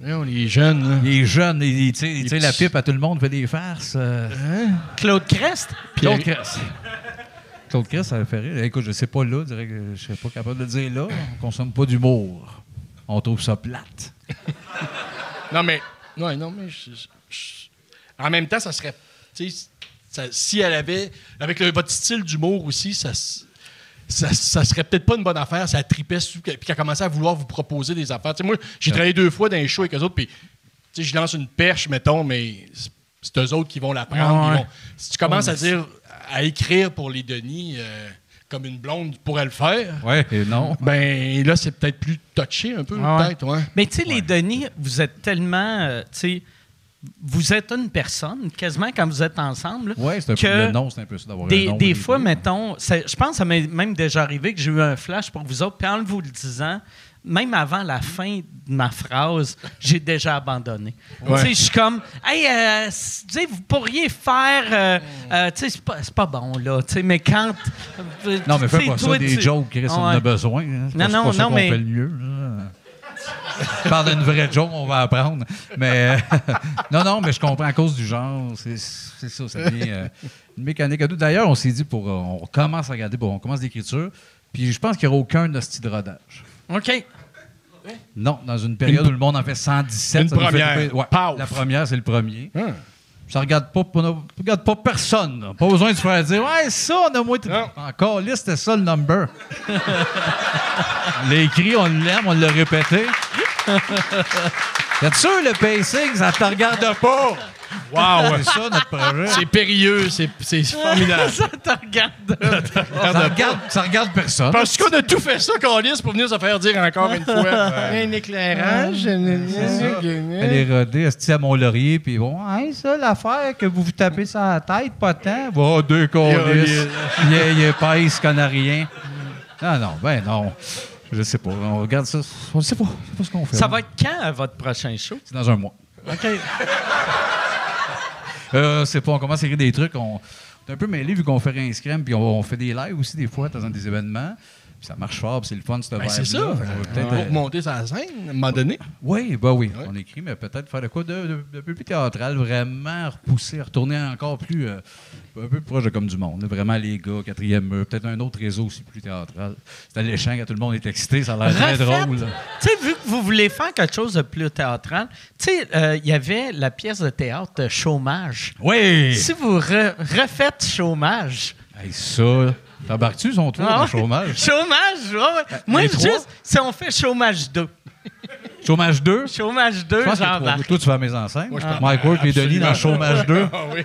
S5: Non, les jeunes, là.
S6: Les jeunes, ils- ils- tu sais, tu sais, la
S5: petits.
S6: pipe à tout le monde fait des farces. euh.
S4: Hein? Claude Crest?
S6: Claude Crest. Claude Crest, ça me fait rire. Écoute, je sais pas là, je dirais que je serais pas capable de le dire là. On consomme pas d'humour. On trouve ça plate.
S5: Non, mais. Non, non, mais. je- je- je- En même temps, ça serait. Tu sais, ça- si elle avait. Avec le- votre style d'humour aussi, ça. s- Ça, ça serait peut-être pas une bonne affaire, ça tripait sous, puis qu'elle commençait à vouloir vous proposer des affaires. Tu sais, moi, j'ai travaillé deux fois dans les shows avec eux autres, puis tu sais, je lance une perche, mettons, mais c'est- c'est eux autres qui vont la prendre.
S4: Ouais,
S5: ils
S4: ouais.
S5: vont- si tu commences à dire, à écrire pour les Denis euh, comme une blonde pourrait le faire,
S6: Ouais. Et non.
S5: ben là, c'est peut-être plus touché un peu,
S4: Ah ouais.
S5: peut-être, ouais.
S4: Mais tu sais, les Denis, vous êtes tellement. euh, tu sais, vous êtes une personne, quasiment quand vous êtes ensemble. là,
S6: Ouais, c'est un
S4: que
S6: peu le nom, c'est un peu ça d'avoir un
S4: Des,
S6: nom,
S4: des
S6: les
S4: fois,
S6: deux.
S4: mettons, ça- je pense que ça m'est même déjà arrivé que j'ai eu un flash pour vous autres, puis en vous le disant, même avant la fin de ma phrase, j'ai déjà abandonné. Tu sais, je suis comme, hey, euh, s- tu sais, vous pourriez faire, euh, euh, tu sais, c'est pas, c'est pas bon, là, tu sais, mais quand.
S6: Non, mais fais
S4: tu sais,
S6: pas ça,
S4: toi,
S6: des
S4: tu-
S6: jokes, Chris, on en
S4: Ouais.
S6: a besoin. hein. C'est
S4: Non,
S6: pas- c'est
S4: non,
S6: pas ça
S4: non,
S6: qu'on
S4: mais-
S6: fait le mieux. là. Je parle d'une vraie joke, on va apprendre. Mais euh, non, non, mais je comprends à cause du genre. C'est c'est ça, ça devient euh, une mécanique à deux. D'ailleurs, on s'est dit, pour, euh, on commence à regarder, bon, on commence l'écriture, puis je pense qu'il n'y aura aucun hostie de rodage.
S4: OK.
S6: Non, dans une période où le monde en fait 117.
S5: Une
S6: ça nous fait
S5: première. Hein?
S6: couper- ouais,
S5: Paf.
S6: la première, c'est le premier. Ça regarde pas, on a- regarde pas personne. là. Pas besoin de se faire dire Ouais, ça, on a moins.
S5: Non.
S6: Encore là, c'était ça le number. on l'a écrit, on l'aime, on l'a répété. T'es sûr, le pacing, ça te regarde pas. Wow! C'est ça notre projet.
S5: C'est périlleux, c'est c'est
S6: Ah.
S5: formidable.
S4: Ça te regarde.
S6: Ça regarde, ça regarde personne.
S5: Parce qu'on a tout fait ça, Calis, pour venir se faire dire encore une fois. Un éclairage.
S6: Elle est rodée, elle se tient à Mont-Laurier, puis bon, hein, ça, l'affaire que vous vous tapez sur la tête, pas tant. Bon, deux colis, il est il est épaisse, qu'on n'a rien. Non, non, ben non. Je sais pas. On regarde ça. On sait pas. Je sais pas ce qu'on fait.
S4: Ça va être quand à votre prochain show?
S6: C'est dans un mois.
S4: OK.
S6: Euh, c'est pas, on commence à écrire des trucs. On, on est un peu mêlés vu qu'on fait un scrum, puis on, on fait des lives aussi des fois dans des événements. Puis ça marche fort, puis c'est le fun, ce
S5: Ben, c'est ça.
S6: vibe-là. Fait qu'on va peut-être,
S5: Pour
S6: euh,
S5: monter sa scène, à un moment donné.
S6: Oui, bah oui, on écrit, mais peut-être faire de quoi de, de, de plus théâtral, vraiment repousser, retourner encore plus, euh, un peu plus proche de comme du monde. là. Vraiment les gars, quatrième mur, peut-être un autre réseau aussi plus théâtral. C'est alléchant quand tout le monde est excité, ça a l'air très
S4: Refaites.
S6: drôle. là.
S4: Tu sais, vu que vous voulez faire quelque chose de plus théâtral, tu sais, euh, il y avait la pièce de théâtre euh, Chômage.
S6: Oui!
S4: Si vous re- refaites Chômage.
S6: Hey, ça, t'embarques-tu son tour
S4: Ah
S6: dans
S4: ouais.
S6: le chômage? Euh,
S4: Chômage, ouais, ouais. Moi,
S6: les trois?
S4: juste, si on fait Chômage 2.
S6: Chômage 2?
S4: Chômage
S6: Je
S4: 2,
S6: pense que trois-
S4: j'embarque.
S6: toi, tu vas à mes enseignes.
S5: je pense-
S6: Mike Ward et Denis dans
S5: Absolument.
S6: Chômage 2.
S5: Ah oui.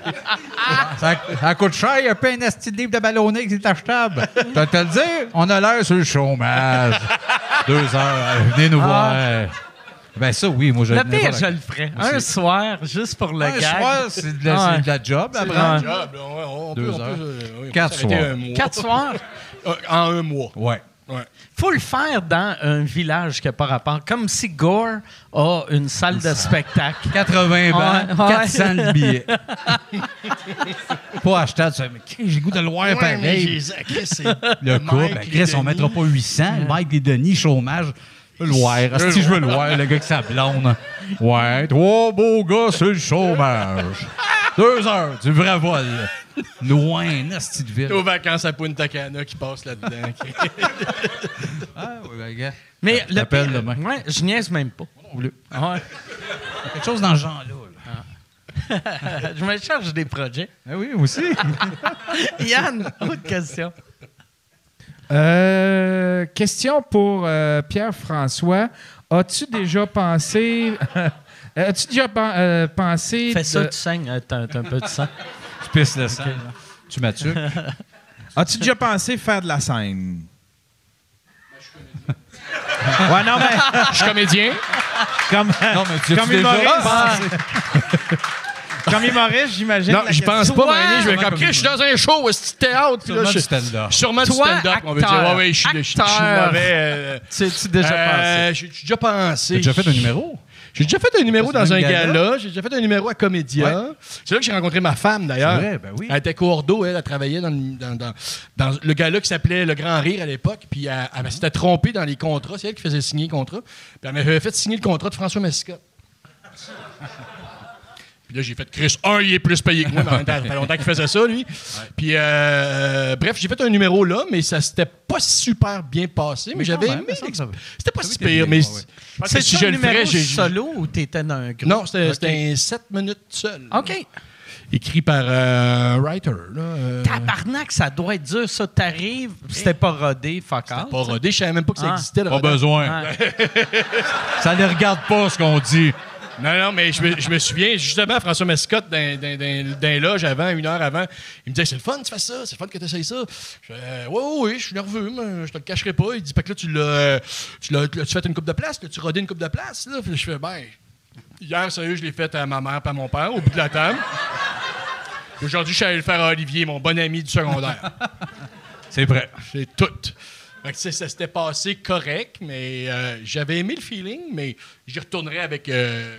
S6: Ça, ça coûte cher, il y a pas un asti de livre de ballonné qui est achetable. Je vais te le dire, on a l'heure sur le chômage. Deux heures, euh, venez nous voir. Ben ça, oui, moi, je
S4: Ah. Le
S6: n'ai
S4: pire,
S6: pas la-
S4: je le ferais.
S6: Moi,
S4: Un
S6: c'est-
S4: soir, juste pour le
S6: Un
S4: gag.
S6: soir, c'est de, la- c'est
S4: Ouais.
S6: de la job, après.
S4: vrai.
S5: Job, là, ouais, on peut-
S6: Deux
S5: on peut,
S6: heures.
S5: euh, oui, on peut
S6: Quatre
S5: s'arrêter
S6: soirs.
S5: un mois.
S4: Quatre soirs.
S5: Euh, En un mois.
S6: Ouais.
S5: Ouais.
S4: faut le faire dans un village qui n'a pas rapport. Comme si Gore a une salle de spectacle.
S6: 80 balles,
S4: Ouais, ouais.
S6: 400 le billet. pas achetable, tu fais, mais Chris, j'ai goût de le voir
S5: Ouais, mais
S6: pareil.
S5: j'ai- Chris, c'est-
S6: Le couple,
S5: Mike,
S6: ben, Chris,
S5: Denis.
S6: on mettra pas 800. Mike et Denis, chômage. Je veux le voir. Si je veux le voir, le gars qui s'ablonde. Ouais, trois beaux gars sur le chômage. Deux heures, du vrai vol. Loin, nasty de ville.
S5: aux vacances à Punta Cana qui passe là-dedans.
S6: Ah, oui, ben, gars.
S4: Mais
S6: Je
S4: le
S6: t'appelle
S4: pire,
S6: demain.
S4: ouais, je niaise même pas. Ouais.
S6: Quelque chose dans ce genre-là. là.
S4: je me charge des projets.
S3: Eh
S6: Ah oui, aussi.
S4: Yann, autre question.
S7: Euh, question pour euh, Pierre-François. As-tu déjà pensé. As-tu déjà pen- euh, pensé.
S4: Fais ça,
S7: de-
S4: tu saignes. Euh, T'as t'as un peu de sang.
S6: tu pisses le sang. là. Tu m'as-tu?
S3: As-tu déjà pensé faire de la scène? ouais, non, mais
S5: Je suis comédien.
S3: comme,
S6: Non, mais tu as
S3: comme
S6: déjà Ah!
S3: humoriste, comme humoriste, j'imagine.
S5: Non,
S3: la
S5: je pense
S3: question-
S5: pas, Mané, je vais
S6: Sûrement
S5: comme Chris, je suis
S6: comédien.
S5: dans un show, c'est théâtre. puis là,
S6: Sûrement
S5: je-
S6: du stand-up.
S5: Sûrement du
S4: Toi,
S5: stand-up, on veut dire.
S4: acteur,
S5: Ouais, ouais, je suis je suis- je suis
S4: acteur.
S5: mauvais. euh,
S4: Tu tu déjà pensé.
S5: euh, J'ai j'ai déjà pensé.
S6: T'as déjà fait un numéro?
S5: J'ai déjà fait un numéro
S6: Dans
S5: dans
S6: un
S5: un
S6: gala.
S5: gala. J'ai déjà fait un numéro à Comédia. C'est là que j'ai rencontré ma femme, d'ailleurs.
S6: C'est vrai, ben oui.
S5: Elle était cordeau, elle, elle travaillait dans, le- dans- dans- dans le gala qui s'appelait Le Grand Rire à l'époque. Puis elle,
S6: Mm-hmm.
S5: elle s'était trompée dans les contrats. C'est elle qui faisait signer le contrat. Puis elle m'avait fait signer le contrat de François Massicotte. Puis là, j'ai fait Chris, un, il est plus payé que moi, mais en même temps, ça fait longtemps qu'il faisait ça, lui. Puis, euh, bref, j'ai fait un numéro là, mais ça s'était pas super bien passé, mais, j'avais
S6: même,
S5: aimé.
S6: il me semble Ah que ça-
S5: C'était pas
S6: ça
S5: si
S6: avait été
S5: pire,
S6: bien,
S5: mais.
S6: ouais, ouais.
S5: je pense que
S4: C'est
S5: si
S4: ça
S5: je
S4: le
S5: le ferais,
S4: numéro
S5: j'ai.
S4: solo ou t'étais dans un groupe?
S5: Non, c'était
S4: Ok.
S5: c'était un 7 minutes seul.
S6: Ah.
S4: OK.
S5: Écrit par euh, un writer. Là, euh,
S4: Tabarnak, ça doit être dur, ça. T'arrives, c'était pas rodé, fuck off.
S5: pas rodé. Je savais même pas que ça
S4: Ah.
S5: existait. le
S6: Pas
S5: rodage.
S6: besoin. Ça ne regarde pas ce qu'on dit.
S5: Non, non, mais je me, je me souviens, justement, François Mascotte, d'un d'un- d'un- d'un loge avant, une heure avant, il me disait C'est le fun, tu fasses ça, c'est le fun que tu essayes ça. Je fais euh, Ouais, ouais, ouais, je suis nerveux, mais je te le cacherai pas. Il dit Fait que là, tu l'as euh, tu l'as- tu l'as- tu fais une coupe de place, là, tu rodé une coupe de place. Là. Puis là, je fais Ben, hier, sérieux, je l'ai faite à ma mère pas à mon père, au bout de la table. Aujourd'hui, je suis allé le faire à Olivier, mon bon ami du secondaire.
S6: C'est vrai.
S5: C'est tout. Fait que, tu sais, ça s'était passé correct, mais euh, j'avais aimé le feeling, mais j'y retournerais avec, euh,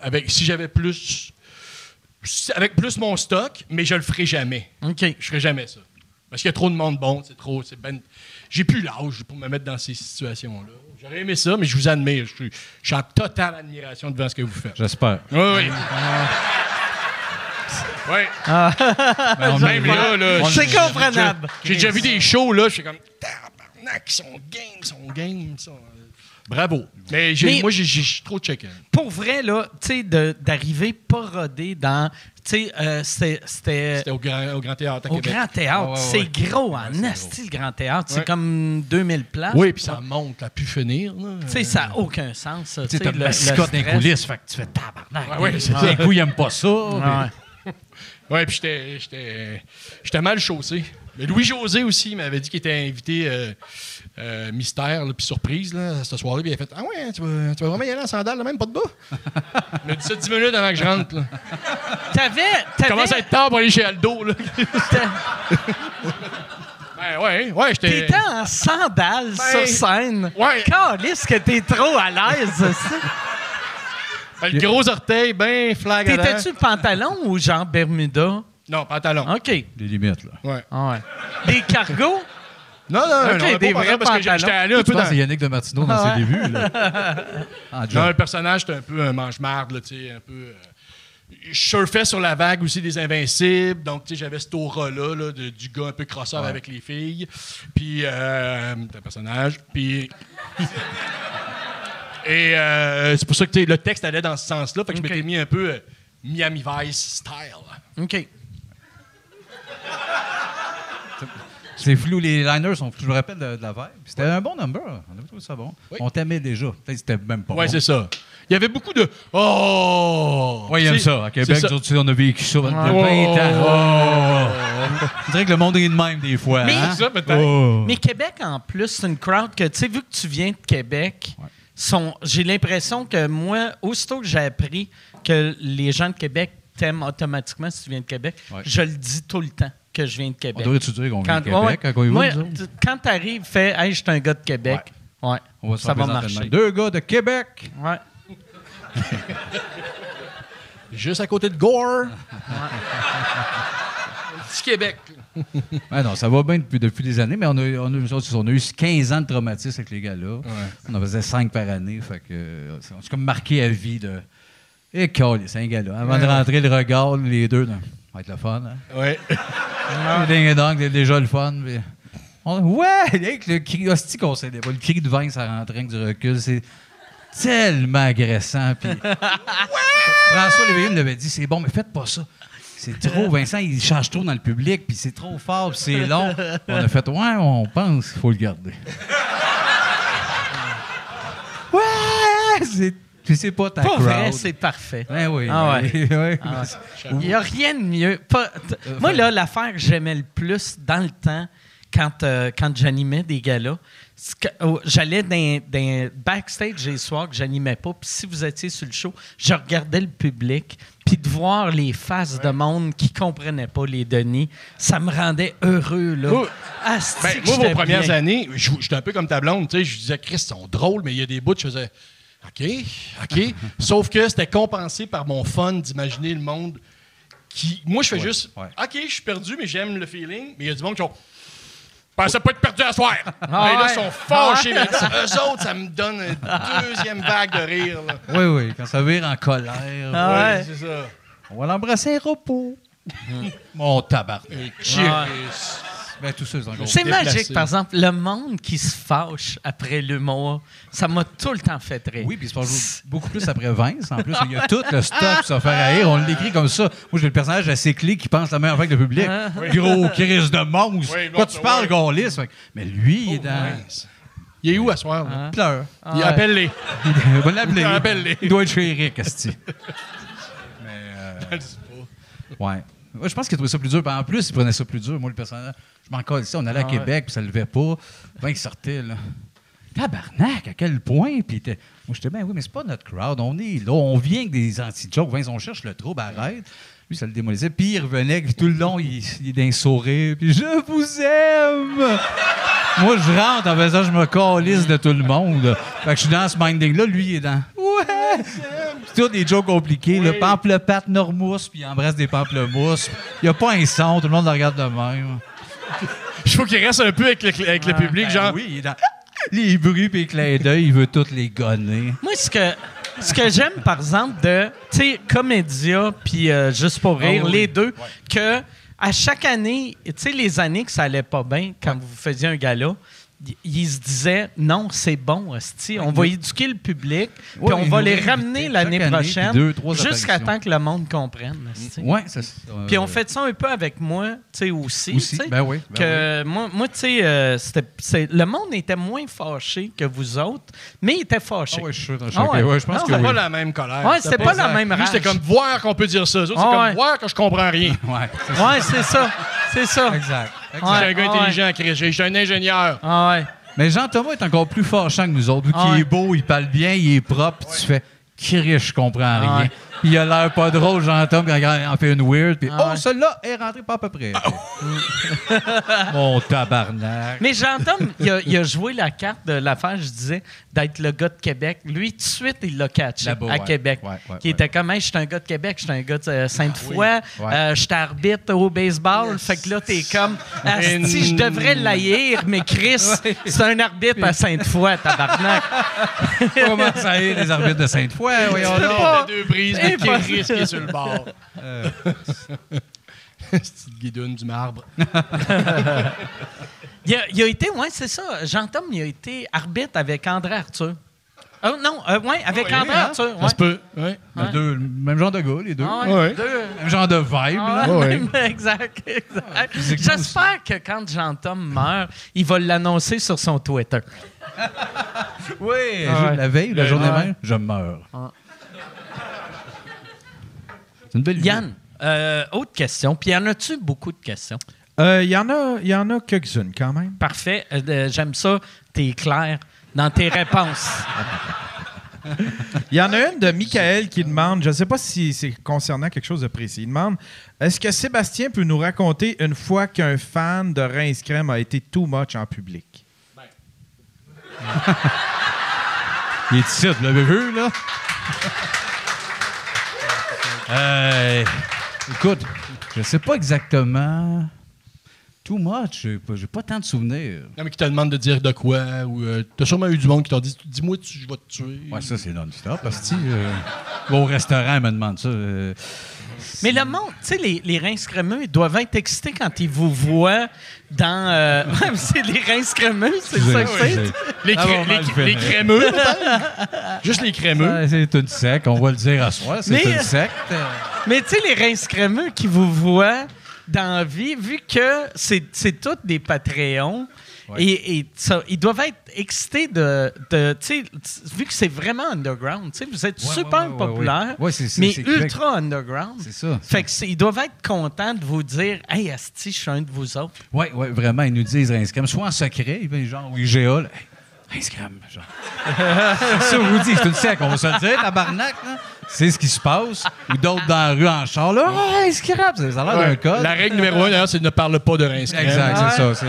S5: avec si j'avais plus si- avec plus mon stock, mais je le ferai jamais.
S4: OK.
S5: Je ferai jamais ça. Parce qu'il y a trop de monde bon, c'est trop. C'est ben, j'ai plus l'âge pour me mettre dans ces situations-là. J'aurais aimé ça, mais je vous admire. Je suis, je suis en totale admiration devant ce que vous faites.
S6: J'espère.
S5: Oui, oui. Oui.
S6: Ben, on
S5: Même là, là, je-
S4: C'est comprenable.
S5: j'ai déjà vu des shows, là, je suis comme, tabarnak, ils sont game, ils sont game. ils sont- Bravo. Mais, j'ai-
S4: Mais-
S5: moi, j'ai- j'ai j'ai trop checké.
S4: Pour vrai, là, tu sais, de- d'arriver pas rodé dans. Tu sais, euh, c'était- c'était.
S5: C'était au grand, au Grand Théâtre à
S4: Au
S5: Québec.
S4: Grand Théâtre,
S6: Ouais, ouais,
S4: c'est
S6: ouais.
S4: gros en
S6: c'est
S4: asti, le Grand Théâtre. C'est
S5: Ouais.
S4: comme 2000 places.
S5: Oui, puis ça monte à pu finir. là.
S4: Tu sais, ça n'a aucun sens. ça.
S6: euh, Tu sais, t'as
S4: le-
S6: le mascotte dans les
S4: stress.
S6: coulisses, fait que tu fais tabarnak.
S5: Ouais, ouais, c'est ça.
S6: D'un coup, il aime pas ça.
S3: Oh, ben,
S4: Ouais.
S5: Ouais, puis j'étais- j'étais j'étais mal chaussé. Mais Louis-José aussi m'avait dit qu'il était invité euh, euh, mystère, là, puis surprise, là, cette soirée. Puis il a fait Ah ouais, tu vas, tu vas vraiment y aller en sandales, là, même pas de bas. Il m'a dit ça 10 minutes avant que je rentre. Là.
S4: T'avais. t'avais-
S5: Commence à être tard pour aller chez Aldo. Là.
S4: t'a-
S5: Ben ouais, ouais, j'étais.
S4: T'étais en sandales
S6: Ben,
S4: sur scène.
S5: ouais.
S4: Calisse que t'es trop à l'aise. asti.
S5: Le gros orteil, ben flag à l'air.
S4: T'étais-tu Ah. pantalon ou genre Bermuda?
S5: Non, pantalon.
S4: OK.
S6: Des limites, là.
S5: Ouais.
S4: Ah ouais. Des cargos?
S5: Non, non,
S4: Ok, des
S5: non, non, pas
S4: vrais
S5: pantalon, parce que
S4: pantalons.
S5: j'étais allé un
S6: Tu
S5: peu
S6: penses à
S5: dans.
S6: Yannick de Martineau dans ses débuts, là. Ah, En
S5: hein. Non,
S6: job.
S5: le personnage, c'était un peu un mange-marde, là, tu sais, un peu. euh, je surfais sur la vague aussi des Invincibles, donc tu sais, j'avais cette aura-là là, de- du gars un peu crosseur avec les filles. Puis, euh, t'as un personnage. Puis. Et euh, c'est pour ça que tu sais, le texte allait dans ce sens-là, fait que
S4: Ok.
S5: je m'étais mis un peu euh, Miami Vice style.
S4: OK.
S6: C'est flou, les liners sont flous. Je me rappelle de, de la vibe. C'était un bon number. On avait trouvé ça bon.
S5: Oui.
S6: On t'aimait déjà. Peut-être que c'était même pas
S5: Ouais,
S6: bon.
S5: c'est ça. Il y avait beaucoup de Oh!
S6: Oui, il aime ça. À Québec, nous autres, on a vécu ça pendant 20 ans. On dirait que le monde est de même des fois.
S4: Mais-
S6: hein?
S5: C'est ça, peut-être.
S6: Oh.
S4: Mais Québec, en plus, c'est une crowd que, tu sais, vu que tu viens de Québec, sont- j'ai l'impression que moi, aussitôt que j'ai appris que les gens de Québec t'aiment automatiquement si tu viens de Québec,
S6: Ouais.
S4: je le dis tout le temps que je viens de
S6: On
S4: Québec.
S6: devrait-tu dire qu'on vient
S4: Quand,
S6: de Québec
S4: ouais,
S6: quand on y va,
S4: moi,
S6: nous autres?
S4: t- quand t'arrives, fais « Hey, je suis un gars de Québec Ouais.
S6: On va se
S4: ça va
S6: représenter de
S4: marcher.
S6: même. Deux gars de Québec.
S4: Ouais.
S5: Juste à côté de Gore. Petit Québec.
S6: Ah non, ça va bien depuis, depuis des années, mais on a, eu- on, a, eu- nous autres, on a eu 15 ans de traumatisme avec les gars-là. On en faisait 5 par année. Fait que, euh, c'est- on s'est comme marqué à vie de. Et les cinq gars-là. Avant de rentrer le regard, les deux, là, va être le fun. Hein?
S5: Ouais.
S4: Ah.
S6: Le Ding et dong, c'est déjà le fun. puis on- ouais, avec le cri hostie qu'on s'aidait pas. Le cri de vin, ça rentrait avec du recul. C'est tellement agressant. Puis, François Léveillé me l'avait dit c'est bon, mais faites pas ça. C'est trop, Vincent, il change trop dans le public, puis c'est trop fort, puis c'est long. On a fait, ouais, on pense qu'il faut le garder. ouais, hein, c'est, puis c'est pas ta
S4: Pas
S6: crowd.
S4: vrai, c'est parfait.
S6: Ben oui.
S4: Ah ouais.
S6: Ouais.
S4: Ah ouais. Il n'y a rien de mieux. Pas- t-
S5: Euh,
S4: moi, là, l'affaire que j'aimais le plus dans le temps, quand, euh, quand j'animais des galas, c'est que, oh, j'allais dans, dans backstage les soirs que j'animais pas. Puis si vous étiez sur le show, je regardais le public. Puis de voir les faces de monde qui comprenaient pas les Denis, ça me rendait heureux. Là.
S5: Oh.
S4: Asti
S5: Ben,
S4: que
S5: moi,
S4: j'étais
S5: vos premières
S4: bien.
S5: années, je- j'étais un peu comme ta blonde, tu sais, je disais, Chris, ils sont drôles, mais il y a des bouts, je faisais, OK, OK. Sauf que c'était compensé par mon fun d'imaginer le monde qui. Moi, je fais juste,
S6: ouais.
S5: OK, je suis perdu, mais j'aime le feeling, mais il y a du monde qui sont. Je pensais pas être perdu à soir. mais là,
S4: ouais.
S5: ils sont fâchés. mais eux autres, ça me donne une deuxième vague de rire. là.
S6: Oui, oui, quand ça vire en colère.
S4: Ah ouais.
S5: c'est ça.
S6: On va l'embrasser repos. Mon tabarnak.
S5: Et Chris.
S6: Ben, tout ça, c'est encore.
S4: C'est
S5: déplacé.
S4: magique, par exemple, le monde qui se fâche après l'humour, ça m'a tout le temps fait rire.
S6: Oui, puis c'est pas beaucoup plus après Vince, en plus. Il y a tout le stock pour se faire haïr. On l'écrit comme ça. Moi, j'ai le personnage assez clé qui pense la meilleure fois que le public. Gros Chris de monstre.
S5: Oui,
S6: Quand
S5: l'autre,
S6: tu parles,
S5: ouais.
S6: qu'on lisse. Fait que- Mais lui, il est dans.
S5: Mince. Il est où à soir? là?
S6: Il pleure.
S5: Il
S4: Hein? Ah, ouais.
S5: appelle les.
S6: Il- On va l'appeler.
S5: Appelle-les.
S6: Il doit être chez Eric, Asti. Mais. euh, Ouais. Moi, je pense qu'il trouvait ça plus dur. Puis en plus, il prenait ça plus dur. Moi, le personnage, je m'en colle ça. On allait à Québec, puis ça levait pas. Ben, il sortait, là. Tabarnak, à quel point? Puis il était- moi, j'étais, ben oui, mais c'est pas notre crowd. On est là, on vient avec des anti-jokes. Vince, on cherche le trouble, arrête. Lui, ça le démolissait. Puis il revenait, puis tout le long, il, il est d'un sourire. Puis je vous aime! moi, je rentre en faisant, je me calisse de tout le monde. Fait que je suis dans ce minding-là. Lui, il est dans. Ouais! C'est tous des jokes compliqués. Le pamplepate normousse, puis il embrasse des pamplemousses. Il n'y a pas un son, tout le monde le regarde de même.
S5: Je faut qu'il reste un peu avec le, avec le
S4: Ah,
S5: public,
S6: Ben
S5: genre.
S6: Oui, il est dans les bruits puis les clins d'œil, il veut toutes les gonner.
S4: Moi, ce que, ce que j'aime, par exemple, de, tu sais, Comédia puis euh, Juste pour rire,
S6: Ah oui,
S4: les deux, que à chaque année, tu sais, les années que ça allait pas bien, quand vous faisiez un gala, y- ils se disaient non, c'est bon, hostie, on va éduquer le public, puis on
S6: ils
S4: va
S6: nous
S4: les
S6: réinvitaient
S4: ramener
S6: chaque
S4: l'année
S6: année, puis
S4: prochaine
S6: deux, trois
S4: jusqu'à
S6: apparitions.
S4: temps que le monde comprenne. hostie.
S6: Ouais, c'est ça. Euh,
S4: Puis on fait ça un peu avec moi, tu sais, aussi.
S6: aussi.
S4: tu sais,
S6: Ben oui. ben oui.
S4: que moi, moi tu sais, euh, c'était- c'est- le monde était moins fâché que vous autres, mais il était fâché.
S6: Ah ouais, je suis sûr, je suis
S4: Ah ouais.
S6: ok, ouais, je pense
S4: Ah
S6: que
S4: ouais.
S6: oui.
S5: pas la même colère.
S4: Ouais, c'était pas la
S5: exact.
S4: même
S5: Lui,
S4: rage.
S5: c'était comme voir qu'on peut dire ça. Eux autres, C'est
S4: Ah
S5: comme
S4: ouais.
S5: voir que je comprends rien.
S6: Ouais, c'est ça.
S4: Ouais, c'est ça. C'est ça.
S6: Exact. exact.
S4: Ouais,
S5: J'ai un gars
S4: ah ouais.
S5: intelligent, Chris. J'ai- J'ai un ingénieur.
S4: Ah ouais.
S6: Mais Jean-Thomas est encore plus fâchant que nous autres. Vu
S4: Ah
S6: qu'il
S4: ouais.
S6: est beau, il parle bien, il est propre, puis tu fais qui riche, je comprends rien.
S4: Ah ouais.
S6: Puis Il a l'air pas drôle, Jean-Thomas, quand il en fait une weird. Puis
S4: Ah
S6: oh,
S4: ouais.
S6: celui-là est rentré pas à peu près. Mon tabarnak.
S4: Mais j'entends, il a, il a joué la carte de l'affaire, je disais, d'être le gars de Québec. Lui, tout de suite, il l'a catché
S6: Là-bas,
S4: à
S6: ouais.
S4: Québec.
S6: Ouais, ouais,
S4: qui
S6: ouais.
S4: était comme, hey, je suis un gars de Québec, je suis un gars de euh, Sainte-Foy,
S6: oui. Ouais.
S4: euh, je t'arbitre au baseball. Fait que là, t'es comme, si je devrais l'haïr, mais Chris, c'est un arbitre à Sainte-Foy, tabarnak.
S6: Comment ça est, les arbitres de Sainte-Foy? voyons
S4: Tu peux
S6: donc.
S4: pas. Euh.
S5: Les deux brises,
S4: Eh,
S5: mais qui
S4: pas-
S5: risque qui est sur le bord. Petite guidoune du marbre.
S4: Il a, il a été, oui, c'est ça. Jean-Tom, il a été arbitre avec André Arthur. Oh non, oui, avec André
S6: hein?
S4: Arthur.
S5: Ça
S4: ouais.
S5: se peut. Ouais.
S6: Les Ben, deux, le même genre de gars, les deux.
S4: Ah ouais.
S5: Ouais.
S6: Même genre de vibe. là.
S4: Ah ouais, exact, exact. J'espère que quand Jean-Tom meurt, il va l'annoncer sur son Twitter.
S6: Et je- La veille, la journée même, je meurs. C'est une belle vie.
S4: Yann, euh, autre question. Puis, y en a-tu beaucoup de questions?
S3: Euh, Il y en a, il y en a quelques-unes quand même.
S4: Parfait. Euh, euh, J'aime ça. T'es clair dans tes réponses.
S3: Il y en a une de Michael qui demande, je ne sais pas si c'est concernant quelque chose de précis, il demande Est-ce que Sébastien peut nous raconter une fois qu'un fan de Reims Crème a été too much en public
S6: Il est ici, vous l'avez vu, là? Euh, écoute, je sais pas exactement. Too much, j'ai pas, j'ai pas tant de souvenirs.
S5: Non, mais qui te demande de dire de quoi. Ou, euh, t'as sûrement eu du monde qui t'a dit Dis-moi, tu- je vais te tuer.
S6: Ouais, ça, c'est non-stop. Parce que, euh, va au restaurant, elle me demande ça. euh,
S4: Mais le monde, tu sais, les, les rinces crémeux, ils doivent être excités quand ils vous voient dans. euh, ouais, mais c'est les rinces crémeux, c'est ça que c'est.
S5: Les, cré-
S6: bon, mal
S5: les-
S6: fini.
S5: les crémeux, peut-être? Juste les crémeux.
S6: Ouais, ben, c'est une secte, on va le dire à soi, c'est
S4: Mais-
S6: une secte.
S4: Mais tu sais, les rinces crémeux qui vous voient dans la vie, vu que c'est c'est tous des Patreons, et, et ça- ils doivent être excités de. de tu sais, t- vu que c'est vraiment underground, tu sais, vous êtes
S6: Ouais,
S4: super
S6: ouais, ouais,
S4: populaire,
S6: ouais. Ouais, c'est- c'est-
S4: mais
S6: c'est correct.
S4: ultra underground.
S6: C'est ça.
S4: Fait que c'est- ils doivent être contents de vous dire Hey, Asti, je suis un de vous autres.
S6: Oui, ouais, vraiment, ils nous disent Instagram, soit en secret, ils viennent genre au IGA, là, hey, Instagram, genre. c'est ça, on vous dit, c'est une sec, on va se le dire, tabarnak, là. C'est ce qui se passe. Ou d'autres dans la rue en char, là, hey, Instagram, ça a l'air d'un
S5: Ouais.
S6: code.
S5: La règle numéro un, d'ailleurs, c'est ne parle pas de Reims.
S6: Exact,
S4: Ah.
S6: c'est ça.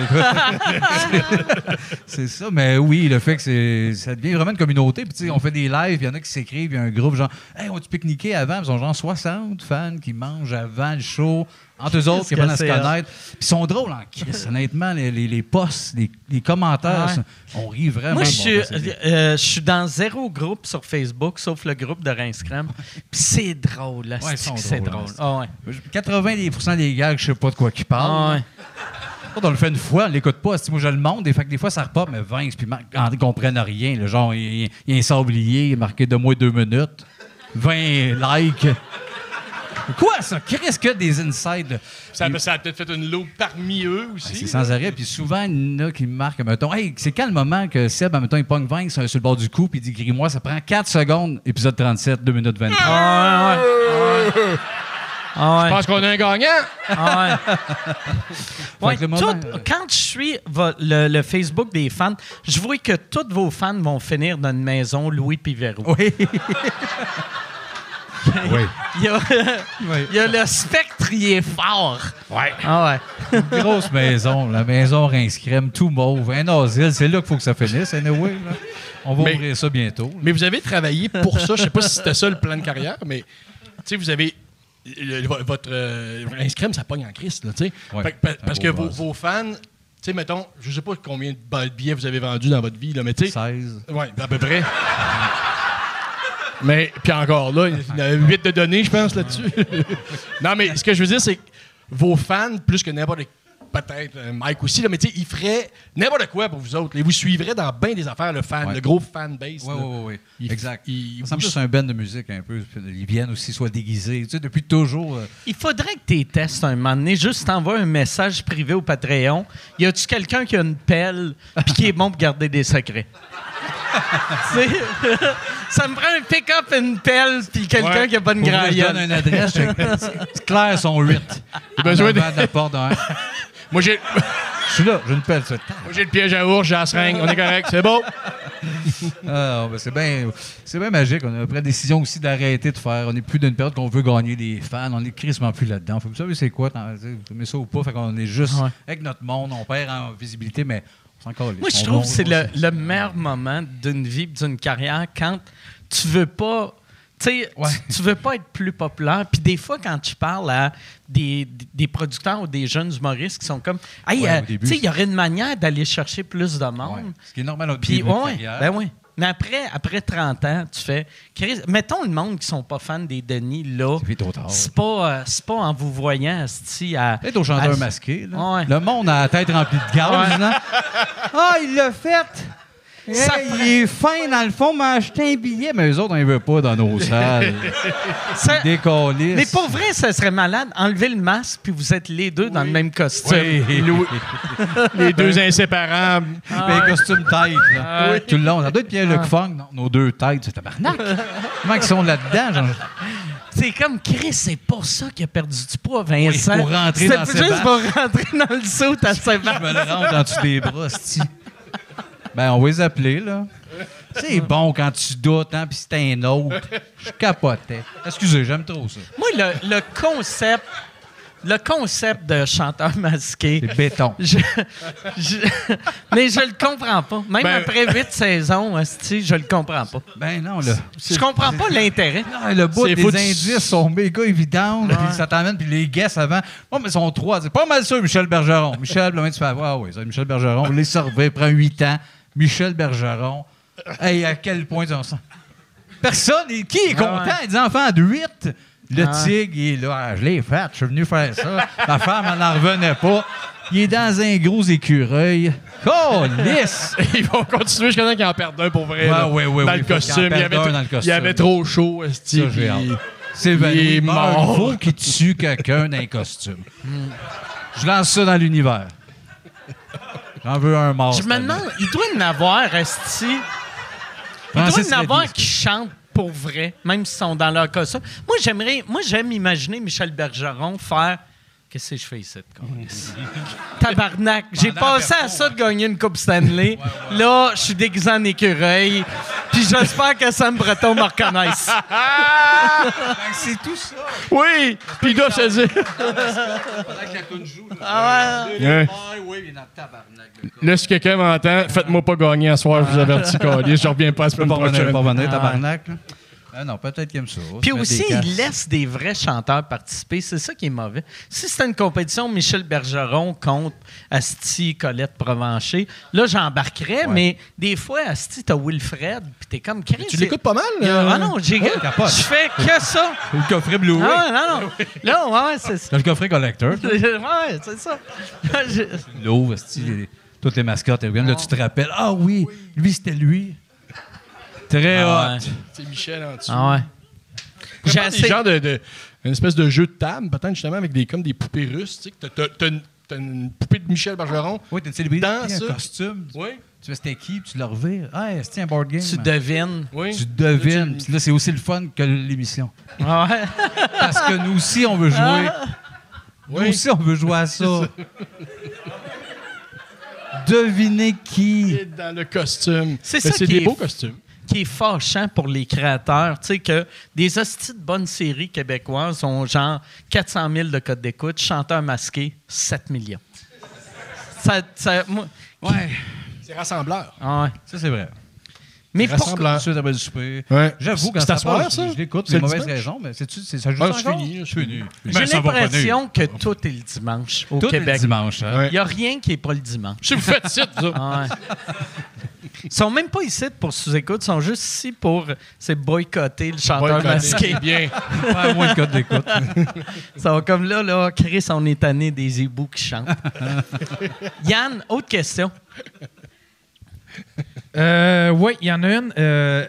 S6: C'est, c'est ça, mais oui, le fait que c'est, ça devient vraiment une communauté. Puis, tu sais, on fait des lives, il y en a qui s'écrivent, il y a un groupe genre, hey, on tu pique-niquer avant? Puis, Ils sont genre 60 fans qui mangent avant le show, entre eux autres,
S4: que
S6: qui apprennent à se
S4: c'est hein? hot.
S6: connaître. Puis, ils sont drôles en crise, honnêtement, les, les, les posts, les, les commentaires,
S4: Ouais.
S6: ça, on rit vraiment.
S4: Moi, je
S6: Bon,
S4: suis,
S6: ben, c'est bien.
S4: euh, je suis dans zéro groupe sur Facebook, sauf le groupe de Rince Crème. Puis c'est drôle, Asti,
S6: Ouais, ils sont
S4: que c'est
S6: drôles,
S4: drôle. Ah ouais.
S6: 80% des gars, je sais pas de quoi qu'ils
S4: Ah
S6: parlent.
S4: ouais.
S6: Quand on le fait une fois, on l'écoute pas. Si moi, je le monte, des, fois- des fois, ça repart, mais Vince, puis Marc, André comprennent rien. Le genre, il, il- il y a un sablier marqué de moins deux minutes. 20 likes. Quoi, ça? Qu'est-ce que des insides? là?
S5: Ça, ça a peut-être fait une loupe parmi eux aussi.
S6: Ah, C'est sans arrêt. Puis souvent, il y en a qui me marquent, mettons, hey, c'est quand le moment que Seb, mettons, il pogne Vince sur le bord du cou, puis il dit, gris-moi, ça prend 4 secondes, épisode 37, 2 minutes 23.
S4: Ah ouais, ouais. Ah ouais.
S5: Je pense qu'on a un gagnant.
S4: Ah ouais. Ouais,
S6: Fait que le
S4: tout-
S6: moment-
S4: quand je suis vo- le, le Facebook des fans, je vois que tous vos fans vont finir dans une maison Louis Pivero.
S6: Oui.
S4: Il y a, il y a le spectre, il est fort. Ouais. Ah ouais.
S6: Grosse maison, la maison rince crème, tout mauve, un asile, c'est là qu'il faut que ça finisse, anyway. là. On va
S5: Mais-
S6: ouvrir ça bientôt. là.
S5: Mais vous avez travaillé pour ça. Je sais pas si c'était ça le plan de carrière, mais tu sais, vous avez. le- le- votre euh, Instagram, ça pogne en crise. Là, tu sais.
S6: Ouais,
S5: Fait que pa-
S6: un
S5: parce
S6: beau
S5: que vos,
S6: buzz.
S5: vos fans, tu sais, mettons, je sais pas combien de ba- de billets vous avez vendus dans votre vie, là, mais tu sais.
S6: 16.
S5: Oui, à peu près. mais, puis encore là, il y en a 8 de données, je pense, là-dessus. non, mais ce que je veux dire, c'est que vos fans, plus que n'importe peut-être euh, Mike aussi, là, mais tu sais, il ferait n'importe quoi pour vous autres. Il vous suivrait dans bien des affaires, le fan,
S6: Ouais.
S5: le gros fan base.
S6: Oui,
S5: là.
S6: oui, oui.
S5: Il-
S6: exact.
S5: il-
S6: ça ressemble plus à un band de musique un peu. Ils viennent aussi, soit déguisés. Tu sais, depuis toujours. euh,
S4: Il faudrait que tu testes un moment donné. Juste t'envoies un message privé au Patreon. Y a-tu quelqu'un qui a une pelle puis qui est bon pour garder des secrets? Tu sais, ça me prend un pick-up et une pelle puis quelqu'un
S5: Ouais.
S4: qui a pas une
S6: pour vrai,
S4: grande
S6: je donne
S4: gueule.
S6: une adresse. je- C'est clair, son 8. J'ai besoin de... la porte d'un.
S5: Moi, j'ai
S6: Je suis là, j'ai une pelle. ça.
S5: moi, j'ai le piège à ours, j'ai la seringue, on est correct, c'est bon.
S6: Ah, ben, c'est bien c'est bien magique. On a pris la décision aussi d'arrêter de faire. On n'est plus d'une période qu'on veut gagner des fans. On est crissement plus là-dedans. Faut que vous savez c'est quoi, t'en- tu sais, vous aimez ça ou pas. Fait qu'on est juste
S4: Ouais.
S6: avec notre monde. On perd en visibilité, mais on s'en calisse.
S4: Moi, je
S6: On-
S4: trouve
S6: on-
S4: que c'est
S6: on-
S4: le, le meilleur moment d'une vie, pis d'une carrière, quand tu veux pas. tu sais,
S6: Ouais.
S4: Tu tu veux pas être plus populaire. Puis des fois, quand tu parles à des, des producteurs ou des jeunes humoristes qui sont comme. Hey,
S6: Ouais, au
S4: euh,
S6: début,
S4: tu sais, il y aurait une manière d'aller chercher plus de monde.
S6: Ouais. Ce qui est normal au
S4: Puis,
S6: début de
S4: ouais,
S6: carrière.
S4: ben oui. Mais après, après 30 ans, tu fais. Chris, mettons le monde qui sont pas fans des Denis, là.
S6: Ça fait trop tard.
S4: C'est pas, euh, c'est pas en vous voyant, asti, à.
S6: Peut-être aux chanteurs
S4: à-
S6: masqués. là.
S4: Ouais.
S6: Le monde a la tête remplie de gaz. non? Ah, il l'a fait!
S4: Ça
S6: Hey,
S4: prend-
S6: il est fin dans le fond, m'a acheté un billet, mais eux autres, on ne veut pas dans nos salles.
S4: Ça-
S6: Des câlisses.
S4: Mais pour vrai, ça serait malade. Enlevez le masque, puis vous êtes les deux dans le même costume.
S5: Lou- les deux inséparables.
S6: Mais un costume tête, là. Tout le long. Ça doit être Pierre-Luc Fong. non, nos deux têtes, c'est tabarnak. Comment ils sont là-dedans? genre?
S4: C'est comme Chris, c'est pour ça qu'il a perdu du poids, Vincent.
S6: Oui, pour rentrer
S4: C'est
S6: dans
S4: juste
S6: Sébastien.
S4: pour rentrer dans le saut à Sébastien.
S6: Je me le rentre dans dessous des bras, c'ti. Ben, on va les appeler, là. C'est bon quand tu doutes, hein, puis c'est un autre. Je capotais. Excusez, j'aime trop ça.
S4: Moi, le, le concept, le concept de chanteur masqué.
S6: C'est béton.
S4: Je, je- mais je le comprends pas. Même
S5: Ben-
S4: après huit saisons, hostie, je le comprends pas.
S6: Ben non, là.
S4: Je comprends pas l'intérêt.
S6: Non, le bout
S5: C'est
S6: des
S5: fou de-
S6: indices sont méga évidents. Puis ça t'amène, puis les guesses avant. Moi, mais ils sont trois. C'est pas mal sûr, Michel Bergeron. Michel, le main, tu fais, ah oui, ça, Michel Bergeron. Les surveille, prend huit ans. Michel Bergeron. Hey, à quel point ils ont ça? Personne, et qui est content? Des enfants de huit. Le tigre, il est là. Ah, je l'ai fait, je suis venu faire ça. Ma femme, elle n'en revenait pas. Il est dans un gros écureuil. Oh, lisse!
S5: Ils vont continuer jusqu'à temps qu'ils en perdent un pour vrai.
S6: Ouais,
S5: là.
S6: ouais, ouais,
S5: dans,
S6: ouais,
S5: le
S6: faut qu'ils en
S5: costume, il y
S6: perdent
S5: avait,
S6: un dans le
S5: Il y
S6: costume.
S5: avait trop chaud, esti,
S6: Ça, j'ai
S5: puis-
S6: hâte. C'est valide.
S5: Il est mort.
S6: faut qu'il tue quelqu'un d'un costume. Je lance ça dans l'univers. J'en veux un mort.
S4: Je
S6: cette
S4: me
S6: année.
S4: demande, il doit y en avoir, Esti. Il doit
S6: Francis
S4: y en avoir
S6: Reddy.
S4: qui chantent pour vrai, même s'ils sont dans leur costume. Moi, j'aimerais, moi, j'aime imaginer Michel Bergeron faire. Qu'est-ce que je fais ici,
S6: Mm.
S4: de câlisse? Tabarnak, j'ai passé à ça de gagner une Coupe Stanley. Là, je suis déguisé en écureuil. Puis j'espère que Sam Breton me reconnaisse.
S6: C'est tout ça.
S5: Oui! Puis ils doivent se dire.
S6: Pendant que la toune joue. là.
S4: Ah ouais.
S5: Ouais.
S6: Ah oui, il est dans le tabarnak. le gars.
S5: Là, si quelqu'un m'entend, faites-moi pas gagner à soir, je vous avertis, câlisse, je reviens pas à ce
S6: Je peux
S5: moment
S6: pas revenir, je peux
S5: prochaine.
S6: pas revenir, tabarnak. là. Ah non, peut-être qu'il aime ça.
S4: Puis
S6: Se mettre
S4: aussi,
S6: des casques.
S4: il laisse des vrais chanteurs participer. C'est ça qui est mauvais. Si c'était une compétition Michel Bergeron contre Asti, Colette Provencher, là, j'embarquerais, mais des fois, Asti, t'as Wilfred, puis t'es comme Chris.
S5: Tu l'écoutes pas mal?
S4: il y a-
S5: euh,
S4: Ah non, j'ai.
S6: capote.
S4: je fais que ça.
S6: Ou le coffret Blue Ray.
S4: Ah, non, non. Là, ouais, c'est ça.
S6: T'as le coffret collector.
S4: Ouais, c'est ça. Ah, Je-
S6: L'eau, toutes les mascottes. elles viennent. Là, tu te rappelles. Ah oui, lui, c'était lui. Très
S4: Ah ouais.
S6: hot.
S5: C'est Michel en dessous.
S4: Ah ouais. J'ai
S5: J'ai
S4: assez.
S5: genre de, de- une espèce de jeu de table, peut-être justement avec des comme des poupées russes, tu sais, que t'as- t'as- t'as une- t'as une poupée de Michel Bergeron.
S6: Oui, t'as une célébrité,
S5: Dans ça.
S6: un costume.
S5: Oui.
S6: Tu fais c'était qui, puis tu le revires. Ah, c'est un board game.
S4: Tu devines.
S5: Oui.
S6: Tu devines.
S5: Là, tu-
S6: Puis là, c'est aussi le fun que l'émission.
S4: Ah ouais.
S6: Parce que nous aussi, on veut jouer. Nous
S5: Oui.
S6: aussi, on veut jouer à ça. Devinez qui.
S5: Et dans le costume.
S4: C'est
S5: Mais
S4: ça
S5: C'est
S4: qui
S5: des
S4: est-
S5: beaux costumes.
S4: qui est fâchant pour les créateurs. Tu sais, que des hosties de bonnes séries québécoises ont genre 400 000 de codes d'écoute, chanteur masqué, 7 millions. Ça, ça- moi-
S6: Ouais,
S5: C'est rassembleur.
S4: ah ouais.
S6: ça, c'est vrai.
S4: Mais pourquoi?
S5: Rassembleur.
S6: Tout de suite après le souper.
S5: Ouais.
S6: J'avoue, quand
S5: C'est à
S6: ça
S5: soir,
S6: passe,
S5: ça?
S6: je l'écoute,
S5: C'est
S6: les
S5: le
S6: mauvaises
S5: dimanche?
S6: raisons. Mais c'est-tu, c'est- ça joue
S5: Ah,
S6: ça
S5: c'est
S6: encore?
S5: fini, c'est
S6: fini.
S4: J'ai l'impression que tout est le dimanche au
S6: Tout est
S4: Québec.
S6: dimanche. hein.
S5: Ouais.
S4: Il n'y a rien qui n'est pas le dimanche.
S5: Si vous faites ça, vous autres.
S4: Ah ouais. Ils sont même pas ici pour sous-écoute, ils sont juste ici pour c'est boycotter le chanteur
S5: Boycotter,
S4: masqué.
S5: ben, Bien.
S6: Faire moins de code d'écoute.
S4: Ils sont comme là, là, Chris, on est tanné des hiboux qui chantent. Yann, autre question.
S7: Euh, oui, il y en a une euh,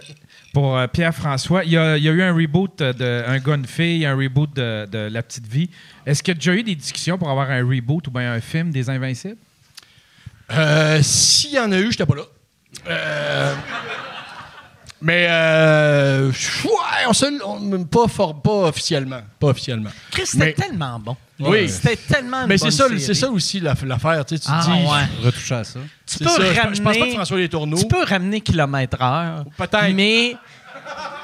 S7: pour euh, Pierre-François. Il y, a, il y a eu un reboot euh, de Un gars, une fille, un reboot de, de La petite vie. Est-ce qu'il y a déjà eu des discussions pour avoir un reboot ou bien un film des Invincibles?
S5: Euh, S'il y en a eu, j'étais pas là. Euh, mais euh, ouais, on se on, pas, for- pas officiellement. Pas officiellement.
S4: Chris, c'était
S5: Mais-
S4: tellement bon.
S5: Oui.
S4: C'était tellement une
S5: Mais c'est
S4: bonne
S5: ça,
S4: série.
S5: c'est ça aussi la- l'affaire. Tu, sais, tu
S4: Ah,
S5: dis.
S4: ouais.
S6: Retoucher à ça.
S4: Tu
S5: c'est
S4: peux
S5: ça, je-
S4: ramener...
S5: Je pense pas que François Les Tourneaux.
S4: Tu peux ramener kilomètre heure.
S5: Peut-être.
S4: Mais,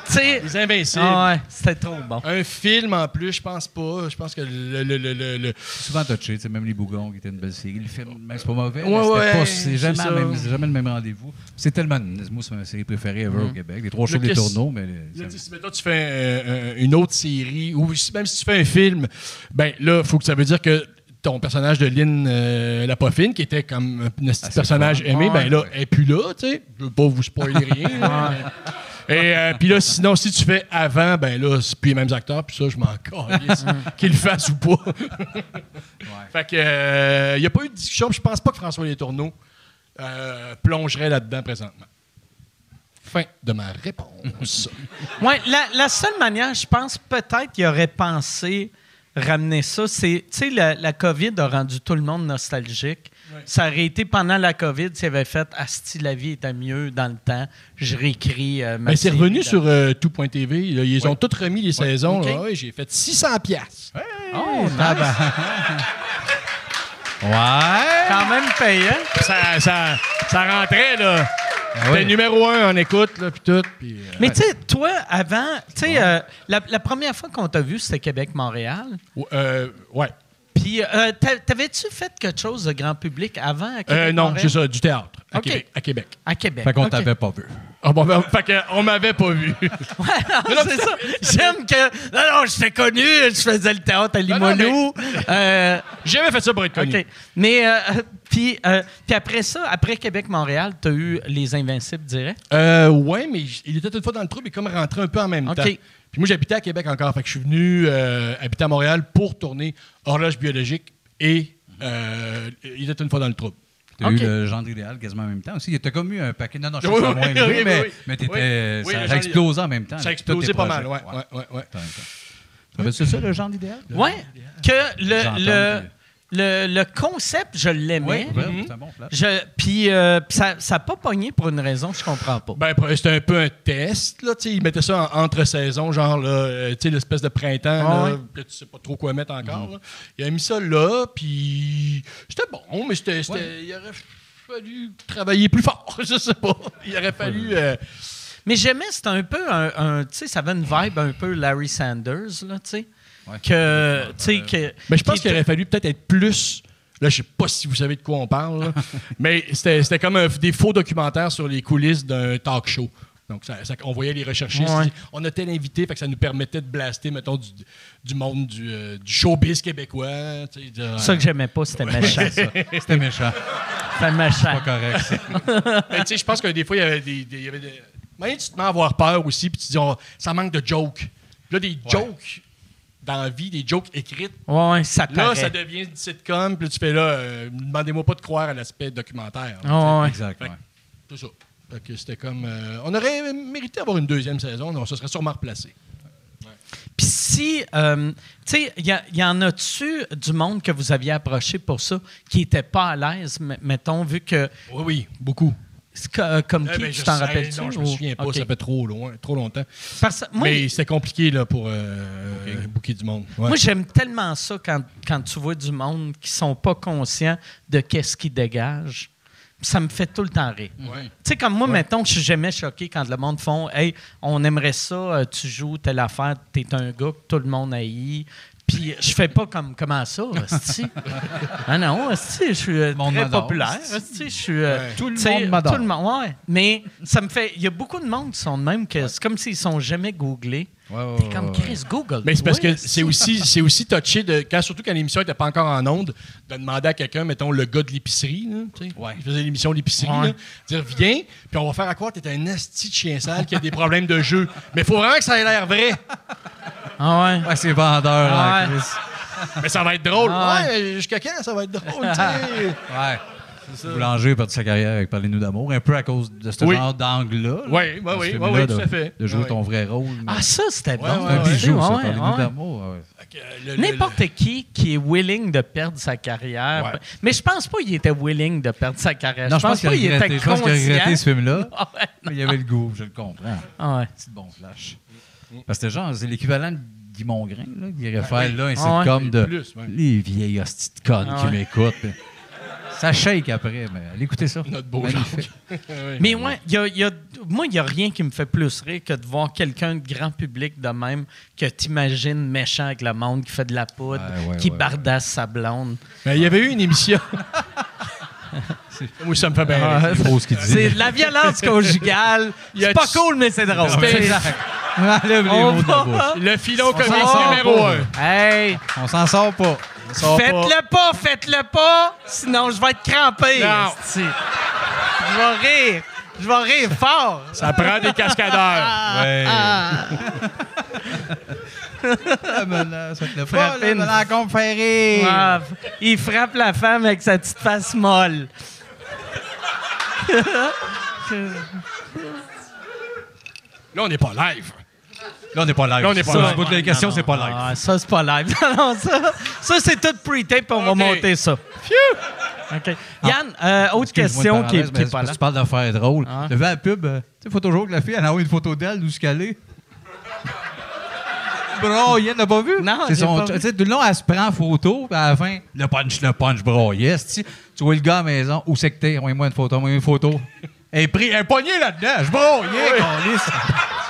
S4: tu sais.
S5: Les Invincibles.
S4: Ah ouais, c'était trop bon.
S5: Un film en plus, je pense pas. Je pense que le. le, le, le, le-
S6: C'est souvent touché, tu sais, même Les Bougons, qui était une belle série. Le film, même, c'est pas mauvais.
S5: Ouais,
S6: mais c'était
S5: ouais,
S6: pas- c'est
S5: c'est
S6: jamais,
S5: ça.
S6: la même- c'est jamais le même rendez-vous. C'est tellement. Moi, c'est ma série préférée ever au Québec. Les trois shows
S5: Mm. Le
S6: des
S5: Kiss-
S6: tourneaux, mais. les-
S5: Là, tu sais, si maintenant tu fais euh, euh, une autre série, ou si- même si tu fais un film, ben là, faut que ça veut dire que ton personnage de Lynn euh, Lapoffine, qui était comme un petit personnage aimé, ben là, elle est plus là, tu sais. Je veux pas vous spoiler rien. là, mais- Et euh, puis là, sinon, si tu fais avant, ben là, c'est plus les mêmes acteurs, puis ça, je m'en calisse, qu'ils le fassent ou pas. Fait que, il n'y a pas eu de discussion, puis je pense pas que François Letourneau euh, plongerait là-dedans présentement. Fin de ma réponse.
S4: Ouais, la, la seule manière, je pense, peut-être qu'il aurait pensé ramener ça, c'est, tu sais, la, la COVID a rendu tout le monde nostalgique. Ça aurait été pendant la COVID s'il avait fait « Asti, la vie était mieux dans le temps, je réécris euh, ma
S5: Mais c'est
S4: série
S5: revenu
S4: dans-
S5: sur euh, tout.tv. là. Ils ont toutes remis les saisons. là.
S4: Ok.
S5: Ouais, j'ai fait 600 piastres.
S4: Quand même payant.
S5: Ça, ça, ça rentrait, là. C'était numéro un en écoute, là, puis tout. puis, euh,
S4: Mais tu sais, toi, avant, tu sais, euh, la, la première fois qu'on t'a vu, c'était Québec-Montréal.
S5: ou- euh, ouais.
S4: Puis, euh, t'a- t'avais-tu fait quelque chose de grand public avant à Québec?
S5: Euh, non,
S4: Montréal?
S5: c'est ça, du théâtre. À
S4: Ok.
S5: Québec. À Québec.
S4: À Québec.
S6: Fait qu'on
S4: OK.
S6: t'avait pas vu.
S5: Ah bon, ben, fait que, on m'avait pas vu.
S4: Ouais, non, Ah, c'est ça. J'aime que. Non, non, je t'ai connu, je faisais le théâtre à Limoilou. Euh,
S5: J'ai jamais fait ça pour être connu.
S4: OK. Mais, euh, puis, euh, puis après ça, après Québec-Montréal, t'as eu Les Invincibles direct.
S5: Euh, ouais, mais j- il était une fois dans le trou, mais comme rentré un peu en même
S4: Ok.
S5: temps. Puis moi, j'habitais à Québec encore. Fait que je suis venu euh, habiter à Montréal pour tourner Horloge biologique et euh, Il était une fois dans le trou.
S6: T'as
S4: Ok.
S6: eu le genre idéal quasiment en même temps aussi. T'as comme eu un paquet. Non, non, je
S5: Oui,
S6: sais pas
S5: oui,
S6: moins
S5: oui,
S6: élevé,
S5: oui,
S6: mais,
S5: oui.
S6: mais
S5: Oui,
S6: t'étais-
S5: oui,
S6: ça
S5: le
S6: a
S5: genre-
S6: explosé en même temps.
S5: Ça a
S6: avec tous tes
S5: explosé pas mal, ouais.
S6: projets.
S5: ouais, ouais, ouais.
S6: T'as- t'as- T'avais-tu ça, le genre idéal?
S4: Ouais. Que
S6: J'entends,
S4: le, le,
S6: puis-
S4: le, le concept, je l'aimais.
S6: Oui,
S5: Mhm.
S6: ouais, c'est un bon flash.
S4: Je- puis euh, puis ça n'a pas pogné pour une raison que je comprends pas.
S5: Ben, pr- c'était un peu un test. Là, tu sais, ils mettaient ça en- entre saisons, genre là, euh, tu sais, l'espèce de printemps,
S4: Ah
S5: là, que tu sais pas trop quoi mettre encore.
S6: Mhm.
S5: là. Ils ont mis ça là, puis c'était bon, mais c'était, c'était- il aurait fallu travailler plus fort, je sais pas. Il aurait fallu... euh,
S4: Mais j'aimais, c'était un peu un. un- tu sais, ça avait une vibe un peu Larry Sanders, là, tu sais.
S6: Ouais.
S4: Que, tu sais, que.
S5: Mais Ben, je pense
S4: qui
S5: qu'il aurait fallu peut-être être plus... Là, je sais pas si vous savez de quoi on parle, là, mais c'était, c'était comme un- des faux documentaires sur les coulisses d'un talk show. Donc, ça- ça- on voyait les recherchistes.
S4: Ouais.
S5: qui- On a tel invité, fait que ça nous permettait de blaster, mettons, du, du monde du, euh, du showbiz québécois. tu sais, de-
S4: C'est ça que j'aimais pas, c'était méchant, ça.
S6: C'était méchant.
S4: C'était méchant.
S6: Pas correct, ça.
S5: Mais Ben, tu sais, je pense que des fois, il y avait des. des- il y avait des- Même tu te mets à avoir peur aussi, puis tu dis, on- ça manque de jokes. Là, des jokes dans la vie, des jokes écrites.
S4: Ouais, ouais, ça paraît.
S5: Là, ça devient une sitcom, puis là, tu fais là, euh, demandez-moi pas de croire à l'aspect documentaire.
S4: Ouais, ouais.
S6: Exact,
S5: Fait que-
S6: ouais.
S5: Tout ça. Fait que c'était comme. euh, on aurait mérité d'avoir une deuxième saison, on se serait sûrement replacé.
S4: Puis si, euh, tu sais, il y, a- y en a-tu du monde que vous aviez approché pour ça qui n'était pas à l'aise, m- mettons, vu que.
S5: Oui, oui, beaucoup.
S4: c'est co- euh, Comme
S5: Eh
S4: qui,
S5: ben,
S4: tu
S5: je
S4: t'en
S5: sais,
S4: rappelles-tu?
S5: Non, je me
S4: ou-
S5: souviens pas,
S4: OK.
S5: ça fait trop loin, trop longtemps.
S4: Parce que moi,
S5: Mais c'était compliqué là, pour euh, bouquer du monde. Ouais.
S4: Moi, j'aime tellement ça quand, quand tu vois du monde qui sont pas conscients de qu'est-ce qu'ils dégagent. Ça me fait tout le temps rire.
S5: Ouais.
S4: Tu sais, comme moi, mettons que je suis jamais choqué quand le monde font Hey, on aimerait ça, euh, tu joues telle affaire, t'es un gars que tout le monde haït. Puis je fais pas comme comment ça, esti? ah non, esti, je suis euh,
S6: Monde
S4: très
S6: m'adore,
S4: populaire, esti, je suis euh,
S5: Ouais.
S4: tout le
S6: monde m'adore.
S4: Tout le monde, ouais. Mais ça me fait, il y a beaucoup de monde qui sont de même que c'est comme s'ils sont jamais googlés.
S6: Ouais, ouais,
S4: T'es
S6: ouais,
S4: comme
S6: ouais.
S4: Chris Google.
S5: Mais c'est parce
S4: toi,
S5: que
S4: esti.
S5: c'est aussi, c'est aussi touché, de, quand, surtout quand l'émission n'était pas encore en onde, de demander à quelqu'un, mettons, le gars de l'épicerie, là, tu sais, il faisait l'émission de l'épicerie,
S4: Ouais.
S5: là, dire viens, puis on va faire à quoi? T'es un asti de chien sale qui a des problèmes de jeu. Mais faut vraiment que ça ait l'air vrai.
S4: Ah ouais.
S6: Ouais, c'est vendeur,
S4: Ah
S6: hein,
S4: ouais.
S6: Chris.
S5: Mais ça va être drôle.
S4: Ah
S5: ouais, jusqu'à quand ça va être drôle, tu sais?
S6: Ouais. Boulanger a perdu sa carrière avec Parlez-nous d'amour, un peu à cause de ce
S5: Oui.
S6: genre d'angle-là. là,
S5: Oui, oui,
S6: de ce
S5: oui,
S6: film-là,
S5: oui, oui,
S6: de-
S5: tout à fait.
S6: De jouer
S5: Oui.
S6: ton vrai rôle. mais
S4: Ah, ça, c'était bon.
S6: C'est
S5: ouais,
S6: un
S5: ouais.
S6: bijou, ça,
S4: Ouais,
S6: Parlez-nous
S4: ouais.
S6: d'amour. ouais.
S5: Fait que, euh, le- le-
S4: N'importe qui qui est willing de perdre sa carrière.
S5: Ouais.
S4: Mais je pense pas qu'il était willing de perdre sa carrière.
S6: Non,
S4: je pense, pas qu'il
S6: a regretté.
S4: était
S6: Je pense qu'il a regretté ce
S4: conscient.
S6: film-là.
S4: Ah ouais, non.
S6: Mais il y avait le goût, je le comprends.
S4: Ah ouais.
S6: Petit bon flash. Parce que genre, c'est l'équivalent de Guy Mongrain, là, qui irait faire là, un
S4: Ah ouais.
S6: sitcom de
S5: Plus, ouais.
S6: les vieilles hosties de connes
S4: Ah
S6: qui
S4: ouais.
S6: m'écoutent. puis Ça shake après, mais allez écouter ça.
S5: Notre beau
S6: Magnifique.
S4: Mais ouais, y a- y a- moi, il n'y a rien qui me fait plus rire que de voir quelqu'un de grand public de même que t'imagines méchant avec le monde, qui fait de la poudre,
S6: Ouais, ouais,
S4: qui
S6: ouais,
S4: bardasse sa blonde.
S5: Mais il y avait eu une émission. Ah. Moi, ça me fait bien. rire.
S6: C'est trop ce qu'il dit.
S4: C'est de la violence conjugale.
S5: y a
S4: C'est pas
S5: du-
S4: cool, mais c'est drôle.
S5: C'était-
S6: Enlève les
S4: On
S6: mots de la
S4: va-
S6: bouche.
S5: Le filon comique
S6: s'en sort
S5: numéro
S6: pas.
S5: un.
S4: Hey,
S6: On s'en sort pas. On sort pas.
S4: faites-le pas, faites-le pas, sinon je vais être crampé.
S5: Non.
S4: esti. Je vais rire. Je vais rire fort.
S5: Ça prend des cascadeurs.
S4: Ah.
S6: Ouais. la menace, faites-le pas.
S4: Frappine.
S6: La rencontre fait rire.
S4: Ah, il frappe la femme avec sa petite face molle.
S5: Là, on n'est pas live.
S6: Là, on n'est pas live.
S5: Là, on n'est pas
S6: Ça,
S5: live.
S6: je bout de la question, c'est pas live.
S4: Ah, ça, c'est pas live. Non, non, ça, ça c'est tout pre-tape, on va
S5: Ok.
S4: monter ça. OK. Yann, euh, autre
S6: Ah. Excuse-moi une
S4: question qui
S6: parenthèse,
S4: est, qui
S6: mais
S4: est pas
S6: parce
S4: là.
S6: que Tu parles d'affaires drôles.
S4: Ah.
S6: Tu vu à la pub, euh, tu sais, faut toujours que la fille elle envoie une photo d'elle d'où ce qu'elle est. Broyen, l'a pas vu?
S4: Non,
S6: c'est
S4: j'ai
S6: son.
S4: pas vu.
S6: Tu sais, tout le long, elle se prend en photo, puis à la fin, le punch, le punch, Broyen. Tu tu vois le gars à la maison, où c'est que t'es? Envoyez-moi une photo, envoyez-moi une photo. Elle est pris, un poignet là-dedans, je broyais, câlisse.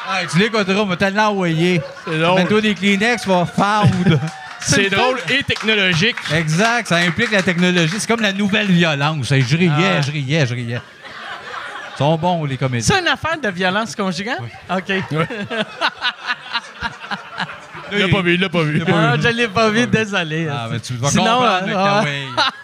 S6: Ah, Tu l'écouteras, on va te l'envoyer.
S5: C'est drôle.
S6: Mets-toi des Kleenex, tu vas fendre.
S5: C'est drôle et technologique.
S6: Exact, ça implique la technologie. C'est comme la nouvelle violence. Je riais,
S4: Ah.
S6: je riais, je riais. Ils sont bons, les comédiens.
S4: C'est une affaire de violence conjugale? OK.
S5: Il l'a pas vu, il l'a pas vu.
S4: Ah, je l'ai pas vu, désolé.
S6: Ah, mais tu vas
S4: Sinon,
S6: comprendre,
S4: euh,
S6: Nick Tawai.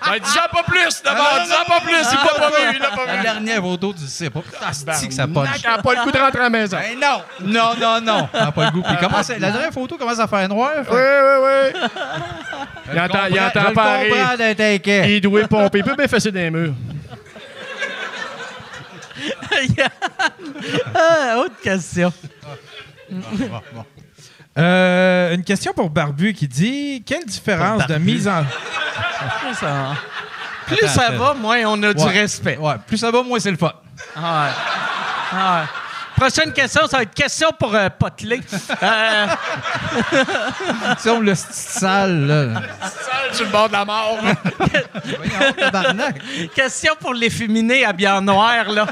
S5: Ben, dis-en pas plus, d'abord. Dis-en pas plus. Il l'a pas vu, il l'a pas
S6: La
S5: vu.
S6: dernière photo, tu sais pas. Putain, c'est que ça punch.
S5: Tabarnak, elle a pas le coup de rentrer à la maison.
S6: Ben non, non, non, non. Ah, pas le goût. Puis comment ça- la dernière photo commence à faire noir. fait que-
S5: Oui, oui, oui. Il entend, il
S6: Je
S5: entend
S6: le
S5: pas
S6: comprends
S5: rire.
S6: d'être inquiet.
S5: Il est doué pomper. Il peut bien fesser des murs.
S4: Yann, ah, autre question.
S7: Euh, une question pour Barbu qui dit Quelle différence de mise en.
S4: Ça- Plus
S6: Attends,
S4: ça
S6: attends.
S4: va, moins on a du
S6: Ouais.
S4: respect.
S6: Ouais, plus ça va, moins c'est le fun.
S4: Ah ouais. Ah ouais. Prochaine question, ça va être question pour euh, Potelé. Euh,
S6: Tu sais, on le sale, là.
S5: Sale sur le bord de la mort.
S6: Voyons, tabarnak.
S4: question pour l'efféminé à bien noir, là.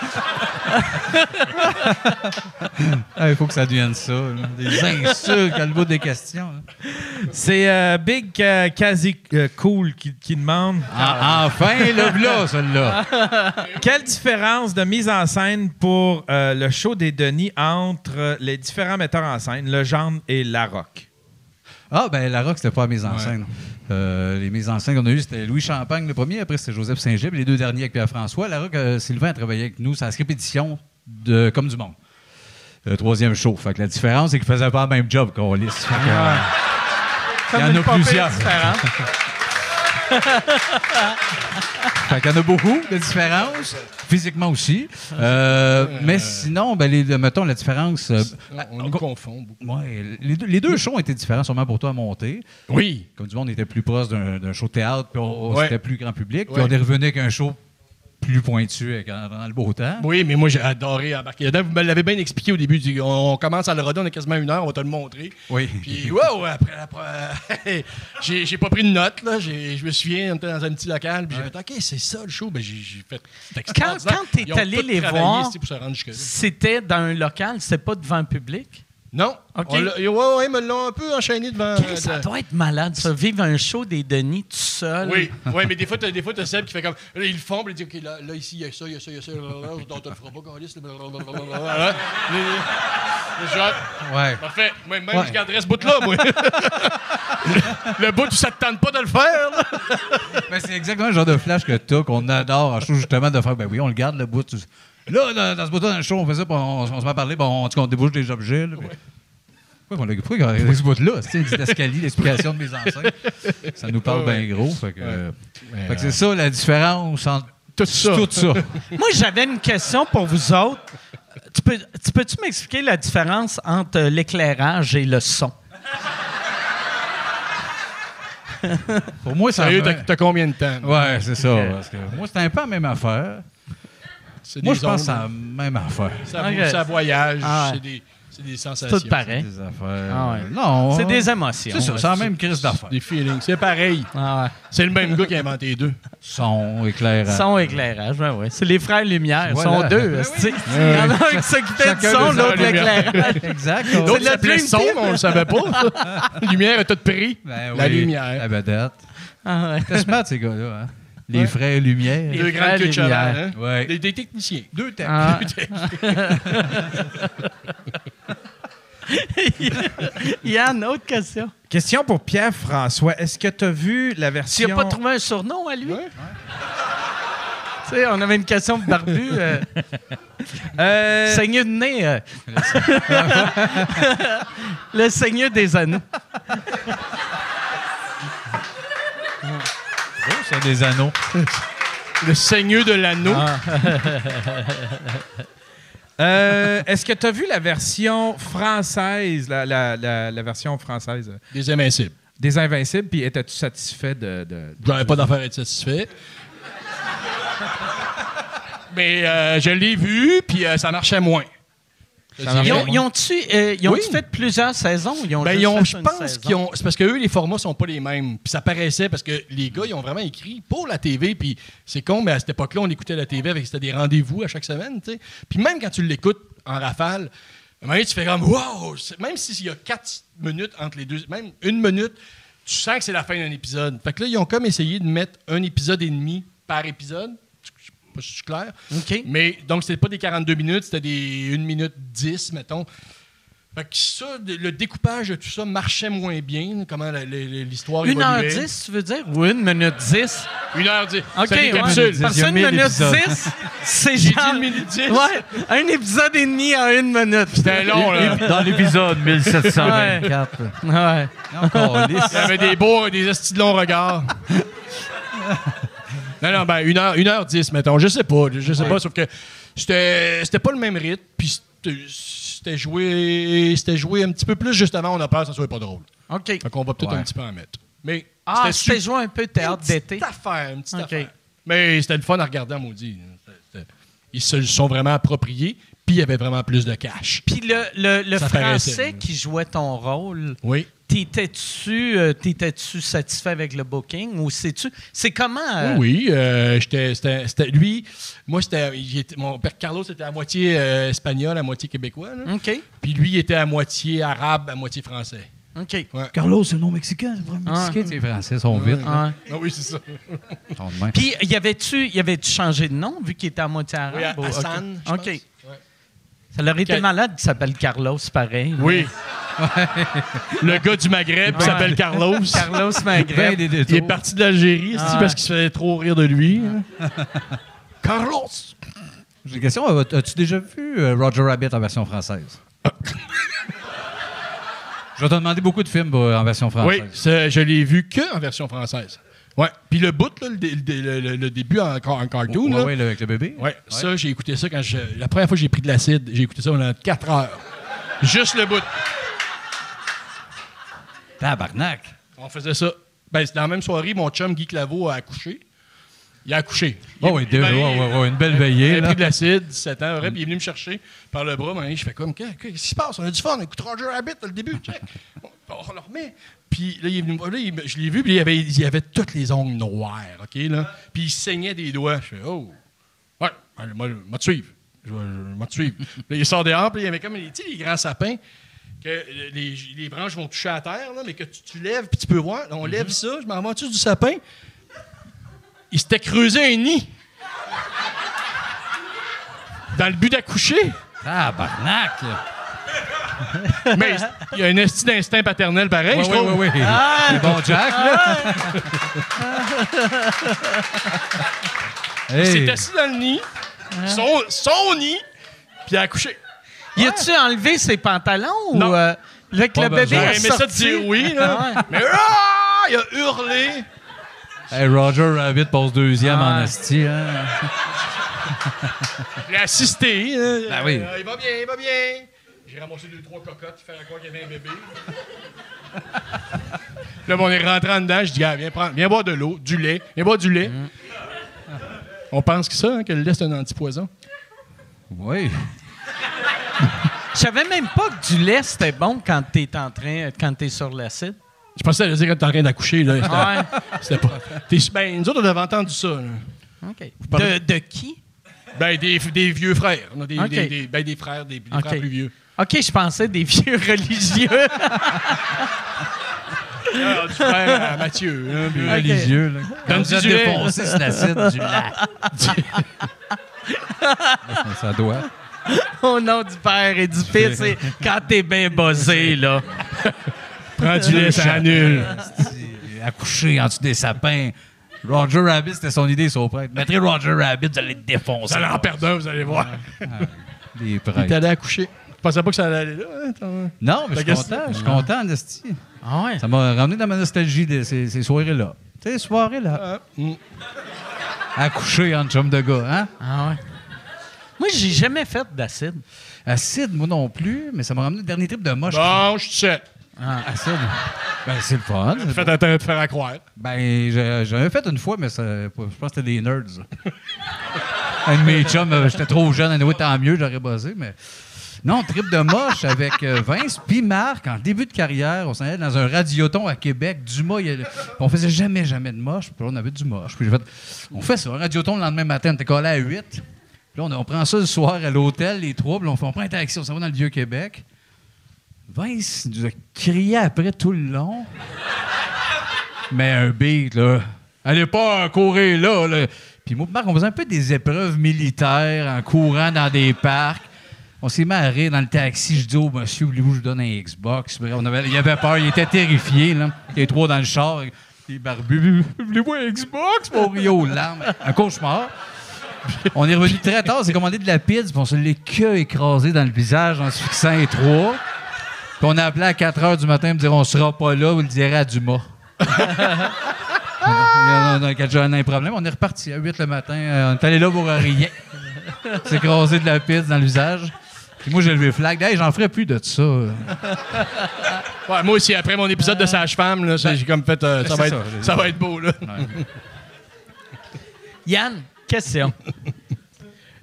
S6: Ah, Il faut que ça devienne ça. là. Des insultes à le bout des questions. là.
S7: C'est euh, Big Ca- Quasi euh, Cool qui, qui demande
S6: Ah, enfin, le là, celle-là.
S7: Quelle différence de mise en scène pour euh, le show des Denis entre euh, les différents metteurs en scène, le genre et la rock
S6: Ah, ben, la rock, c'était pas la mise en scène. Euh, les mises en scène qu'on a eues, c'était Louis Champagne le premier, après c'était Joseph Saint-Gilles, puis les deux derniers avec Pierre-François. La rock, euh, Sylvain a travaillé avec nous, sa répétition de Comme du Monde. Le troisième show. Fait que la différence, c'est qu'il faisait pas le même job qu'on liste. euh, Il y en a plusieurs. Fait qu'il y en a beaucoup de différences, physiquement aussi. Euh, mais sinon, ben, les, mettons la différence. euh,
S5: On nous confond beaucoup.
S6: ouais, les, deux, les deux shows étaient différents, sûrement pour toi à monter.
S5: Oui.
S6: Comme du monde, on était plus proche d'un d'un show de théâtre, puis on,
S5: Ouais.
S6: c'était plus grand public. Puis
S5: Ouais.
S6: on est revenu avec un show plus pointu avec- en- dans le beau temps.
S5: Oui, mais moi, j'ai adoré embarquer là-dedans. Vous me l'avez bien expliqué au début. du- On, on commence à le redonner, on a quasiment une heure, on va te le montrer.
S6: Oui.
S5: Puis, wow, après la. pro- j'ai j'ai pas pris de notes, là. J'ai- Je me souviens, on était dans un petit local, puis j'ai fait, OK, c'est ça le show. Ben, j'ai j'ai fait. c'est extraordinaire.
S4: quand t'es
S5: Ils ont
S4: allé
S5: tout
S4: les
S5: travaillé,
S4: voir-
S5: c'est pour se rendre jusque-là.
S4: C'était dans un local, c'est pas devant un public.
S5: Non.
S4: OK.
S5: On l'a- ouais, ouais, ils me l'ont un peu enchaîné devant.
S4: Chris,
S5: euh,
S4: ça
S5: de-
S4: doit être malade, ça. Vivre un show des Denis tout seul.
S5: Oui, oui, mais des fois, t'as, des fois, t'as Seb qui fait comme. Là, il fond, puis il dit OK, là, là, ici, il y a ça, il y a ça, il y a ça. blablabla, Donc, on le fera pas, câlisse, là, blablabla. Les- les- les gens,
S6: Ouais.
S5: Parfait. Moi, même, je garderais ce bout-là, moi. le, le bout où ça te tente pas de le faire, là.
S6: Mais c'est exactement le genre de flash que t'as, qu'on adore en show, justement, de faire, ben oui, on le garde, le bout. tu- Là, dans, dans ce bout-là, dans le show, on fait ça, puis on, on se met à parler, puis on, on débouche des objets. Là, puis- Pourquoi on a pourquoi on a regardé ce bout-là? C'est une escalier, l'explication de mes ancêtres. Ça nous parle bien gros. Fait que, euh, fait que c'est ça la différence entre
S5: Tout ça.
S6: tout ça.
S4: Moi, j'avais une question pour vous autres. Tu peux- tu peux-tu m'expliquer la différence entre euh, l'éclairage et le son?
S6: Pour moi, ça.
S5: Sérieux, t'as, t'as combien de temps? là?
S6: Ouais, c'est ça. parce que moi, c'était un peu la même affaire.
S5: C'est
S6: Moi,
S5: des
S6: je pense que
S5: ondes,
S6: c'est la même affaire.
S5: ça,
S4: Ok.
S5: ça voyage,
S4: Ah ouais.
S5: c'est, des, Euh, c'est des sensations.
S4: C'est tout pareil.
S6: Des affaires.
S4: Ah ouais.
S6: Non.
S4: C'est
S6: on-
S4: des émotions.
S6: C'est ça, c'est la même crise d'affaires.
S5: Des feelings. C'est pareil.
S4: Ah ouais.
S5: C'est le même gars qui a inventé les deux.
S6: Son, éclairage.
S4: Son éclairage, ben ouais. C'est les frères Lumière, ils
S6: Voilà.
S4: sont deux. esti. Il y en a un qui s'occupait du
S6: Chacun
S4: son,
S6: de
S4: l'autre de
S5: sa lumière.
S4: l'éclairage.
S6: Exact.
S5: L'autre
S4: la
S5: s'appelait
S4: Dream
S5: son,
S4: Team.
S5: mais on le savait pas. lumière a tout pris.
S6: Ben
S5: La
S6: oui, La
S5: lumière.
S6: vedette.
S4: Ah ouais.
S6: T'es smart, ces gars-là. Hein? Les frères Lumière.
S5: Deux
S4: frères
S5: grandes queues de
S4: Lumière.
S5: cheval, hein?
S6: Ouais.
S5: Des, des techniciens. Deux techs.
S4: Ah. Il y a une autre question.
S7: Question pour Pierre-François. Est-ce que tu as vu la
S4: Tu
S7: version...
S4: n'as pas trouvé un surnom à lui? Tu sais, on avait une question de barbu. euh,
S7: Euh,
S4: seigneur de nez. euh. le seigneur des anneaux.
S6: c'est des anneaux.
S5: Le seigneur de l'anneau.
S7: euh, Est-ce que tu as vu la version française, la, la- la- la version française euh,
S5: Des invincibles.
S7: des Invincibles, puis étais-tu satisfait de... de-
S5: J'avais pas d'affaire à être satisfait. Mais euh, je l'ai vu, puis euh, ça marchait moins. Je
S7: Ça marchait
S5: dirais-
S4: Ils
S7: Vraiment.
S4: ont, ils ont-tu, euh, ils ont-tu
S5: Oui.
S4: fait plusieurs saisons? Ils ont
S5: Ben,
S4: juste
S5: ils ont-
S4: fait
S5: je
S4: une
S5: pense
S4: saison?
S5: qu'ils ont. C'est parce que eux, les formats sont pas les mêmes. Puis ça paraissait parce que les gars, ils ont vraiment écrit pour la TV. Puis c'est con, mais à cette époque-là, on écoutait la TV avec c'était des rendez-vous à chaque semaine, tu sais. Puis même quand tu l'écoutes en rafale, à un moment donné, tu fais comme Wow! C'est- Même s'il y a quatre minutes entre les deux, même une minute, tu sens que c'est la fin d'un épisode. Fait que là, ils ont comme essayé de mettre un épisode et demi par épisode. Je sais pas si je suis clair.
S4: OK.
S5: Mais donc, c'était pas des 42 minutes, c'était des 1 minute 10, mettons. Fait que ça, de- le découpage de tout ça marchait moins bien, comment la- la- la- l'histoire
S4: Une heure
S5: évoluait.
S4: dix, tu veux dire? Ou une minute dix?
S5: 1h10.
S4: OK,
S5: ça
S4: ouais.
S5: récapitule.
S4: Parce qu'une
S6: Il y a mille
S4: minute
S6: épisodes.
S4: dix, c'est
S5: J'ai dit
S4: genre...
S5: une minute 10.
S4: Ouais, un épisode et demi en une minute.
S5: C'était long, là. ben,
S6: Dans l'épisode
S4: 1724. Ouais.
S6: Encore lisse.
S5: Il y avait des beaux, des estis de longs regards. Non, non, ben, 1h, 1h10, mettons. Je sais pas, je sais pas, sauf que c'était c'était pas le même rythme, puis c'était- c'était joué, c'était joué un petit peu plus juste avant, on a peur que ça soit pas drôle.
S4: OK.
S5: Fait qu'on va peut-être
S6: Ouais.
S5: un petit peu en mettre. Mais
S4: Ah,
S5: c'était
S4: c'était joué un peu théâtre d'été.
S5: Une petite affaire, une petite
S4: Ok.
S5: affaire. Mais c'était le fun à regarder en maudit. C'était- Ils se le sont vraiment appropriés, puis il y avait vraiment plus de cash.
S4: Puis le, le, le
S5: Ça
S4: français
S5: paraissait.
S4: qui jouait ton rôle,
S5: Oui.
S4: t'étais-tu euh, t'étais-tu satisfait avec le booking ou sais-tu... C'est comment... euh,
S5: Oui, euh, j'étais, c'était, c'était- lui, moi, c'était, il était- mon père Carlos était à moitié euh, espagnol, à moitié québécois. là.
S4: OK.
S5: Puis lui, il était à moitié arabe, à moitié français.
S4: OK.
S6: Carlos, c'est non mexicain. C'est vraiment mexicain. Les Français sont vite. là.
S4: Ouais.
S5: Ah oui, c'est ça.
S6: Ils sont de même.
S4: Puis, y avait-tu y avait changé de nom, vu qu'il était à moitié arabe?
S5: Oui, à-
S4: ou-
S5: Hassan,
S4: OK.
S5: je
S4: OK. Ça leur était
S5: Quel-
S4: malade qu'il s'appelle Carlos, pareil.
S5: Oui. Le gars du Maghreb qui s'appelle Carlos.
S4: Carlos
S6: Ben
S4: Maghreb.
S6: des
S5: Il est
S6: détours.
S5: parti de l'Algérie, c'est-tu,
S4: Ah.
S5: parce qu'il se faisait trop rire de lui. hein? Carlos!
S6: J'ai une question. Euh, As-tu déjà vu euh, Roger Rabbit en version française? Je vais te demander beaucoup de films euh, en version
S5: Oui,
S6: française.
S5: c'est- je l'ai vu que en version française. Ouais. Puis le bout, là, le, dé- le dé- le- le- le début en, ca- en cartoon,
S6: Oui,
S5: là.
S6: ouais, le- avec le bébé.
S5: Ouais, ça, j'ai écouté ça quand je. La première fois que j'ai pris de l'acide, j'ai écouté ça pendant 4 heures. Juste le bout.
S6: Tabarnak.
S5: On faisait ça. Ben, c'est dans la même soirée, mon chum Guy Claveau a accouché. Il a accouché. Il-
S6: Oh, oui, deux,
S5: ben,
S6: ouais, ouais, ouais, une belle
S5: Il
S6: veillée.
S5: a
S6: Là.
S5: pris de l'acide, 17 ans, ouais, puis il est venu me chercher par le bras. Ben, je fais comme, qu'est-ce qu'est-ce qui se passe? On a du fun, on écoute Roger Rabbit, le début, check. On, on le remet. Puis là, il est venu me voir, là, il me- je l'ai vu, puis il avait, il avait toutes les ongles noires, OK, là? Puis il saignait des doigts. Je fais, oh, ouais, ben, allez, moi, moi te suivre. Je vais je vais te suivre. Puis là, il sort dehors, puis il y avait comme, tu sais, les grands sapins. que que les, les branches vont toucher à terre, là, mais que tu, tu lèves puis tu peux voir. On
S4: Mhm.
S5: lève ça, je m'en vais dessus du sapin. Il s'était creusé un nid. Dans le but d'accoucher.
S6: Ah, barnac, là.
S5: Mais il y a un esti d'instinct paternel pareil, je
S6: Oui,
S5: trouve.
S6: oui, oui.
S4: Ah,
S6: C'est bon, Jack, là.
S5: Il
S6: Hey.
S5: s'est assis dans le nid, son, son nid, puis il a accouché.
S4: Y a-tu enlevé ses pantalons
S5: Non.
S4: ou. euh, là, que
S6: Pas
S4: le bébé
S6: besoin.
S4: a
S5: J'aurais aimé ça de
S4: sorti?
S5: dire oui, là.
S4: Ah ouais.
S5: Mais ah, il a hurlé.
S6: Hey, Roger Rabbit passe deuxième
S4: Ah.
S6: en Asti. Hein?
S5: J'ai assisté. hein.
S6: Ben oui.
S5: Euh, il va bien, il va bien. J'ai ramassé deux, trois cocottes, faire croire qu'il y avait un bébé. là, ben, on est rentré en dedans. Je dis, gars, viens, prendre, viens boire de l'eau, du lait. Viens boire du lait. On pense que ça, hein, que le lait, c'est un antipoison.
S6: Oui.
S4: Je savais même pas que du lait, c'était bon quand t'es en train, quand t'es sur l'acide.
S5: Je pensais à dire que t'es en train d'accoucher, là. C'était-
S4: Ouais.
S5: C'était pas. T'es- ben, nous autres, on avait entendu ça, là.
S4: OK.
S5: parlez-
S4: De, de qui?
S5: Ben, des, des vieux frères. On a Des,
S4: Ok.
S5: des- des- ben, des frères, des, des
S4: Ok.
S5: frères plus vieux.
S4: OK, je pensais des vieux religieux.
S5: Ah, du frère à Mathieu. hein, puis-
S6: Religieux, là.
S5: Donne
S6: Vous êtes
S5: du lait.
S6: défoncé, c'est l'acide du lac. Ça doit.
S4: Au nom du Père et du Fils, c'est quand t'es bien buzzé, là.
S5: Prends du lait, ça annule.
S6: Accouché euh, en dessous des sapins. Roger Rabbit, c'était son idée, son prêtre. Mettrez Roger Rabbit, vous allez le
S5: Vous
S6: défoncer.
S5: allez en perdre un, vous allez voir.
S6: Des
S5: T'es
S6: prêtres.
S5: allé accoucher. Je pensais pas que ça allait aller là. hein, t'en-
S6: Non, mais je
S5: T'as
S6: suis content. Je suis content, en esti.
S4: Ah ouais.
S6: Ça m'a ramené dans ma nostalgie de ces, ces soirées-là. Tu sais, ces
S5: Euh,
S6: soirées-là.
S5: mm.
S6: Accouché en chum de gars, hein?
S4: Ah ouais. Moi, j'ai jamais fait d'acide.
S6: Acide, moi non plus, mais ça m'a ramené le dernier trip de moche. Ah,
S5: Bon, je sais.
S6: Acide. Ben, c'est le fun.
S5: Fais ta tête de faire à croire.
S6: Ben, j'ai- j'avais fait une fois, mais ça- je pense que c'était des nerds. là. Un de mes chums, euh, j'étais trop jeune, anyway, tant mieux, j'aurais bossé, mais... Non, trip de moche avec euh, Vince, puis Marc, en début de carrière, on s'en allait dans un radioton à Québec, Dumas, il y a- on faisait jamais, jamais de moche, puis là, on avait du moche. Puis j'ai fait, on fait ça, un radioton le lendemain matin, on était collé à 8, puis là, on, on prend ça le soir à l'hôtel, les troubles, on, fait- on prend un taxi, on s'en va dans le Vieux-Québec. Vince nous a crié après tout le long. Mais un beat, là. Allez pas courir là, là. Puis moi, pis Marc, on faisait un peu des épreuves militaires en courant dans des parcs. On s'est marré dans le taxi. Je dis au monsieur, voulez-vous que je vous donne un Xbox? Bref, on avait- il avait peur, il était terrifié, là. Les trois dans le char, les barbus. Voulez-vous un Xbox? Pour Rio, larmes. Un cauchemar. On est revenu très tard, c'est commandé de la pizza, puis on se l'est que écrasé dans le visage en se fixant les trois. Puis on a appelé à 4 h du matin pour dire on sera pas là, vous le direz à Dumas. on a quelqu'un a un problème. On est reparti à 8 le matin. euh, on est allé là pour rien. C'est écrasé de la pizza dans le visage. Puis moi, j'ai levé le flag. Hey, j'en ferai plus de ça.
S5: Ouais, moi aussi, après mon épisode de Sage-Femme, là, ça- j'ai comme fait. euh, ça, va
S6: c'est
S5: être,
S6: ça,
S5: ça,
S6: j'ai-
S5: va être beau, là.
S4: Yann, question.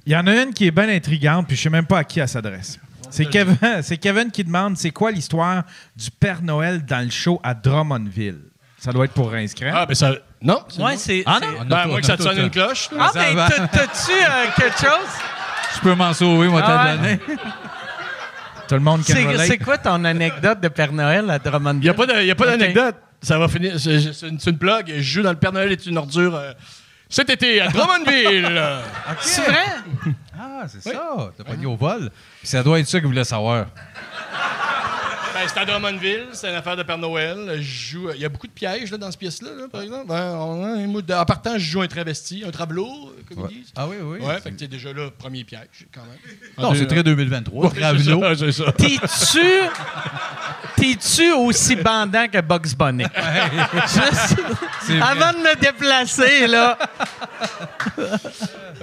S7: Il y en a une qui est bien intrigante, puis je sais même pas à qui elle s'adresse. C'est Kevin, c'est Kevin qui demande c'est quoi l'histoire du Père Noël dans le show à Drummondville. Ça doit être pour réinscrire.
S5: Ah, ben ça. Non? c'est
S4: Ouais,
S5: bon.
S4: c'est.
S6: Ah
S4: c'est-
S6: non!
S5: Ben, à moins que ça te sonne une cloche. là.
S4: Ah,
S6: Ça
S4: ben,
S6: va.
S4: t'as- t'as-tu euh, quelque chose?
S6: Je peux m'en sauver, moi,
S4: Ah
S6: t'as
S4: ouais.
S6: donné.
S7: Tout le monde qui
S4: C'est c'est
S7: relate.
S4: quoi ton anecdote de Père Noël à
S5: Il n'y
S4: Drummondville?
S5: a pas de- il y a pas
S4: Ok.
S5: d'anecdote. Ça va finir. C'est c'est une, c'est une blague. Je joue dans Le Père Noël est une ordure. euh, cet été, à Drummondville.
S4: C'est vrai?
S6: Ah, c'est ça. T'as pas dit au vol. Puis ça doit être ça que vous voulez savoir.
S5: ben, c'est à Drummondville. C'est une affaire de Père Noël. Je joue. euh, Il y a beaucoup de pièges là, dans cette pièce-là, là, par exemple. Ben, on a un mot de- en partant, je joue un travesti, un tableau, comme ils disent.
S6: Ah oui, oui.
S5: Ouais, fait que t'es déjà là, premier piège, quand même.
S6: Non, c'est très 2023. Ravelot.
S5: Ouais, c'est ça.
S4: T'es-tu. T'es-tu aussi bandant que Bugs Bunny? Juste-
S6: C'est vrai.
S4: Avant de me déplacer, là.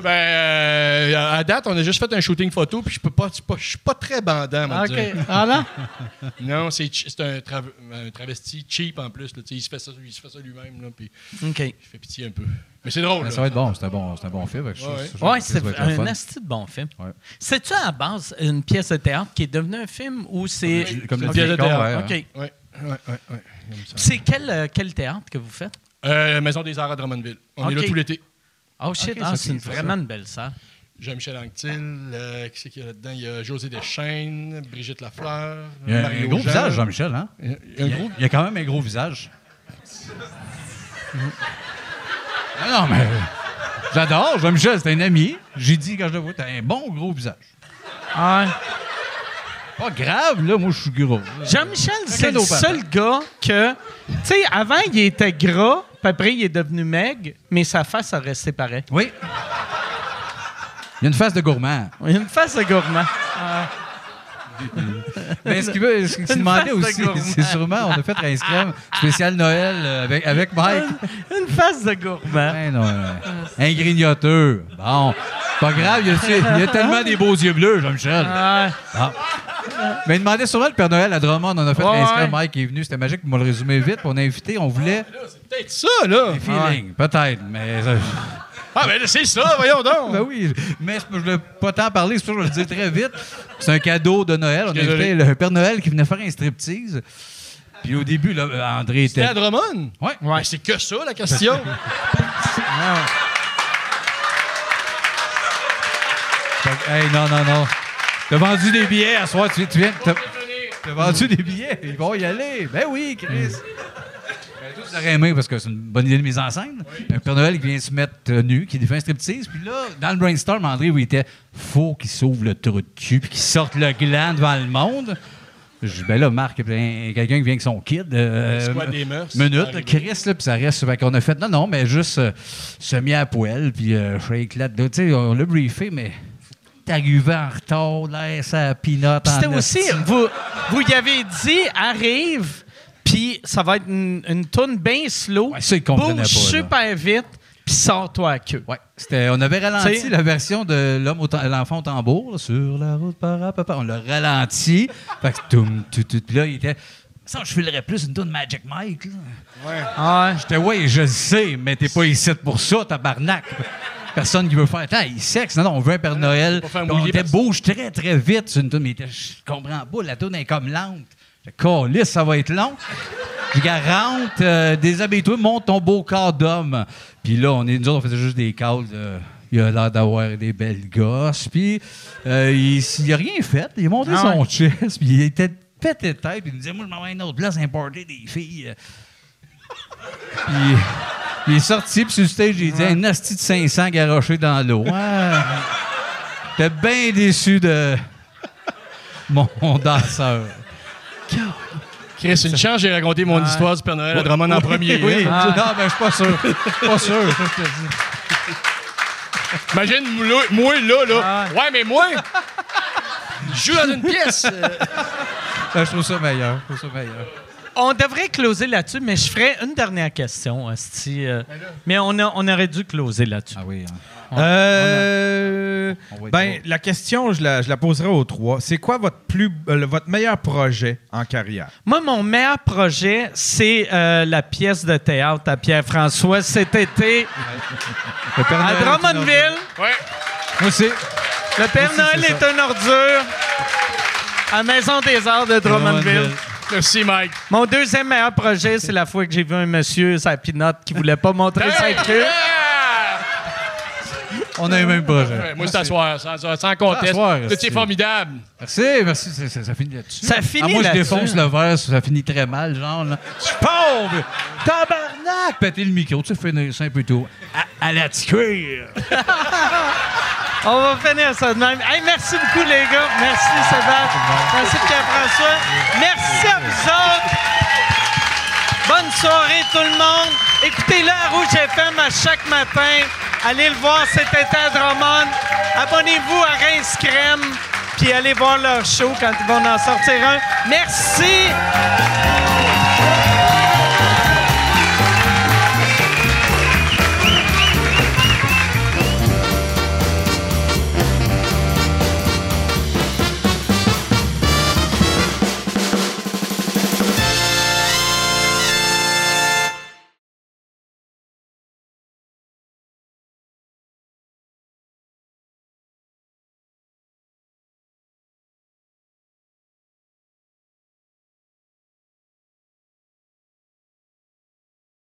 S5: Ben, euh, à date, on a juste fait un shooting photo, puis je peux pas, je suis pas, je suis pas très bandant, moi,
S4: OK.
S5: dire.
S4: Ah non?
S5: Non, c'est ch- c'est un, trav- un travesti cheap en plus. là, tu sais, il se fait ça, il se fait ça lui-même, là, puis
S4: OK.
S5: je fais pitié un peu. Mais c'est drôle.
S6: Ben,
S5: là.
S6: ça va être bon. C'est un bon, c'est un bon film. fait que je-
S5: Ouais, ouais.
S6: je- je-
S4: Ouais,
S6: ça
S4: c'est
S6: doit être le fun.
S4: un asti de bon film.
S6: Ouais.
S4: C'est-tu à la base une pièce de théâtre qui est devenue un film ou c'est.
S6: Comme le
S5: pièce de
S6: Vieux-Con,
S5: théâtre.
S6: ouais,
S4: OK.
S5: Ouais, ouais, ouais, ouais.
S4: C'est quel, euh, quel théâtre que vous faites?
S5: Euh, Maison des Arts à Drummondville. On est
S4: Ok.
S5: là tout l'été.
S4: Oh shit,
S6: Ok,
S4: ah,
S6: ça,
S4: c'est une-
S6: c'est ça.
S4: vraiment une belle salle.
S5: Jean-Michel Anctil, euh, qui c'est qu'il y a là-dedans? Il y a José Deschaines, Brigitte Lafleur,
S6: Il y a un,
S5: Mario
S6: gros
S5: Jean.
S6: visage, Jean-Michel, hein?
S5: Il y a- il y a
S6: Il
S5: un
S6: y a,
S5: gros-
S6: il y a quand même un gros visage. Ah non, mais. J'adore, Jean-Michel, c'est un ami. J'ai dit quand je le vois, t'as un bon gros visage.
S4: Ah.
S6: Pas grave, là, moi, je suis gros.
S4: Jean-Michel, c'est
S6: Euh, cadeau,
S4: le
S6: papa.
S4: seul gars que. Tu sais, avant, il était gras, puis après, il est devenu maigre, mais sa face a resté pareille.
S6: Oui. Il y a une face de gourmand.
S4: Il a une face de gourmand.
S6: Mais ce qu'il veut- ce qu'il se
S4: Une
S6: demandait
S4: face de
S6: aussi,
S4: gourmand.
S6: c'est sûrement, on a fait un scrum spécial Noël euh, avec, avec Mike.
S4: Une, une face de
S5: Hein?
S4: gourmand.
S6: Ben non, euh, un grignoteur. Bon, pas grave, il y, a, il y a tellement des beaux yeux bleus, Jean-Michel.
S4: Ah,
S6: Mais il demandait sûrement le Père Noël à Drummond. On a fait
S4: Ouais,
S6: un scrum,
S4: ouais.
S6: Mike est venu, c'était magique. On va le résumer vite. puis On a invité, on voulait.
S5: Peut-être ça, là!
S6: Feeling, peut-être, mais. euh,
S5: Ah, ben c'est ça, voyons donc!
S6: Ben oui, mais je voulais pas t'en parler, c'est pour ça que je vais le dis très vite. C'est un cadeau de Noël. On a invité le Père Noël qui venait faire un striptease. Puis au début, là, André
S5: C'était
S6: était.
S5: à Drummond?
S6: Ouais.
S5: Ben, c'est que ça, la question!
S6: Fait que, hey, non, non, non. T'as vendu des billets à soir, tu, tu viens. T'as, t'as vendu des billets, ils vont y aller. Ben oui, Chris. Ben, toi, tu l'aurais aimé parce que c'est une bonne idée de mise en scène. Un Père Noël qui vient se mettre euh, nu, qui fait un striptease. Puis là, dans le brainstorm, André, où il était, faut qu'il s'ouvre le trou de cul puis qu'il sorte le gland devant le monde. Je dis, ben là, Marc, il y a quelqu'un qui vient avec son kid. euh,
S5: Squad des mœurs,
S6: Minute,
S5: ça arrive.
S6: Chris, là, puis ça reste. Fait qu'on a fait, non, non, mais juste euh, semi à poêle, puis euh, shake là. Tu sais, on l'a briefé, mais t'arrivais en retard, l'air, ça pinote.
S4: puis c'était
S6: en
S4: aussi. euh,
S6: esti.
S4: Vous, vous y avez dit, arrive, puis ça va être une, une tourne bien slow.
S6: Ouais, ça, il
S4: bouge
S6: comprenait pas, là.
S4: super vite, puis sors-toi à queue.
S6: Ouais, c'était, on avait ralenti
S4: T'sais-
S6: la version de l'homme au ta- l'enfant au tambour là, sur la route par papa. On l'a ralenti. fait que toum, tout, tout, là, il était. Ça, je filerais plus une tourne Magic Mike. là.
S4: Ah,
S6: J'étais, ouais, je le sais, mais t'es pas ici pour ça, tabarnak. Personne qui veut faire. Attends, il sexe. Non, non, on veut un Père Noël.
S5: pas faire
S6: Puis On
S5: mouiller
S6: était
S5: personne.
S6: bouge très, très vite sur une toune, mais il était, je comprends pas, la toune est comme lente. Je calisse, ça va être long. Je garante, euh, déshabille-toi, monte ton beau corps d'homme. Puis là, on est, nous autres, on faisait juste des calls. de, il a l'air d'avoir des belles gosses. Puis euh, il, il a rien fait. Il a montré son chest. Puis il était pété de tête. Puis il me disait, moi, je m'en vais à une autre place, un party des filles. euh, Puis il est sorti, puis sur le stage, j'ai dit un asti de 500 garoché dans l'eau. Ouais. J'étais bien déçu de mon danseur.
S5: Chris, une chance, j'ai raconté mon histoire du Père Noël à Drummond en premier.
S6: Oui,
S5: hein.
S6: Ah.
S4: Ah.
S6: non, mais je suis pas sûr. Je suis pas sûr, ça, je te dis.
S5: Imagine, moi, moi, là, là. Ouais, mais moi, je joue dans une pièce. Euh,
S6: Ben, je trouve ça meilleur. Je trouve ça meilleur.
S4: On devrait closer là-dessus, mais je ferai une dernière question, hostie, euh, mais on, a- on aurait dû closer là-dessus.
S6: Ah oui. hein.
S7: Euh,
S6: On va être
S7: ben, la question, je la, je la poserai aux trois. C'est quoi votre, plus, euh, le- votre meilleur projet en carrière?
S4: Moi, mon meilleur projet, c'est euh, la pièce de théâtre à Pierre-François cet été
S6: Le Père
S4: à
S6: Noël est une
S4: Drummondville.
S5: ouais.
S6: ordure. Moi aussi.
S4: Le Père Noël est une ordure à Maison des Arts de Drummondville.
S5: Merci, Mike.
S4: Mon deuxième meilleur projet, c'est la fois que j'ai vu un monsieur, sa pinote, qui voulait pas montrer sa queue.
S5: Ouais,
S6: On a eu le même projet.
S5: Moi, c'est à soir, sans, sans
S6: C'est à
S5: conteste.
S6: soir,
S5: Tout
S6: c'est-
S5: est formidable.
S6: Merci, merci. Ça, ça- ça finit là-dessus.
S4: Ça finit
S6: Ah, moi, je
S4: là-dessus.
S6: défonce le verre, ça ça finit très mal, genre. Là. Je pauvre! Tabarnak! Péter le micro, tu sais, finir ça un peu tôt. À, à la tigre!
S4: On va finir ça de même. Hey, merci beaucoup, les gars. Merci, Sébastien. Merci, Pierre-François. Merci à vous autres. Bonne soirée, tout le monde. Écoutez-le à Rouge FM à chaque matin. Allez le voir cet été à Drummond. Abonnez-vous à Reims Crème. Puis allez voir leur show quand ils vont en sortir un. Merci.